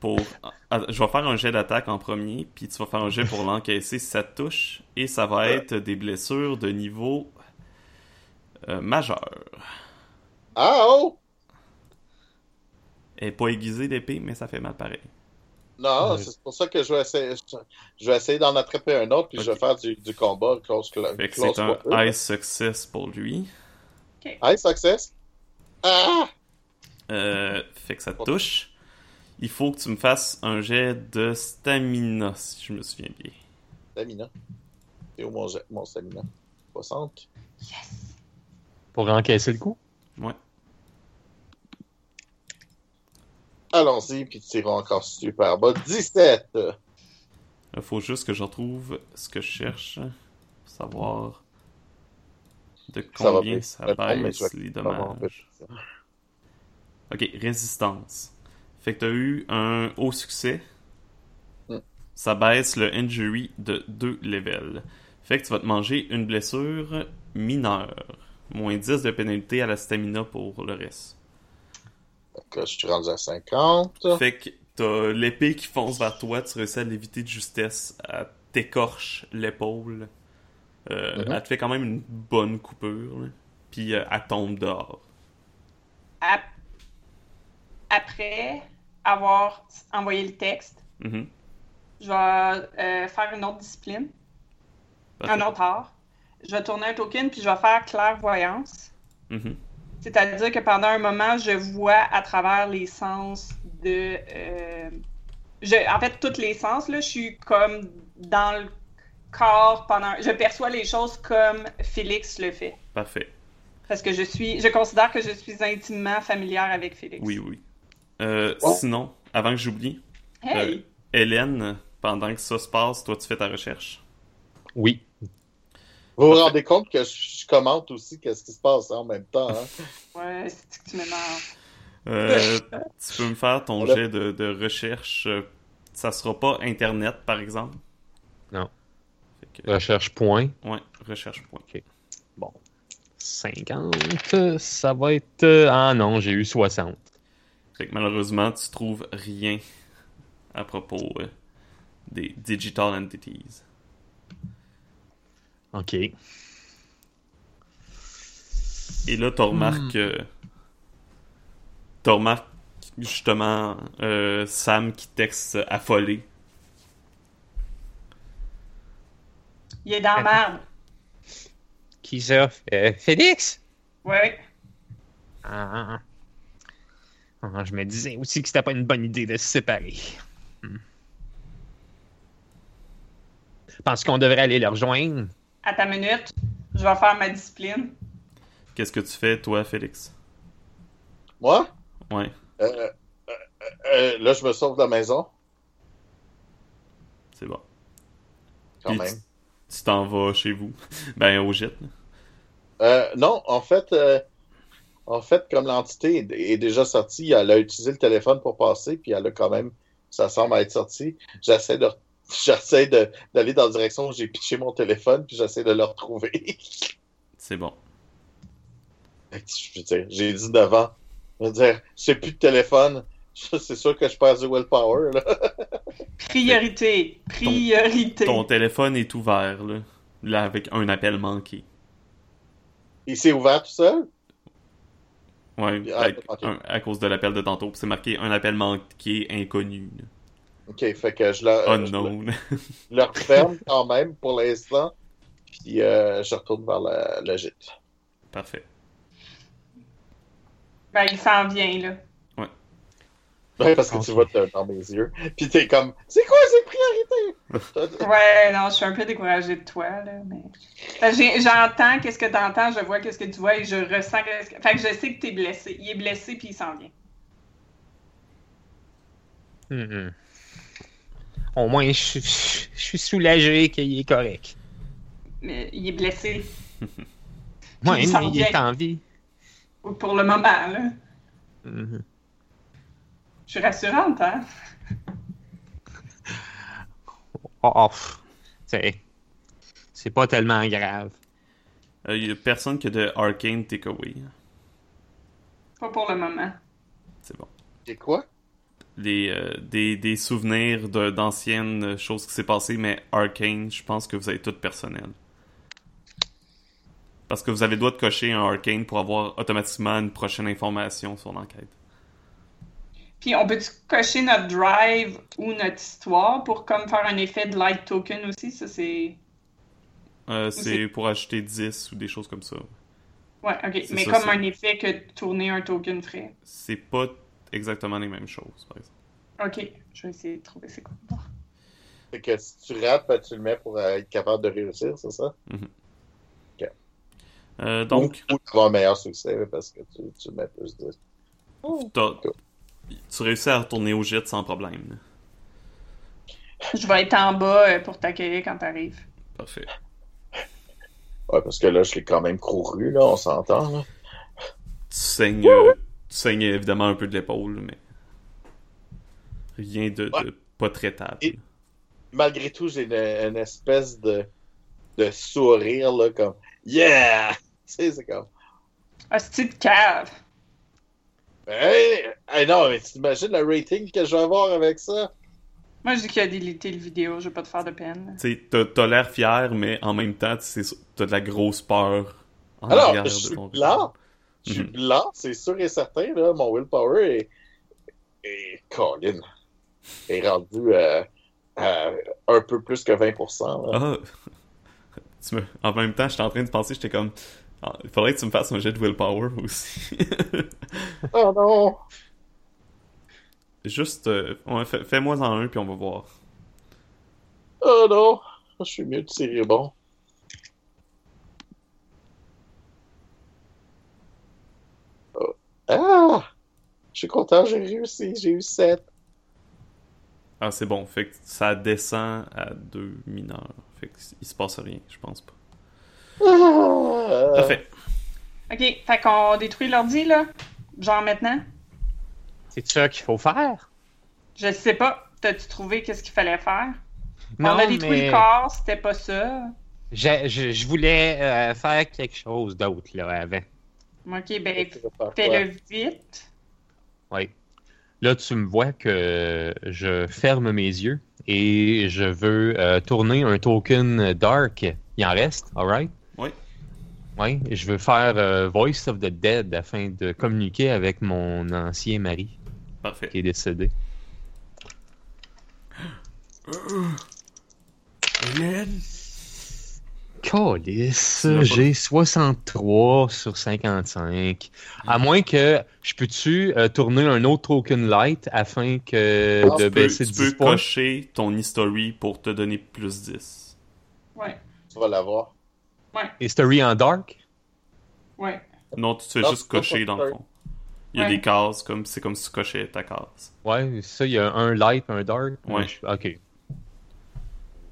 Speaker 5: pour. Ah, Je vais faire un jet d'attaque en premier, puis tu vas faire un jet pour l'encaisser si ça te touche, et ça va être des blessures de niveau euh, majeur.
Speaker 3: Ah, oh!
Speaker 5: Elle est pas aiguisée d'épée, mais ça fait mal pareil.
Speaker 3: Non,
Speaker 2: Ouais.
Speaker 3: c'est pour ça que je vais essayer, je, je vais essayer d'en attraper un autre, puis je
Speaker 5: Ok.
Speaker 3: vais faire du, du combat close, cla-
Speaker 5: Fait que
Speaker 3: close
Speaker 5: c'est un
Speaker 3: quarter.
Speaker 5: high success pour lui.
Speaker 3: High success. Ah!
Speaker 5: Euh, fait que ça te touche. Il faut que tu me fasses un jet de stamina, si je me souviens bien.
Speaker 3: Stamina. C'est où mon, jet- mon stamina? 60.
Speaker 1: Yes!
Speaker 2: Pour encaisser le coup?
Speaker 5: Ouais.
Speaker 3: Allons-y, puis tirons encore super bas. 17!
Speaker 5: Il faut juste que je retrouve ce que je cherche. Pour savoir de
Speaker 3: Ça va
Speaker 5: combien
Speaker 3: bien.
Speaker 5: ça,
Speaker 3: Attends, mais
Speaker 5: baisse
Speaker 3: je vais
Speaker 5: les
Speaker 3: pas avoir
Speaker 5: dommages.
Speaker 3: fait ça.
Speaker 5: Ok, résistance. Fait que t'as eu un haut succès.
Speaker 3: Mm.
Speaker 5: Ça baisse le injury de 2 levels. Fait que tu vas te manger une blessure mineure. Moins 10 de pénalité à la stamina pour le reste.
Speaker 3: Donc là, je suis rendu à 50.
Speaker 5: Fait que t'as l'épée qui fonce vers toi, tu réussis à l'éviter de justesse, elle t'écorche l'épaule. Euh,
Speaker 3: Mhm.
Speaker 5: Elle te fait quand même une bonne coupure, là. puis euh, elle tombe dehors.
Speaker 1: Ap- Après avoir envoyé le texte,
Speaker 5: Mhm.
Speaker 1: je vais euh, faire une autre discipline,
Speaker 5: Parfait.
Speaker 1: un autre art. Je vais tourner un token, puis je vais faire clairvoyance.
Speaker 5: Mhm.
Speaker 1: C'est-à-dire que pendant un moment, je vois à travers les sens de. euh, je- en fait, tous les sens, là, je suis comme dans le corps pendant. Je perçois les choses comme Félix le fait.
Speaker 5: Parfait.
Speaker 1: Parce que je suis. Je considère que je suis intimement familière avec Félix.
Speaker 5: Oui, oui. Euh,
Speaker 3: Oh.
Speaker 5: Sinon, avant que j'oublie,
Speaker 1: Hey!
Speaker 5: Euh, Hélène, pendant que ça se passe, toi, tu fais ta recherche.
Speaker 2: Oui.
Speaker 3: Vous vous rendez compte que je, je commente aussi qu'est-ce qui se passe hein, en même temps. hein?
Speaker 1: Ouais, c'est que tu m'énerves.
Speaker 5: Euh, tu peux me faire ton
Speaker 3: Voilà.
Speaker 5: jet de, de recherche. euh, Ça sera pas Internet, par exemple.
Speaker 2: Non.
Speaker 5: Fait que-
Speaker 2: Recherche point.
Speaker 5: ouais, recherche point.
Speaker 2: 50. Ça va être. euh, Ah non, j'ai eu 60.
Speaker 5: Fait que malheureusement, tu trouves rien à propos euh, des digital entities.
Speaker 2: OK.
Speaker 5: Et là, tu remarques... tu remarques justement euh, Sam qui texte affolé.
Speaker 1: Il est dans la merde.
Speaker 2: Qui ça? Euh, Félix?
Speaker 1: Ouais.
Speaker 2: Ah. Ah, je me disais aussi que c'était pas une bonne idée de se séparer. Hmm. Pense qu'on devrait aller le rejoindre.
Speaker 1: À ta minute, je vais faire ma discipline.
Speaker 5: Qu'est-ce que tu fais, toi, Félix?
Speaker 3: Moi,
Speaker 5: Ouais.
Speaker 3: euh, euh, euh, euh, là, je me sauve de la maison,
Speaker 5: C'est bon.
Speaker 3: quand
Speaker 5: Puis
Speaker 3: même.
Speaker 5: Tu tu t'en vas chez vous. Ben, au jet. là.
Speaker 3: Euh, non, en fait, euh, en fait, comme l'entité est, est déjà sortie, elle a utilisé le téléphone pour passer, puis elle a quand même, ça semble être sorti. J'essaie de, j'essaie de- d'aller dans la direction où j'ai piché mon téléphone, puis j'essaie de le retrouver.
Speaker 5: C'est bon.
Speaker 3: Je veux dire, j'ai 19 ans. Je veux dire, j'ai plus de téléphone. Je- C'est sûr que je perds du willpower, là.
Speaker 1: Priorité. Priorité.
Speaker 5: Ton téléphone est ouvert, là. Là, avec un appel manqué.
Speaker 3: Il s'est ouvert tout seul?
Speaker 5: Ouais,
Speaker 3: Ah,
Speaker 5: avec
Speaker 3: ok.
Speaker 5: un- à cause de l'appel de tantôt. Puis C'est marqué un appel manqué inconnu. là.
Speaker 3: OK, fait que je la, Euh,
Speaker 5: Oh,
Speaker 3: je la-
Speaker 5: Unknown.
Speaker 3: je la referme quand même pour l'instant. Puis euh, je retourne vers la- le gîte.
Speaker 5: Parfait.
Speaker 1: Ben, il s'en vient, là.
Speaker 3: Ouais, parce que tu vois t'as- dans mes yeux. Puis t'es comme, c'est quoi ces priorités?
Speaker 1: Ouais, non, je suis un peu découragée de toi, là, mais... Fait que j'ai- J'entends qu'est-ce que t'entends, je vois qu'est-ce que tu vois et je ressens qu'est-ce que... Fait que je sais que t'es blessé. Il est blessé, puis il s'en vient.
Speaker 2: Mhm. Au moins, je, je- je suis soulagé qu'il est correct.
Speaker 1: Mais il est blessé
Speaker 2: Moi,
Speaker 1: Il s'en
Speaker 2: il est
Speaker 1: vient.
Speaker 2: en vie.
Speaker 1: pour le moment, là.
Speaker 2: Mhm.
Speaker 1: Je suis rassurante, hein?
Speaker 2: Oh, oh, pff. C'est- C'est pas tellement grave.
Speaker 5: Il Euh, y a personne qui a de Arcane hein. Takeaway.
Speaker 1: Pas pour le moment.
Speaker 5: C'est bon.
Speaker 3: C'est quoi?
Speaker 5: Les, euh, des, des souvenirs de- d'anciennes euh, choses qui s'est passées, mais Arcane, je pense que vous avez tout personnel. Parce que vous avez le droit de cocher un Arcane pour avoir automatiquement une prochaine information sur l'enquête.
Speaker 1: Puis on peut-tu cocher notre drive ou notre histoire pour comme faire un effet de light token aussi? Ça, c'est...
Speaker 5: Euh, c'est
Speaker 1: c'est-
Speaker 5: pour acheter 10 ou des choses comme ça.
Speaker 1: Ouais, OK.
Speaker 5: C'est
Speaker 1: Mais
Speaker 5: ça,
Speaker 1: comme
Speaker 5: c'est-
Speaker 1: un effet que de tourner un token frais.
Speaker 5: C'est pas exactement les mêmes choses, par exemple.
Speaker 1: OK. Je vais essayer de trouver c'est quoi.
Speaker 3: Fait que si tu rates, ben, tu le mets pour euh, être capable de réussir, c'est ça?
Speaker 5: Euh, donc,
Speaker 3: Ou, ou avoir un meilleur succès parce que tu, tu mets plus de. Oh.
Speaker 5: t'as- tu réussis à retourner au gîte sans problème. là.
Speaker 1: Je vais être en bas euh, pour t'accueillir quand t'arrives.
Speaker 5: Parfait.
Speaker 3: Ouais, parce que là, je l'ai quand même couru, là, on s'entend, là.
Speaker 5: Tu saignes, euh, tu saignes évidemment un peu de l'épaule, mais rien de, de
Speaker 3: Ouais.
Speaker 5: pas traitable.
Speaker 3: Et- Malgré tout, j'ai une, une espèce de, de sourire, là, comme, yeah! Tu sais, c'est comme.
Speaker 1: Ah, c'est de cave.
Speaker 3: ben, Hey! Hey, non, mais t'imagines le rating que je vais avoir avec ça?
Speaker 1: Moi, je dis qu'il a délité le vidéo. Je vais pas te faire de peine.
Speaker 5: Tu sais, t'as- t'as l'air fier, mais en même temps, tu sais, t'as de la grosse peur. En
Speaker 3: Alors,
Speaker 5: arrière
Speaker 3: je
Speaker 5: de
Speaker 3: suis
Speaker 5: ton
Speaker 3: blanc. Je suis
Speaker 5: Mhm.
Speaker 3: blanc, c'est sûr et certain, là, mon willpower est. est. Colin. est rendu euh, à un peu plus que 20%. là.
Speaker 5: Ah! Tu me- En même temps, j'étais en train de penser, j'étais comme. Ah, Il faudrait que tu me fasses un jet de willpower aussi. Ah.
Speaker 3: Oh non!
Speaker 5: Juste, euh, ouais, fais- fais-moi en un, puis on va voir.
Speaker 3: Oh non! Je suis mieux de tirer bon. Oh. Ah! Je suis content, j'ai réussi, j'ai eu 7.
Speaker 5: Ah, c'est bon. Fait que ça descend à deux mineurs. Fait que il se passe rien, je pense pas.
Speaker 2: Euh,
Speaker 3: Ah!
Speaker 5: Parfait.
Speaker 1: OK. Fait qu'on détruit l'ordi, là? Genre maintenant?
Speaker 2: C'est ça qu'il faut faire.
Speaker 1: Je sais pas. T'as-tu trouvé qu'est-ce qu'il fallait faire?
Speaker 2: Non,
Speaker 1: on a détruit
Speaker 2: mais-
Speaker 1: le corps. C'était pas ça.
Speaker 2: Je, je- je voulais euh, faire quelque chose d'autre là avant.
Speaker 1: OK. Ben,
Speaker 3: Tu vas faire
Speaker 1: fais-le vite.
Speaker 2: Oui. Là, tu me vois que je ferme mes yeux et je veux euh, tourner un token dark. Il en reste, alright?
Speaker 5: Oui.
Speaker 2: Oui, je veux faire euh, Voice of the Dead afin de communiquer avec mon ancien mari
Speaker 5: Parfait.
Speaker 2: qui est décédé. Calice,
Speaker 5: l'as pas-
Speaker 2: j'ai 63 sur 55. À moins que je peux-tu euh, tourner un autre token light afin que
Speaker 3: Ah,
Speaker 2: de
Speaker 5: tu peux,
Speaker 2: baisser
Speaker 5: tu
Speaker 2: 10
Speaker 5: peux
Speaker 2: points?
Speaker 5: cocher ton history pour te donner plus 10.
Speaker 1: Ouais.
Speaker 3: Tu vas l'avoir.
Speaker 2: History en dark?
Speaker 1: Ouais.
Speaker 5: Non, tu te
Speaker 2: Ah,
Speaker 5: fais
Speaker 3: Non,
Speaker 5: juste
Speaker 3: tu peux
Speaker 5: cocher
Speaker 3: pas
Speaker 5: dans le
Speaker 3: faire.
Speaker 5: fond. Il y a
Speaker 1: Ouais.
Speaker 5: des cases, comme c'est comme si tu cochais ta case.
Speaker 2: Ouais, ça, il y a un light, un dark.
Speaker 5: Ouais.
Speaker 2: Je- Ok.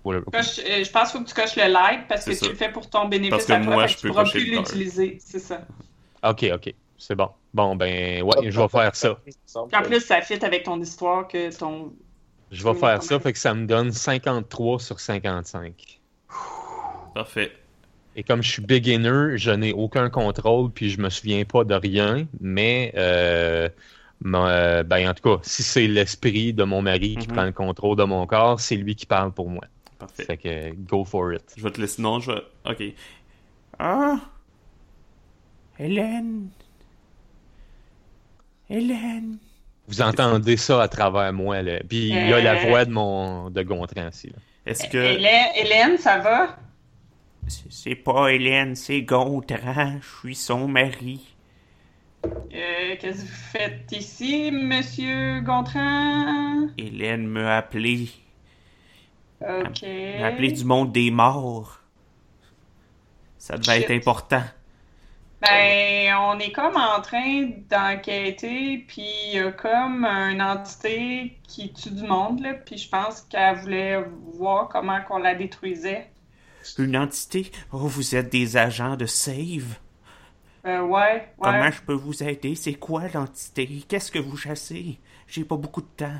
Speaker 2: Whatever.
Speaker 1: Coche- euh, je pense qu'il faut que tu coches le like parce que
Speaker 5: C'est
Speaker 1: tu
Speaker 5: ça.
Speaker 1: le fais pour ton bénéfice
Speaker 5: Parce que
Speaker 1: à toi,
Speaker 5: moi,
Speaker 1: fait
Speaker 5: je
Speaker 1: que
Speaker 5: peux
Speaker 1: tu pourras
Speaker 5: cocher
Speaker 1: plus
Speaker 5: le dark.
Speaker 1: l'utiliser, c'est ça.
Speaker 2: Ok, ok. C'est bon. Bon, ben, ouais, je vais faire ça.
Speaker 3: Il me semble
Speaker 1: Puis en
Speaker 3: que-
Speaker 1: plus, ça fit avec ton histoire que ton...
Speaker 2: Je vais faire ça, fait que ça me donne 53 sur 55.
Speaker 5: Parfait.
Speaker 2: Et comme je suis beginner, je n'ai aucun contrôle, puis je me souviens pas de rien, mais euh, mon- euh, ben, en tout cas, si c'est l'esprit de mon mari qui
Speaker 5: Mhm.
Speaker 2: prend le contrôle de mon corps, c'est lui qui parle pour moi.
Speaker 5: Parfait.
Speaker 2: Fait que go for it.
Speaker 5: Je vais te laisser. Non, je vais. Ok. Ah! Hélène! Hélène!
Speaker 2: Vous entendez ça à travers moi, là. Puis il y a la voix de mon de Gontran aussi. là.
Speaker 5: Est-ce que.
Speaker 1: Hélène, Hélène, ça va?
Speaker 5: C'est pas Hélène, c'est Gontran. Je suis son mari.
Speaker 1: Euh, Qu'est-ce que vous faites ici, monsieur Gontran?
Speaker 5: Hélène m'a appelé.
Speaker 1: Ok.
Speaker 5: M'a
Speaker 1: Hein?
Speaker 5: appelé du monde des morts. Ça devait
Speaker 1: Shit.
Speaker 5: être important.
Speaker 1: Ben, on est comme en train d'enquêter, puis il y a comme une entité qui tue du monde, là, puis je pense qu'elle voulait voir comment qu'on la détruisait.
Speaker 5: Une entité. Oh, vous êtes des agents de Save.
Speaker 1: Euh, ouais, ouais.
Speaker 5: Comment je peux vous aider? C'est quoi l'entité? Qu'est-ce que vous chassez? J'ai pas beaucoup de temps.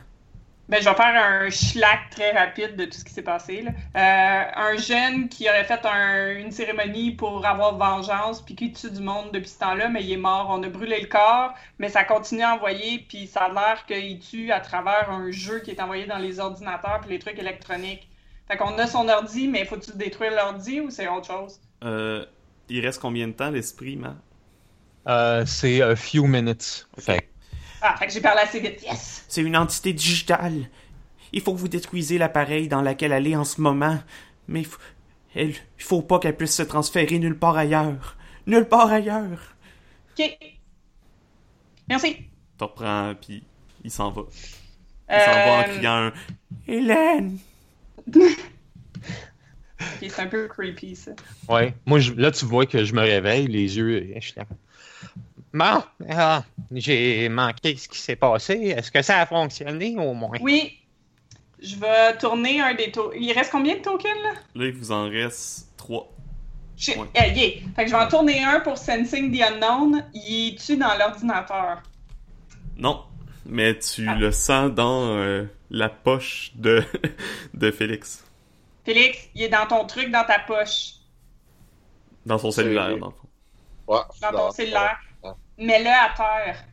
Speaker 1: Ben, je vais faire un schlack très rapide de tout ce qui s'est passé, là. Euh, un jeune qui aurait fait un- une cérémonie pour avoir vengeance, puis qui tue du monde depuis ce temps-là, mais il est mort. On a brûlé le corps, mais ça continue à envoyer, puis ça a l'air qu'il tue à travers un jeu qui est envoyé dans les ordinateurs puis les trucs électroniques. Fait qu'on a son ordi, mais faut-tu détruire l'ordi ou c'est autre chose?
Speaker 5: Euh, il reste combien de temps, l'esprit, ma?
Speaker 2: Euh, c'est a few minutes. Fait que
Speaker 1: Ah, fait que j'ai parlé assez vite. Yes!
Speaker 5: C'est une entité digitale. Il faut que vous détruisez l'appareil dans lequel elle est en ce moment. Mais il faut, elle, il faut pas qu'elle puisse se transférer nulle part ailleurs. Nulle part ailleurs.
Speaker 1: OK. Merci.
Speaker 5: T'en reprends, puis il s'en va.
Speaker 1: Euh,
Speaker 5: un Hélène!
Speaker 1: ok, c'est un peu creepy, ça.
Speaker 2: Ouais. Moi, je- là, tu vois que je me réveille, les yeux. eh, Je suis là. Bon, ah, j'ai manqué ce qui s'est passé. Est-ce que ça a fonctionné au moins?
Speaker 1: Oui. Je vais tourner un des tokens. Il reste combien de tokens, là?
Speaker 5: Là, il vous en reste trois.
Speaker 1: J'ai-
Speaker 5: Ouais.
Speaker 1: Eh, yeah. Fait que je vais en tourner un pour Sensing the Unknown. Il est-tu dans l'ordinateur?
Speaker 5: Non, mais tu
Speaker 1: Ah.
Speaker 5: le sens dans euh, la poche de, de Félix.
Speaker 1: Félix, il est dans ton truc, dans ta poche,
Speaker 5: Dans son
Speaker 3: C'est-
Speaker 5: cellulaire, dans le fond.
Speaker 3: Ouais,
Speaker 1: dans ton
Speaker 3: non,
Speaker 1: cellulaire.
Speaker 3: ouais.
Speaker 1: Mets-le à terre.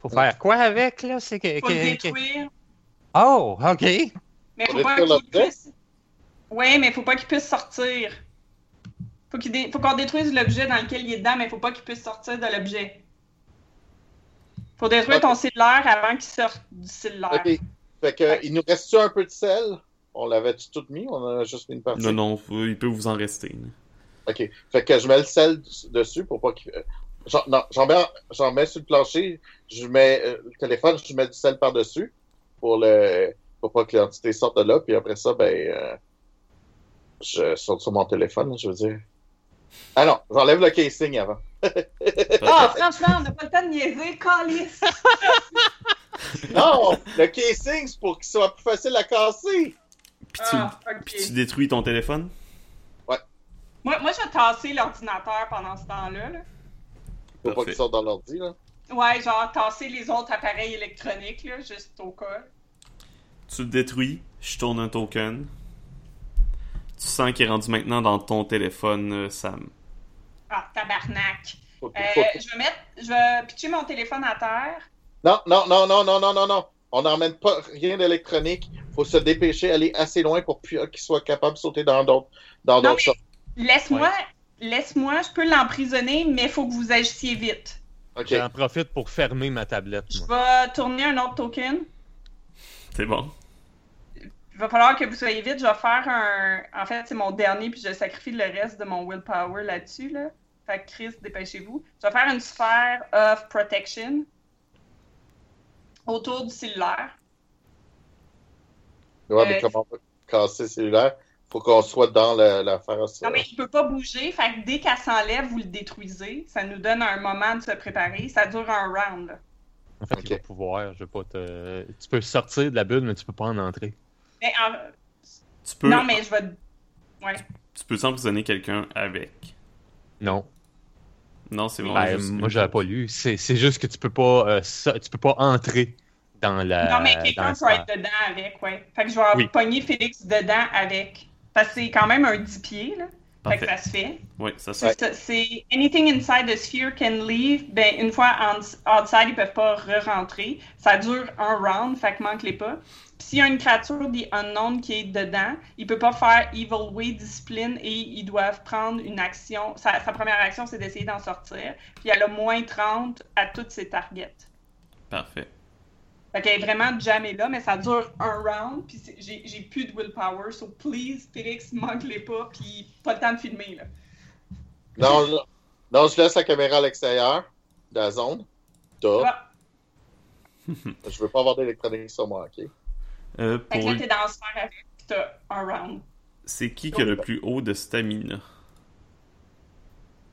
Speaker 2: Faut faire quoi avec, là? C'est que,
Speaker 1: Faut
Speaker 2: que-
Speaker 1: le
Speaker 2: que-
Speaker 1: détruire.
Speaker 2: Oh, OK.
Speaker 1: Mais
Speaker 3: Faut
Speaker 1: faut pas
Speaker 3: détruire
Speaker 1: qu'il
Speaker 3: l'objet?
Speaker 1: puisse. Ouais, mais faut pas qu'il puisse sortir. Faut qu'il dé- faut qu'on détruise l'objet dans lequel il est dedans, mais faut pas qu'il puisse sortir de l'objet. Faut détruire
Speaker 3: Ok.
Speaker 1: ton cellulaire avant qu'il sorte du cellulaire.
Speaker 3: OK. Fait que, il nous reste-tu un peu de sel? On l'avait-tu tout mis? On en a juste mis une partie.
Speaker 5: Non, non, faut- il peut vous en rester. là.
Speaker 3: OK. Fait que je mets le sel des- dessus pour pas qu'il... euh, j'en- Non, j'en mets, j'en mets sur le plancher, je mets euh, le téléphone, je mets du sel par-dessus pour le pour pas que l'entité sorte de là, puis après ça, ben... euh, je saute sur mon téléphone, là, je veux dire. Ah non, j'enlève le casing avant.
Speaker 1: Ah, franchement, on n'a pas le temps de niaiser, calice!
Speaker 3: Non! le casing, c'est pour qu'il soit plus facile à casser!
Speaker 5: Puis tu,
Speaker 1: Ah, ok.
Speaker 5: puis tu détruis ton téléphone?
Speaker 1: Moi, moi, je vais tasser l'ordinateur pendant ce temps-là. là.
Speaker 3: Faut pas
Speaker 5: Parfait.
Speaker 3: qu'il sorte dans l'ordi, là.
Speaker 1: Ouais, genre tasser les autres appareils électroniques, là, juste au cas.
Speaker 5: Tu le détruis, je tourne un token. Tu sens qu'il est rendu maintenant dans ton téléphone, euh, Sam.
Speaker 1: Ah, tabarnak!
Speaker 3: Faut- faut-
Speaker 1: Euh, je vais mettre, je vais pitcher mon téléphone à terre.
Speaker 3: Non, non, non, non, non, non, non, non. On n'emmène pas rien d'électronique. faut se dépêcher, aller assez loin pour pu- qu'ils soient capables de sauter dans d'autres dans
Speaker 1: Non,
Speaker 3: d'autres choses.
Speaker 1: Laisse-moi, laisse-moi, je peux l'emprisonner, mais faut que vous agissiez vite.
Speaker 3: OK.
Speaker 2: J'en profite pour fermer ma tablette.
Speaker 1: Je
Speaker 2: moi.
Speaker 1: vais tourner un autre token.
Speaker 5: C'est bon.
Speaker 1: Il va falloir que vous soyez vite. Je vais faire un. En fait, c'est mon dernier, puis je sacrifie le reste de mon willpower là-dessus. Là. Fait que Chris, dépêchez-vous. Je vais faire une sphère of protection autour du cellulaire.
Speaker 3: Ouais, mais
Speaker 1: Euh,
Speaker 3: comment on va casser le cellulaire? faut qu'on soit dans la- l'affaire.
Speaker 1: Non, mais il peut pas bouger. Fait que dès qu'elle s'enlève, vous le détruisez. Ça nous donne un moment de se préparer. Ça dure un round. là.
Speaker 2: En fait,
Speaker 3: Ok.
Speaker 2: il va pouvoir. Je vais pas te... Tu peux sortir de la bulle, mais tu peux pas en entrer.
Speaker 1: Mais en-
Speaker 5: Tu peux,
Speaker 1: Non, mais je vais. Ouais.
Speaker 5: tu peux emprisonner quelqu'un avec.
Speaker 2: Non.
Speaker 5: Non, c'est vraiment
Speaker 2: Ben,
Speaker 5: juste
Speaker 2: moi,
Speaker 5: une-
Speaker 2: j'avais pas lu. C'est c'est juste que tu peux pas, euh, so- tu peux pas entrer dans la.
Speaker 1: non, mais
Speaker 2: euh, dans
Speaker 1: quelqu'un
Speaker 2: la
Speaker 1: peut
Speaker 2: sphère.
Speaker 1: être dedans avec, ouais. Fait que je vais
Speaker 2: Oui.
Speaker 1: pogner Félix dedans avec. Parce que c'est quand même un 10 pieds, là. Fait que
Speaker 5: Parfait.
Speaker 1: ça se fait.
Speaker 5: Oui, ça se
Speaker 1: C'est ça, c'est anything inside the sphere can leave. Ben, une fois en- outside, ils peuvent pas re-rentrer. Ça dure un round, fait que manque-les pas. Puis s'il y a une créature des unknown qui est dedans, il peut pas faire evil way discipline et ils doivent prendre une action. Sa, sa première action, c'est d'essayer d'en sortir. Puis elle a moins 30 à toutes ses targets.
Speaker 5: Parfait.
Speaker 1: Fait qu'elle est vraiment jamais là, mais ça dure un round, puis c'est- j'ai j'ai plus de willpower, so please, Félix, manque-les pas, puis pas le temps de filmer, là.
Speaker 3: euh, Non, je... non, je laisse la caméra à l'extérieur de la zone. Top.
Speaker 1: Ah.
Speaker 3: Je veux pas avoir d'électronique sur moi, ok?
Speaker 5: Euh,
Speaker 1: Fait que
Speaker 5: pour...
Speaker 1: là, t'es dans la sphère avec, pis t'as un round.
Speaker 5: C'est qui qui a le plus haut de stamina?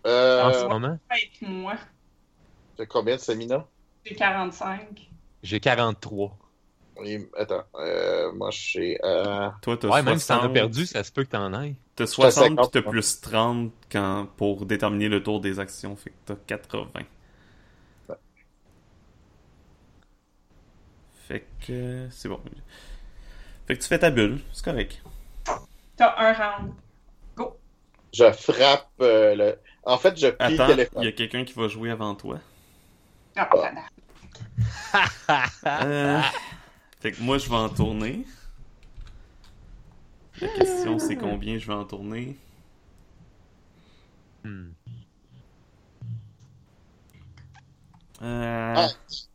Speaker 2: Ah,
Speaker 4: En ce
Speaker 3: Euh,
Speaker 4: moment,
Speaker 1: Fait que moi,
Speaker 3: t'as combien de stamina?
Speaker 1: j'ai 45.
Speaker 4: j'ai 43.
Speaker 3: Oui, Attends, euh, moi, je suis euh, à
Speaker 5: Toi, t'as
Speaker 4: Ouais,
Speaker 5: 60.
Speaker 4: même si t'en as perdu, ça se peut que t'en ailles.
Speaker 5: T'as
Speaker 3: J'étais à
Speaker 5: 60 puis
Speaker 3: 50,
Speaker 5: t'as
Speaker 3: moi.
Speaker 5: plus 30 quand... pour déterminer le tour des actions. Fait que t'as 80. Fait que euh, c'est bon. Fait que tu fais ta bulle, c'est correct.
Speaker 1: T'as un round.
Speaker 3: Je frappe euh, le... En fait, je pique
Speaker 5: Attends, il
Speaker 3: l'éléphant.
Speaker 5: y a quelqu'un qui va jouer avant toi.
Speaker 1: Ah, voilà.
Speaker 5: Euh, Fait que moi, je vais en tourner. La question, c'est combien je vais en tourner.
Speaker 4: Hmm.
Speaker 5: Euh...
Speaker 3: Ah,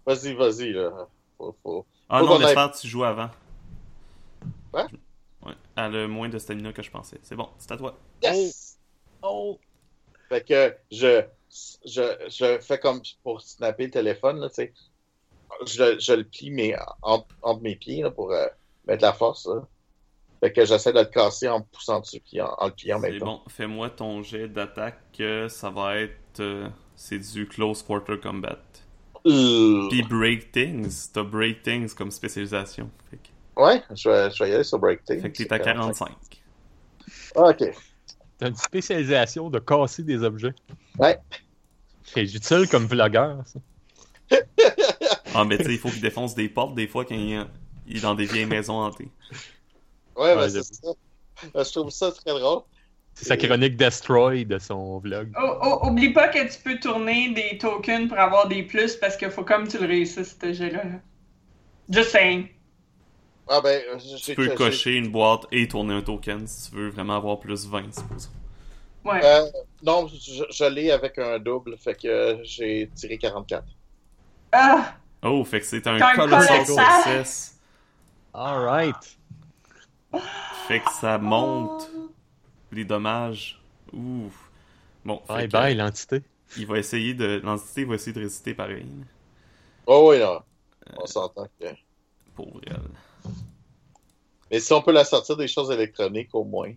Speaker 3: Vas-y, vas-y, là. Faut- faut-
Speaker 5: Ah
Speaker 3: Faut
Speaker 5: non,
Speaker 3: qu'on aille-
Speaker 5: l'espère, tu joues avant.
Speaker 3: Ouais?
Speaker 5: Ouais. Elle a moins de stamina que je pensais. C'est bon, c'est à toi.
Speaker 3: Yes! Oh! Fait que je, je, je fais comme pour snapper le téléphone, là, tu sais. Je, je le plie mais entre, entre mes pieds là, pour euh, mettre la force. là. Fait que j'essaie de le casser en me poussant dessus puis en, en le pliant en
Speaker 5: C'est
Speaker 3: même temps.
Speaker 5: bon, fais-moi ton jet d'attaque. euh, Ça va être. euh, c'est du close quarter combat.
Speaker 3: Euh,
Speaker 5: Puis break things. T'as break things comme spécialisation. Fait que,
Speaker 3: Ouais, je vais, je vais y aller sur break
Speaker 5: fait que t'es à 45.
Speaker 3: Ah, ok.
Speaker 2: T'as une spécialisation de casser des objets.
Speaker 3: Ouais.
Speaker 2: C'est utile comme vlogueur, ça.
Speaker 5: Ah, mais tu sais, il faut qu'il défonce des portes des fois quand il est- il est dans des vieilles maisons hantées.
Speaker 3: Ouais, ben,
Speaker 2: Ouais,
Speaker 3: c'est ça. Ben, je trouve ça très drôle.
Speaker 2: C'est sa
Speaker 3: Euh.
Speaker 2: chronique Destroy de son vlog.
Speaker 1: Oh, oh, oublie pas que tu peux tourner des tokens pour avoir des plus, parce que faut comme tu le réussisses, ce jeu-là. là. Just saying.
Speaker 3: Ah, ben, je-
Speaker 5: Tu
Speaker 3: j'ai-
Speaker 5: peux
Speaker 3: j'ai-
Speaker 5: cocher une boîte et tourner un token si tu veux vraiment avoir plus 20, c'est pour ça.
Speaker 1: Ouais.
Speaker 3: Euh, non, je, je l'ai avec un double, fait que euh, j'ai tiré 44.
Speaker 1: Ah!
Speaker 5: Oh, fait que c'est un
Speaker 1: T'as un
Speaker 5: colossal
Speaker 1: colossal.
Speaker 5: success.
Speaker 2: Alright.
Speaker 5: Fait que ça monte les dommages. Ouh. Bon, fait
Speaker 2: Bye
Speaker 5: que,
Speaker 2: bye, l'entité.
Speaker 5: il va essayer de. L'entité va essayer de résister pareil.
Speaker 3: Oh, oui, non. On s'entend que.
Speaker 5: Pauvre elle.
Speaker 3: Mais si on peut la sortir des choses électroniques, au moins.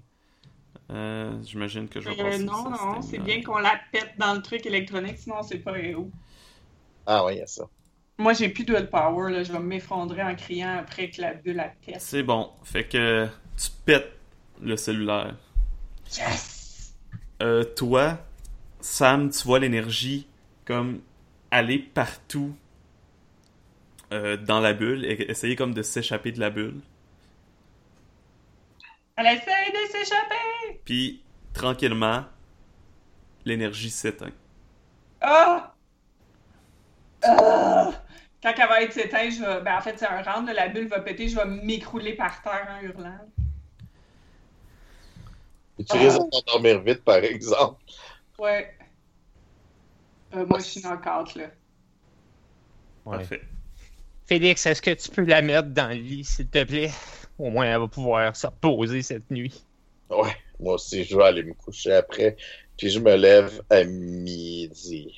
Speaker 5: Euh, J'imagine que je vais
Speaker 1: Euh,
Speaker 5: passer
Speaker 1: non,
Speaker 5: ça,
Speaker 1: non,
Speaker 5: c'était
Speaker 1: c'est
Speaker 5: une- euh,
Speaker 1: bien qu'on la pète dans le truc électronique, sinon c'est pas héros.
Speaker 3: Ah, oui, il y a ça.
Speaker 1: Moi, j'ai plus de willpower, là. Je vais m'effondrer en criant après que la bulle la pète.
Speaker 5: C'est bon. Fait que tu pètes le cellulaire.
Speaker 1: Yes!
Speaker 5: Euh, toi, Sam, tu vois l'énergie comme aller partout euh, dans la bulle et essayer comme de s'échapper de la bulle.
Speaker 1: Elle essaie de s'échapper!
Speaker 5: Puis tranquillement, l'énergie s'éteint.
Speaker 1: Ah! Ah! Quand elle va être éteinte, je vais... Ben, en fait, c'est un round, là, la bulle va péter, je vais m'écrouler par terre en hurlant.
Speaker 3: Et tu
Speaker 1: Ah.
Speaker 3: risques de t'endormir vite, par exemple.
Speaker 1: Ouais. Euh, moi, je suis knock-out, là.
Speaker 2: Ouais.
Speaker 5: Parfait.
Speaker 2: Félix, est-ce que tu peux la mettre dans le lit, s'il te plaît? Au moins, elle va pouvoir se reposer cette nuit.
Speaker 3: Ouais, moi aussi, je vais aller me coucher après. Puis je me lève à midi.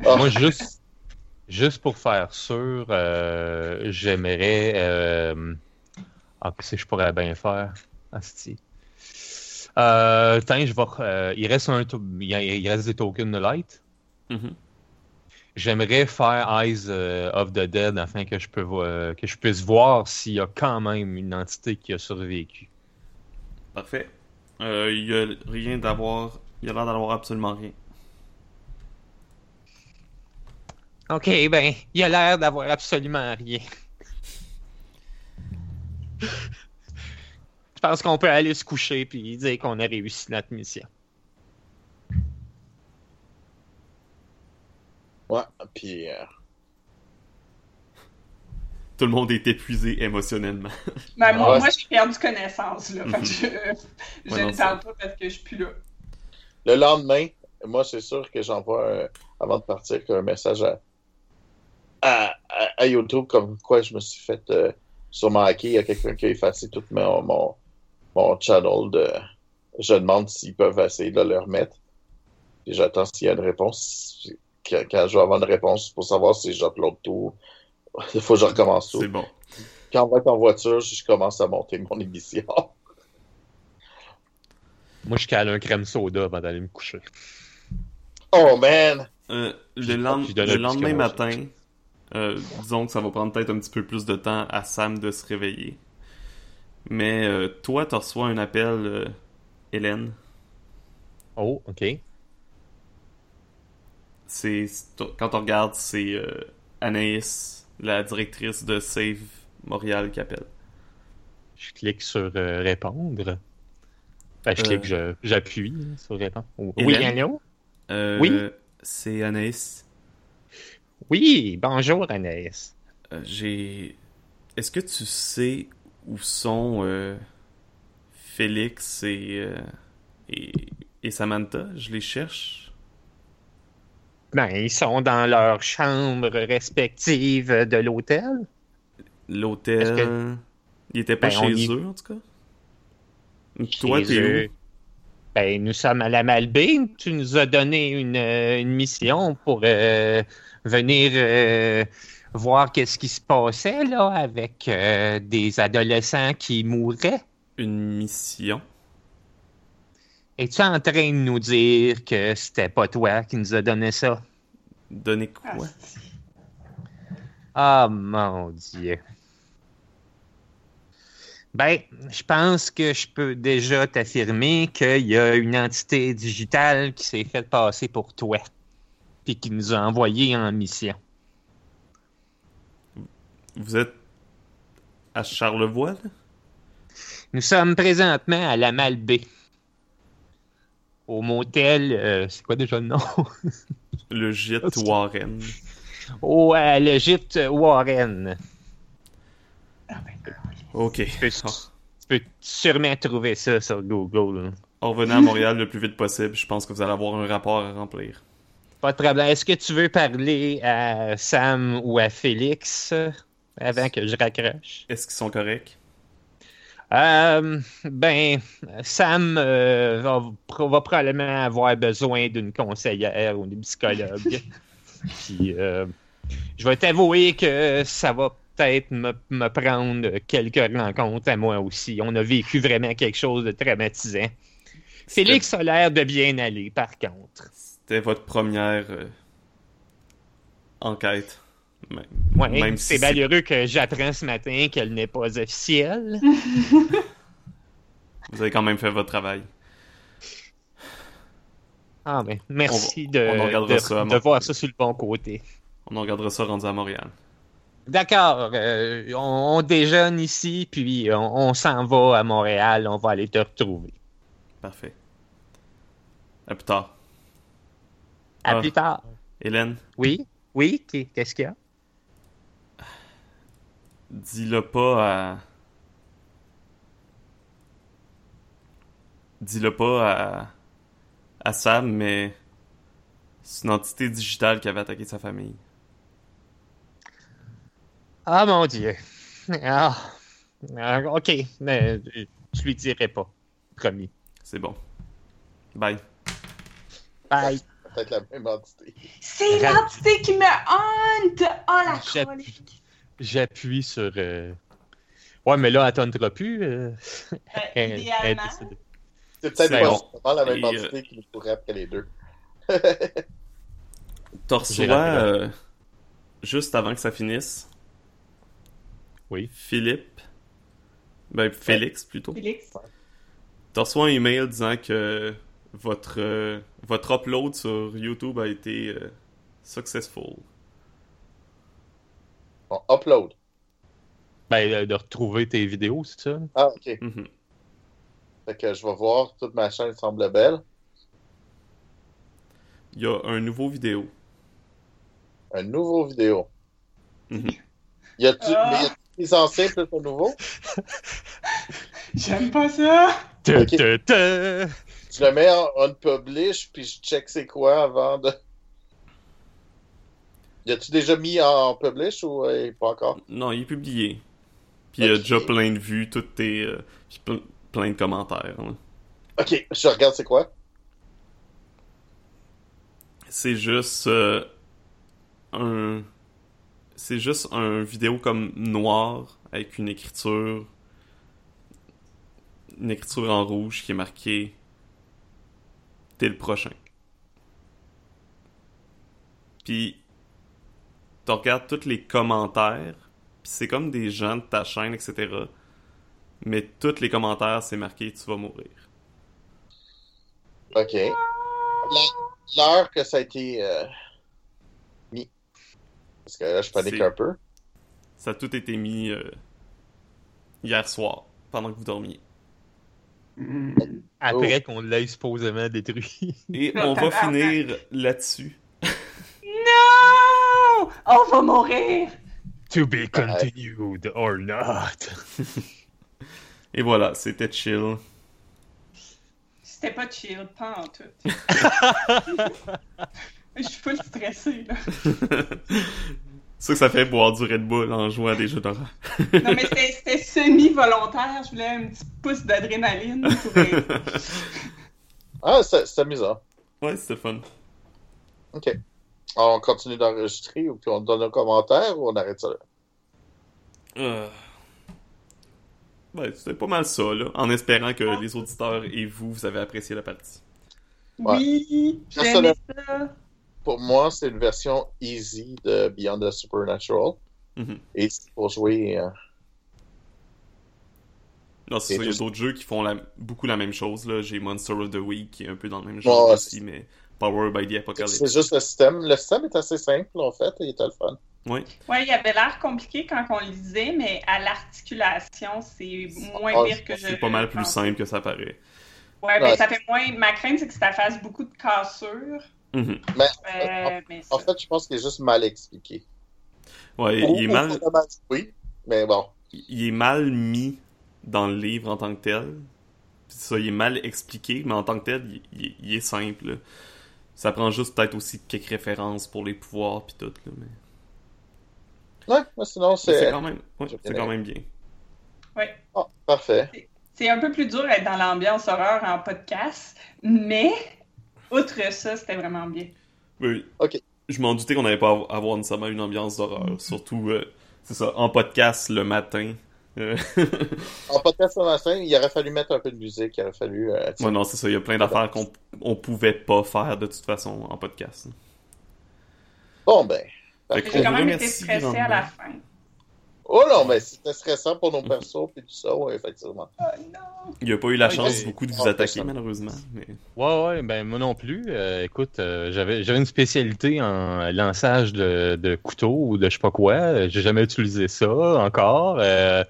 Speaker 3: Ah.
Speaker 2: Moi, juste, juste pour faire sûr, euh, j'aimerais. euh, Ah, qu'est-ce que je pourrais bien faire? Asti. Euh, tiens, je vais. euh, il, reste un to- il il reste des tokens de light.
Speaker 5: Mhm.
Speaker 2: J'aimerais faire Eyes euh, of the Dead afin que je, peux, vo- euh, que je puisse voir s'il y a quand même une entité qui a survécu.
Speaker 5: Parfait. Euh, Il y a rien d'avoir. Il y a l'air d'avoir absolument rien.
Speaker 2: Ok, ben, il a l'air d'avoir absolument rien. je pense qu'on peut aller se coucher puis dire qu'on a réussi notre mission.
Speaker 3: Ouais, puis... euh,
Speaker 5: Tout le monde est épuisé émotionnellement.
Speaker 1: Ben, moi,
Speaker 3: Ouais.
Speaker 1: moi j'ai perdu connaissance, là. Fait que je, je
Speaker 5: Ah, Mhm. Ouais, non,
Speaker 1: ne parle pas parce que je suis plus là.
Speaker 3: le euh, lendemain, moi, c'est sûr que j'envoie, un- avant de partir, un message à, à, à- à YouTube comme quoi je me suis fait euh, sûrement hacker. Il y a quelqu'un qui a effacé tout mon, mon, mon channel de. Je demande s'ils peuvent essayer de le remettre. Puis j'attends s'il y a une réponse. Quand, quand je vais avoir une réponse pour savoir si j'upload tout, il faut que je recommence tout.
Speaker 5: C'est bon.
Speaker 3: Quand on va être en voiture, je commence à monter mon émission.
Speaker 6: Moi, je cale un crème soda avant d'aller me coucher.
Speaker 3: Oh man!
Speaker 5: Euh, le,
Speaker 6: Je-
Speaker 5: lend-
Speaker 6: je donne
Speaker 5: le
Speaker 6: un petit
Speaker 5: lendemain
Speaker 6: commentaire.
Speaker 5: matin, euh, disons que ça va prendre peut-être un petit peu plus de temps à Sam de se réveiller. Mais euh, toi, tu reçois un appel, euh, Hélène.
Speaker 6: Oh, OK.
Speaker 5: C'est c'est- quand on regarde, c'est euh, Anaïs, la directrice de Save Montréal, qui appelle.
Speaker 6: Je clique sur euh, répondre. Ben, je
Speaker 5: Euh.
Speaker 6: clique, je- j'appuie hein, sur répondre. Oh,
Speaker 5: Hélène?
Speaker 6: Oui, allô?
Speaker 5: Euh,
Speaker 6: Oui?
Speaker 5: C'est Anaïs.
Speaker 6: Oui, bonjour Anaïs.
Speaker 5: Euh, J'ai. Est-ce que tu sais où sont euh, Félix et, euh, et et Samantha Je les cherche.
Speaker 6: Ben, ils sont dans leurs chambres respectives de l'hôtel.
Speaker 5: L'hôtel.
Speaker 6: Est-ce que-
Speaker 5: Il était pas
Speaker 6: Ben, on
Speaker 5: chez
Speaker 6: y-
Speaker 5: eux, en tout cas. Toi,
Speaker 6: Chez
Speaker 5: t'es
Speaker 6: eux. Ben, nous sommes à la Malbaie. Tu nous as donné une, euh, une mission pour euh, venir euh, voir qu'est-ce qui se passait là avec euh, des adolescents qui mouraient.
Speaker 5: où Une mission.
Speaker 6: Es-tu en train de nous dire que c'était pas toi qui nous a donné ça?
Speaker 5: Donnez quoi
Speaker 1: Ah,
Speaker 6: Ah, mon Dieu. Ben, je pense que je peux déjà t'affirmer qu'il y a une entité digitale qui s'est faite passer pour toi, puis qui nous a envoyés en mission.
Speaker 5: Vous êtes à Charlevoix, là?
Speaker 6: Nous sommes présentement à la Malbaie, au motel, euh, c'est quoi déjà le nom?
Speaker 5: Le gîte Warren.
Speaker 6: Au euh, le gîte Warren.
Speaker 5: Ah, ben,
Speaker 1: Ah, ben,
Speaker 5: Ok.
Speaker 6: Tu peux, tu peux sûrement trouver ça sur Google. hein. là.
Speaker 5: En revenant à Montréal le plus vite possible, je pense que vous allez avoir un rapport à remplir.
Speaker 6: Pas de problème. Est-ce que tu veux parler à Sam ou à Félix euh, avant que je raccroche?
Speaker 5: Est-ce qu'ils sont corrects?
Speaker 6: Euh, ben, Sam euh, va, va probablement avoir besoin d'une conseillère ou d'une psychologue. Puis, euh, je vais t'avouer que ça va peut-être me, me prendre quelques rencontres à moi aussi. On a vécu vraiment quelque chose de traumatisant. Félix a l'air de bien aller, par contre.
Speaker 5: C'était votre première euh, enquête. Même,
Speaker 6: Ouais,
Speaker 5: même si
Speaker 6: c'est
Speaker 5: c'est-
Speaker 6: malheureux que j'apprends ce matin qu'elle n'est pas officielle.
Speaker 5: Vous avez quand même fait votre travail.
Speaker 6: Ah, ben, merci
Speaker 5: On-
Speaker 6: de,
Speaker 5: on en regardera
Speaker 6: de-
Speaker 5: ça à
Speaker 6: de
Speaker 5: mon-
Speaker 6: voir ça sur le bon côté.
Speaker 5: On en regardera ça rendu à Montréal.
Speaker 6: D'accord, euh, on, on déjeune ici, puis on, on s'en va à Montréal, on va aller te retrouver.
Speaker 5: Parfait. À plus tard.
Speaker 6: À
Speaker 5: Ah.
Speaker 6: plus tard.
Speaker 5: Hélène,
Speaker 6: Oui, oui, qu'est- qu'est-ce qu'il y a?
Speaker 5: dis-le pas à. Dis-le pas à. à Sam, mais. C'est une entité digitale qui avait attaqué sa famille.
Speaker 6: Ah, mon Dieu. Ah, Ah, ok, mais euh, je lui dirai pas, promis.
Speaker 5: C'est bon. Bye.
Speaker 6: Bye.
Speaker 3: Peut-être la même entité.
Speaker 1: C'est l'entité qui me hante! Oh la
Speaker 6: J'appuie.
Speaker 1: colique!
Speaker 6: J'appuie sur... euh, Ouais, mais là, elle ne plus.
Speaker 1: Euh, idéalement,
Speaker 3: C'est peut-être
Speaker 5: C'est
Speaker 3: pas
Speaker 5: bon.
Speaker 3: justement la même
Speaker 5: Et, euh,
Speaker 3: entité qui nous pourrait après les deux.
Speaker 5: T'en
Speaker 6: J'ai
Speaker 5: reçois,
Speaker 6: raté
Speaker 5: euh, juste avant que ça finisse.
Speaker 6: Oui.
Speaker 5: Philippe. Ben, Félix plutôt.
Speaker 1: Félix.
Speaker 5: T'as reçu un email disant que votre, euh, votre upload sur YouTube a été euh, successful.
Speaker 3: On upload.
Speaker 6: Ben, euh, de retrouver tes vidéos, c'est ça?
Speaker 3: Ah, ok.
Speaker 5: Mhm.
Speaker 3: Fait que je vais voir, toute ma chaîne semble belle.
Speaker 5: Il y a un nouveau vidéo.
Speaker 3: Un nouveau vidéo.
Speaker 5: Mhm.
Speaker 3: Y a-tu
Speaker 1: Ah.
Speaker 3: mais y a-tu des anciens plus un nouveau?
Speaker 1: J'aime pas ça!
Speaker 6: Ta-
Speaker 3: Ok.
Speaker 6: ta- ta.
Speaker 3: Je le mets en on publish puis je check c'est quoi avant de. L'as-tu déjà mis en publish ou euh, pas encore?
Speaker 5: Non, il est publié. Puis il y a
Speaker 3: Ok.
Speaker 5: déjà plein de vues, toutes tes. euh, puis ple- plein de commentaires. là.
Speaker 3: Ok, je regarde c'est quoi.
Speaker 5: C'est juste euh, un. C'est juste un vidéo comme noir avec une écriture. Une écriture en rouge qui est marquée. T'es le prochain. Puis. Tu regardes tous les commentaires. Puis c'est comme des gens de ta chaîne, etc. Mais tous les commentaires, c'est marqué Tu vas mourir.
Speaker 3: Ok. La- L'heure que ça a été euh, mis. Parce que là, je panique
Speaker 5: C'est-
Speaker 3: un peu.
Speaker 5: Ça a tout été mis euh, hier soir, pendant que vous dormiez.
Speaker 1: Hmm.
Speaker 5: Mm.
Speaker 2: Après qu'on l'ait supposément détruit.
Speaker 5: Et on va finir là-dessus.
Speaker 1: Non! On va mourir!
Speaker 2: to be continued or not.
Speaker 5: Et voilà, c'était chill.
Speaker 1: C'était pas chill, pas en tout. Je suis full stressée, là.
Speaker 5: C'est ça que ça fait boire du Red Bull en jouant à des jeux d'horreur.
Speaker 1: Non, mais c'était- c'était semi-volontaire. Je voulais un petit pouce d'adrénaline pour être-
Speaker 3: Ah, c'est c'est amusant.
Speaker 5: ouais, c'était fun.
Speaker 3: Ok. Ah, On continue d'enregistrer ou puis on donne un commentaire ou on arrête ça là?
Speaker 5: Euh. Ouais, c'était pas mal ça, là. En espérant que les auditeurs et vous, vous avez apprécié la partie.
Speaker 1: Oui,
Speaker 3: Ça,
Speaker 1: j'ai
Speaker 3: ça,
Speaker 1: aimé ça.
Speaker 3: Pour moi, c'est une version easy de Beyond the Supernatural.
Speaker 5: Mhm.
Speaker 3: Et c'est pour jouer. euh,
Speaker 5: Non, c'est
Speaker 3: Et
Speaker 5: ça, il y a
Speaker 3: juste-
Speaker 5: d'autres jeux qui font la- beaucoup la même chose, là. J'ai Monster of the Week qui est un peu dans le même
Speaker 3: Ouais,
Speaker 5: genre
Speaker 3: ouais,
Speaker 5: aussi, mais Power by the Apocalypse.
Speaker 3: Ah, C'est juste le système. Le système est assez simple en fait. Il est le fun.
Speaker 1: Ouais, il avait l'air compliqué quand on le disait, mais à l'articulation, c'est moins
Speaker 3: Ah,
Speaker 1: pire que je.
Speaker 5: C'est pas mal plus
Speaker 1: pensais.
Speaker 5: simple que ça paraît.
Speaker 1: Ouais, ben
Speaker 3: Ouais.
Speaker 1: ça fait moins. Ma crainte, c'est que ça fasse beaucoup de cassures.
Speaker 5: Mhm.
Speaker 1: Euh, mais ça-
Speaker 3: En fait, je pense qu'il est juste mal expliqué.
Speaker 5: Ouais, il est
Speaker 3: Ou- ou
Speaker 5: mal.
Speaker 3: pas mal Oui, mais bon.
Speaker 5: il est mal mis dans le livre en tant que tel. Puis ça, il est mal expliqué, mais en tant que tel, il, il- il est simple. là. Ça prend juste peut-être aussi quelques références pour les pouvoirs puis tout, là, mais
Speaker 3: Ouais, mais sinon
Speaker 5: mais c'est
Speaker 3: c'est.
Speaker 5: quand même, ouais,
Speaker 3: c'est
Speaker 5: c'est
Speaker 3: bien.
Speaker 5: quand même bien.
Speaker 3: Ah, parfait.
Speaker 1: C'est un peu plus dur d'être dans l'ambiance horreur en podcast, mais outre ça, c'était vraiment bien.
Speaker 5: Oui.
Speaker 3: Ok.
Speaker 5: Je m'en doutais qu'on n'allait pas av- avoir nécessairement une ambiance d'horreur, surtout euh, c'est ça, en podcast le matin. Euh,
Speaker 3: En podcast sur la scène, il aurait fallu mettre un peu de musique. Il aurait fallu. euh, tu-
Speaker 5: ouais, non, c'est ça, il y a plein d'affaires qu'on on pouvait pas faire de toute façon en podcast.
Speaker 3: Bon ben.
Speaker 5: Fait
Speaker 1: Mais
Speaker 5: qu'on
Speaker 1: J'ai quand
Speaker 5: vous
Speaker 1: même été
Speaker 5: remercie
Speaker 1: stressée à la
Speaker 5: grandement.
Speaker 1: fin.
Speaker 3: Oh non, mais c'était stressant pour
Speaker 5: Mm-hmm.
Speaker 3: nos persos puis tout ça, ouais, effectivement.
Speaker 1: Oh non!
Speaker 5: Il n'y a pas eu la
Speaker 2: Ok.
Speaker 5: chance beaucoup de vous
Speaker 3: Ah,
Speaker 5: attaquer
Speaker 3: personne.
Speaker 5: malheureusement, mais
Speaker 2: Ouais, ouais, ben moi non plus. Euh, écoute, euh, j'avais j'avais une spécialité en lançage de, de couteaux ou de je sais pas quoi. Euh, J'ai jamais utilisé ça encore. Euh,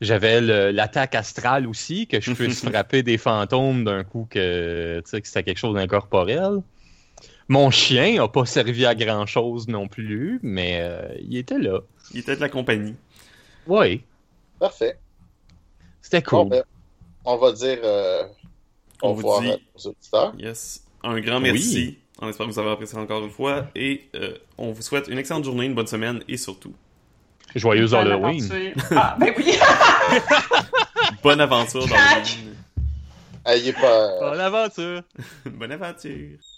Speaker 2: j'avais le- l'attaque astrale aussi, que je puisse frapper des fantômes d'un coup que, tu sais, que c'était quelque chose d'incorporel. Mon chien a pas servi à grand chose non plus, mais euh, il était là.
Speaker 5: il était de la compagnie.
Speaker 2: Oui,
Speaker 3: Parfait.
Speaker 2: c'était
Speaker 3: Bon,
Speaker 2: cool.
Speaker 3: ben, on va dire euh,
Speaker 5: On
Speaker 3: au
Speaker 5: vous
Speaker 3: revoir
Speaker 5: dit-
Speaker 3: à nos auditeurs.
Speaker 5: Yes. Un grand merci. On espère que vous avez apprécié encore une fois. Et euh, on vous souhaite une excellente journée, une bonne semaine et surtout,
Speaker 2: Joyeux
Speaker 1: Bonne
Speaker 2: Halloween.
Speaker 1: aventure. Ah, ben oui!
Speaker 5: bonne aventure dans le monde.
Speaker 3: Ayez pas. euh,
Speaker 2: Bonne aventure.
Speaker 5: bonne aventure.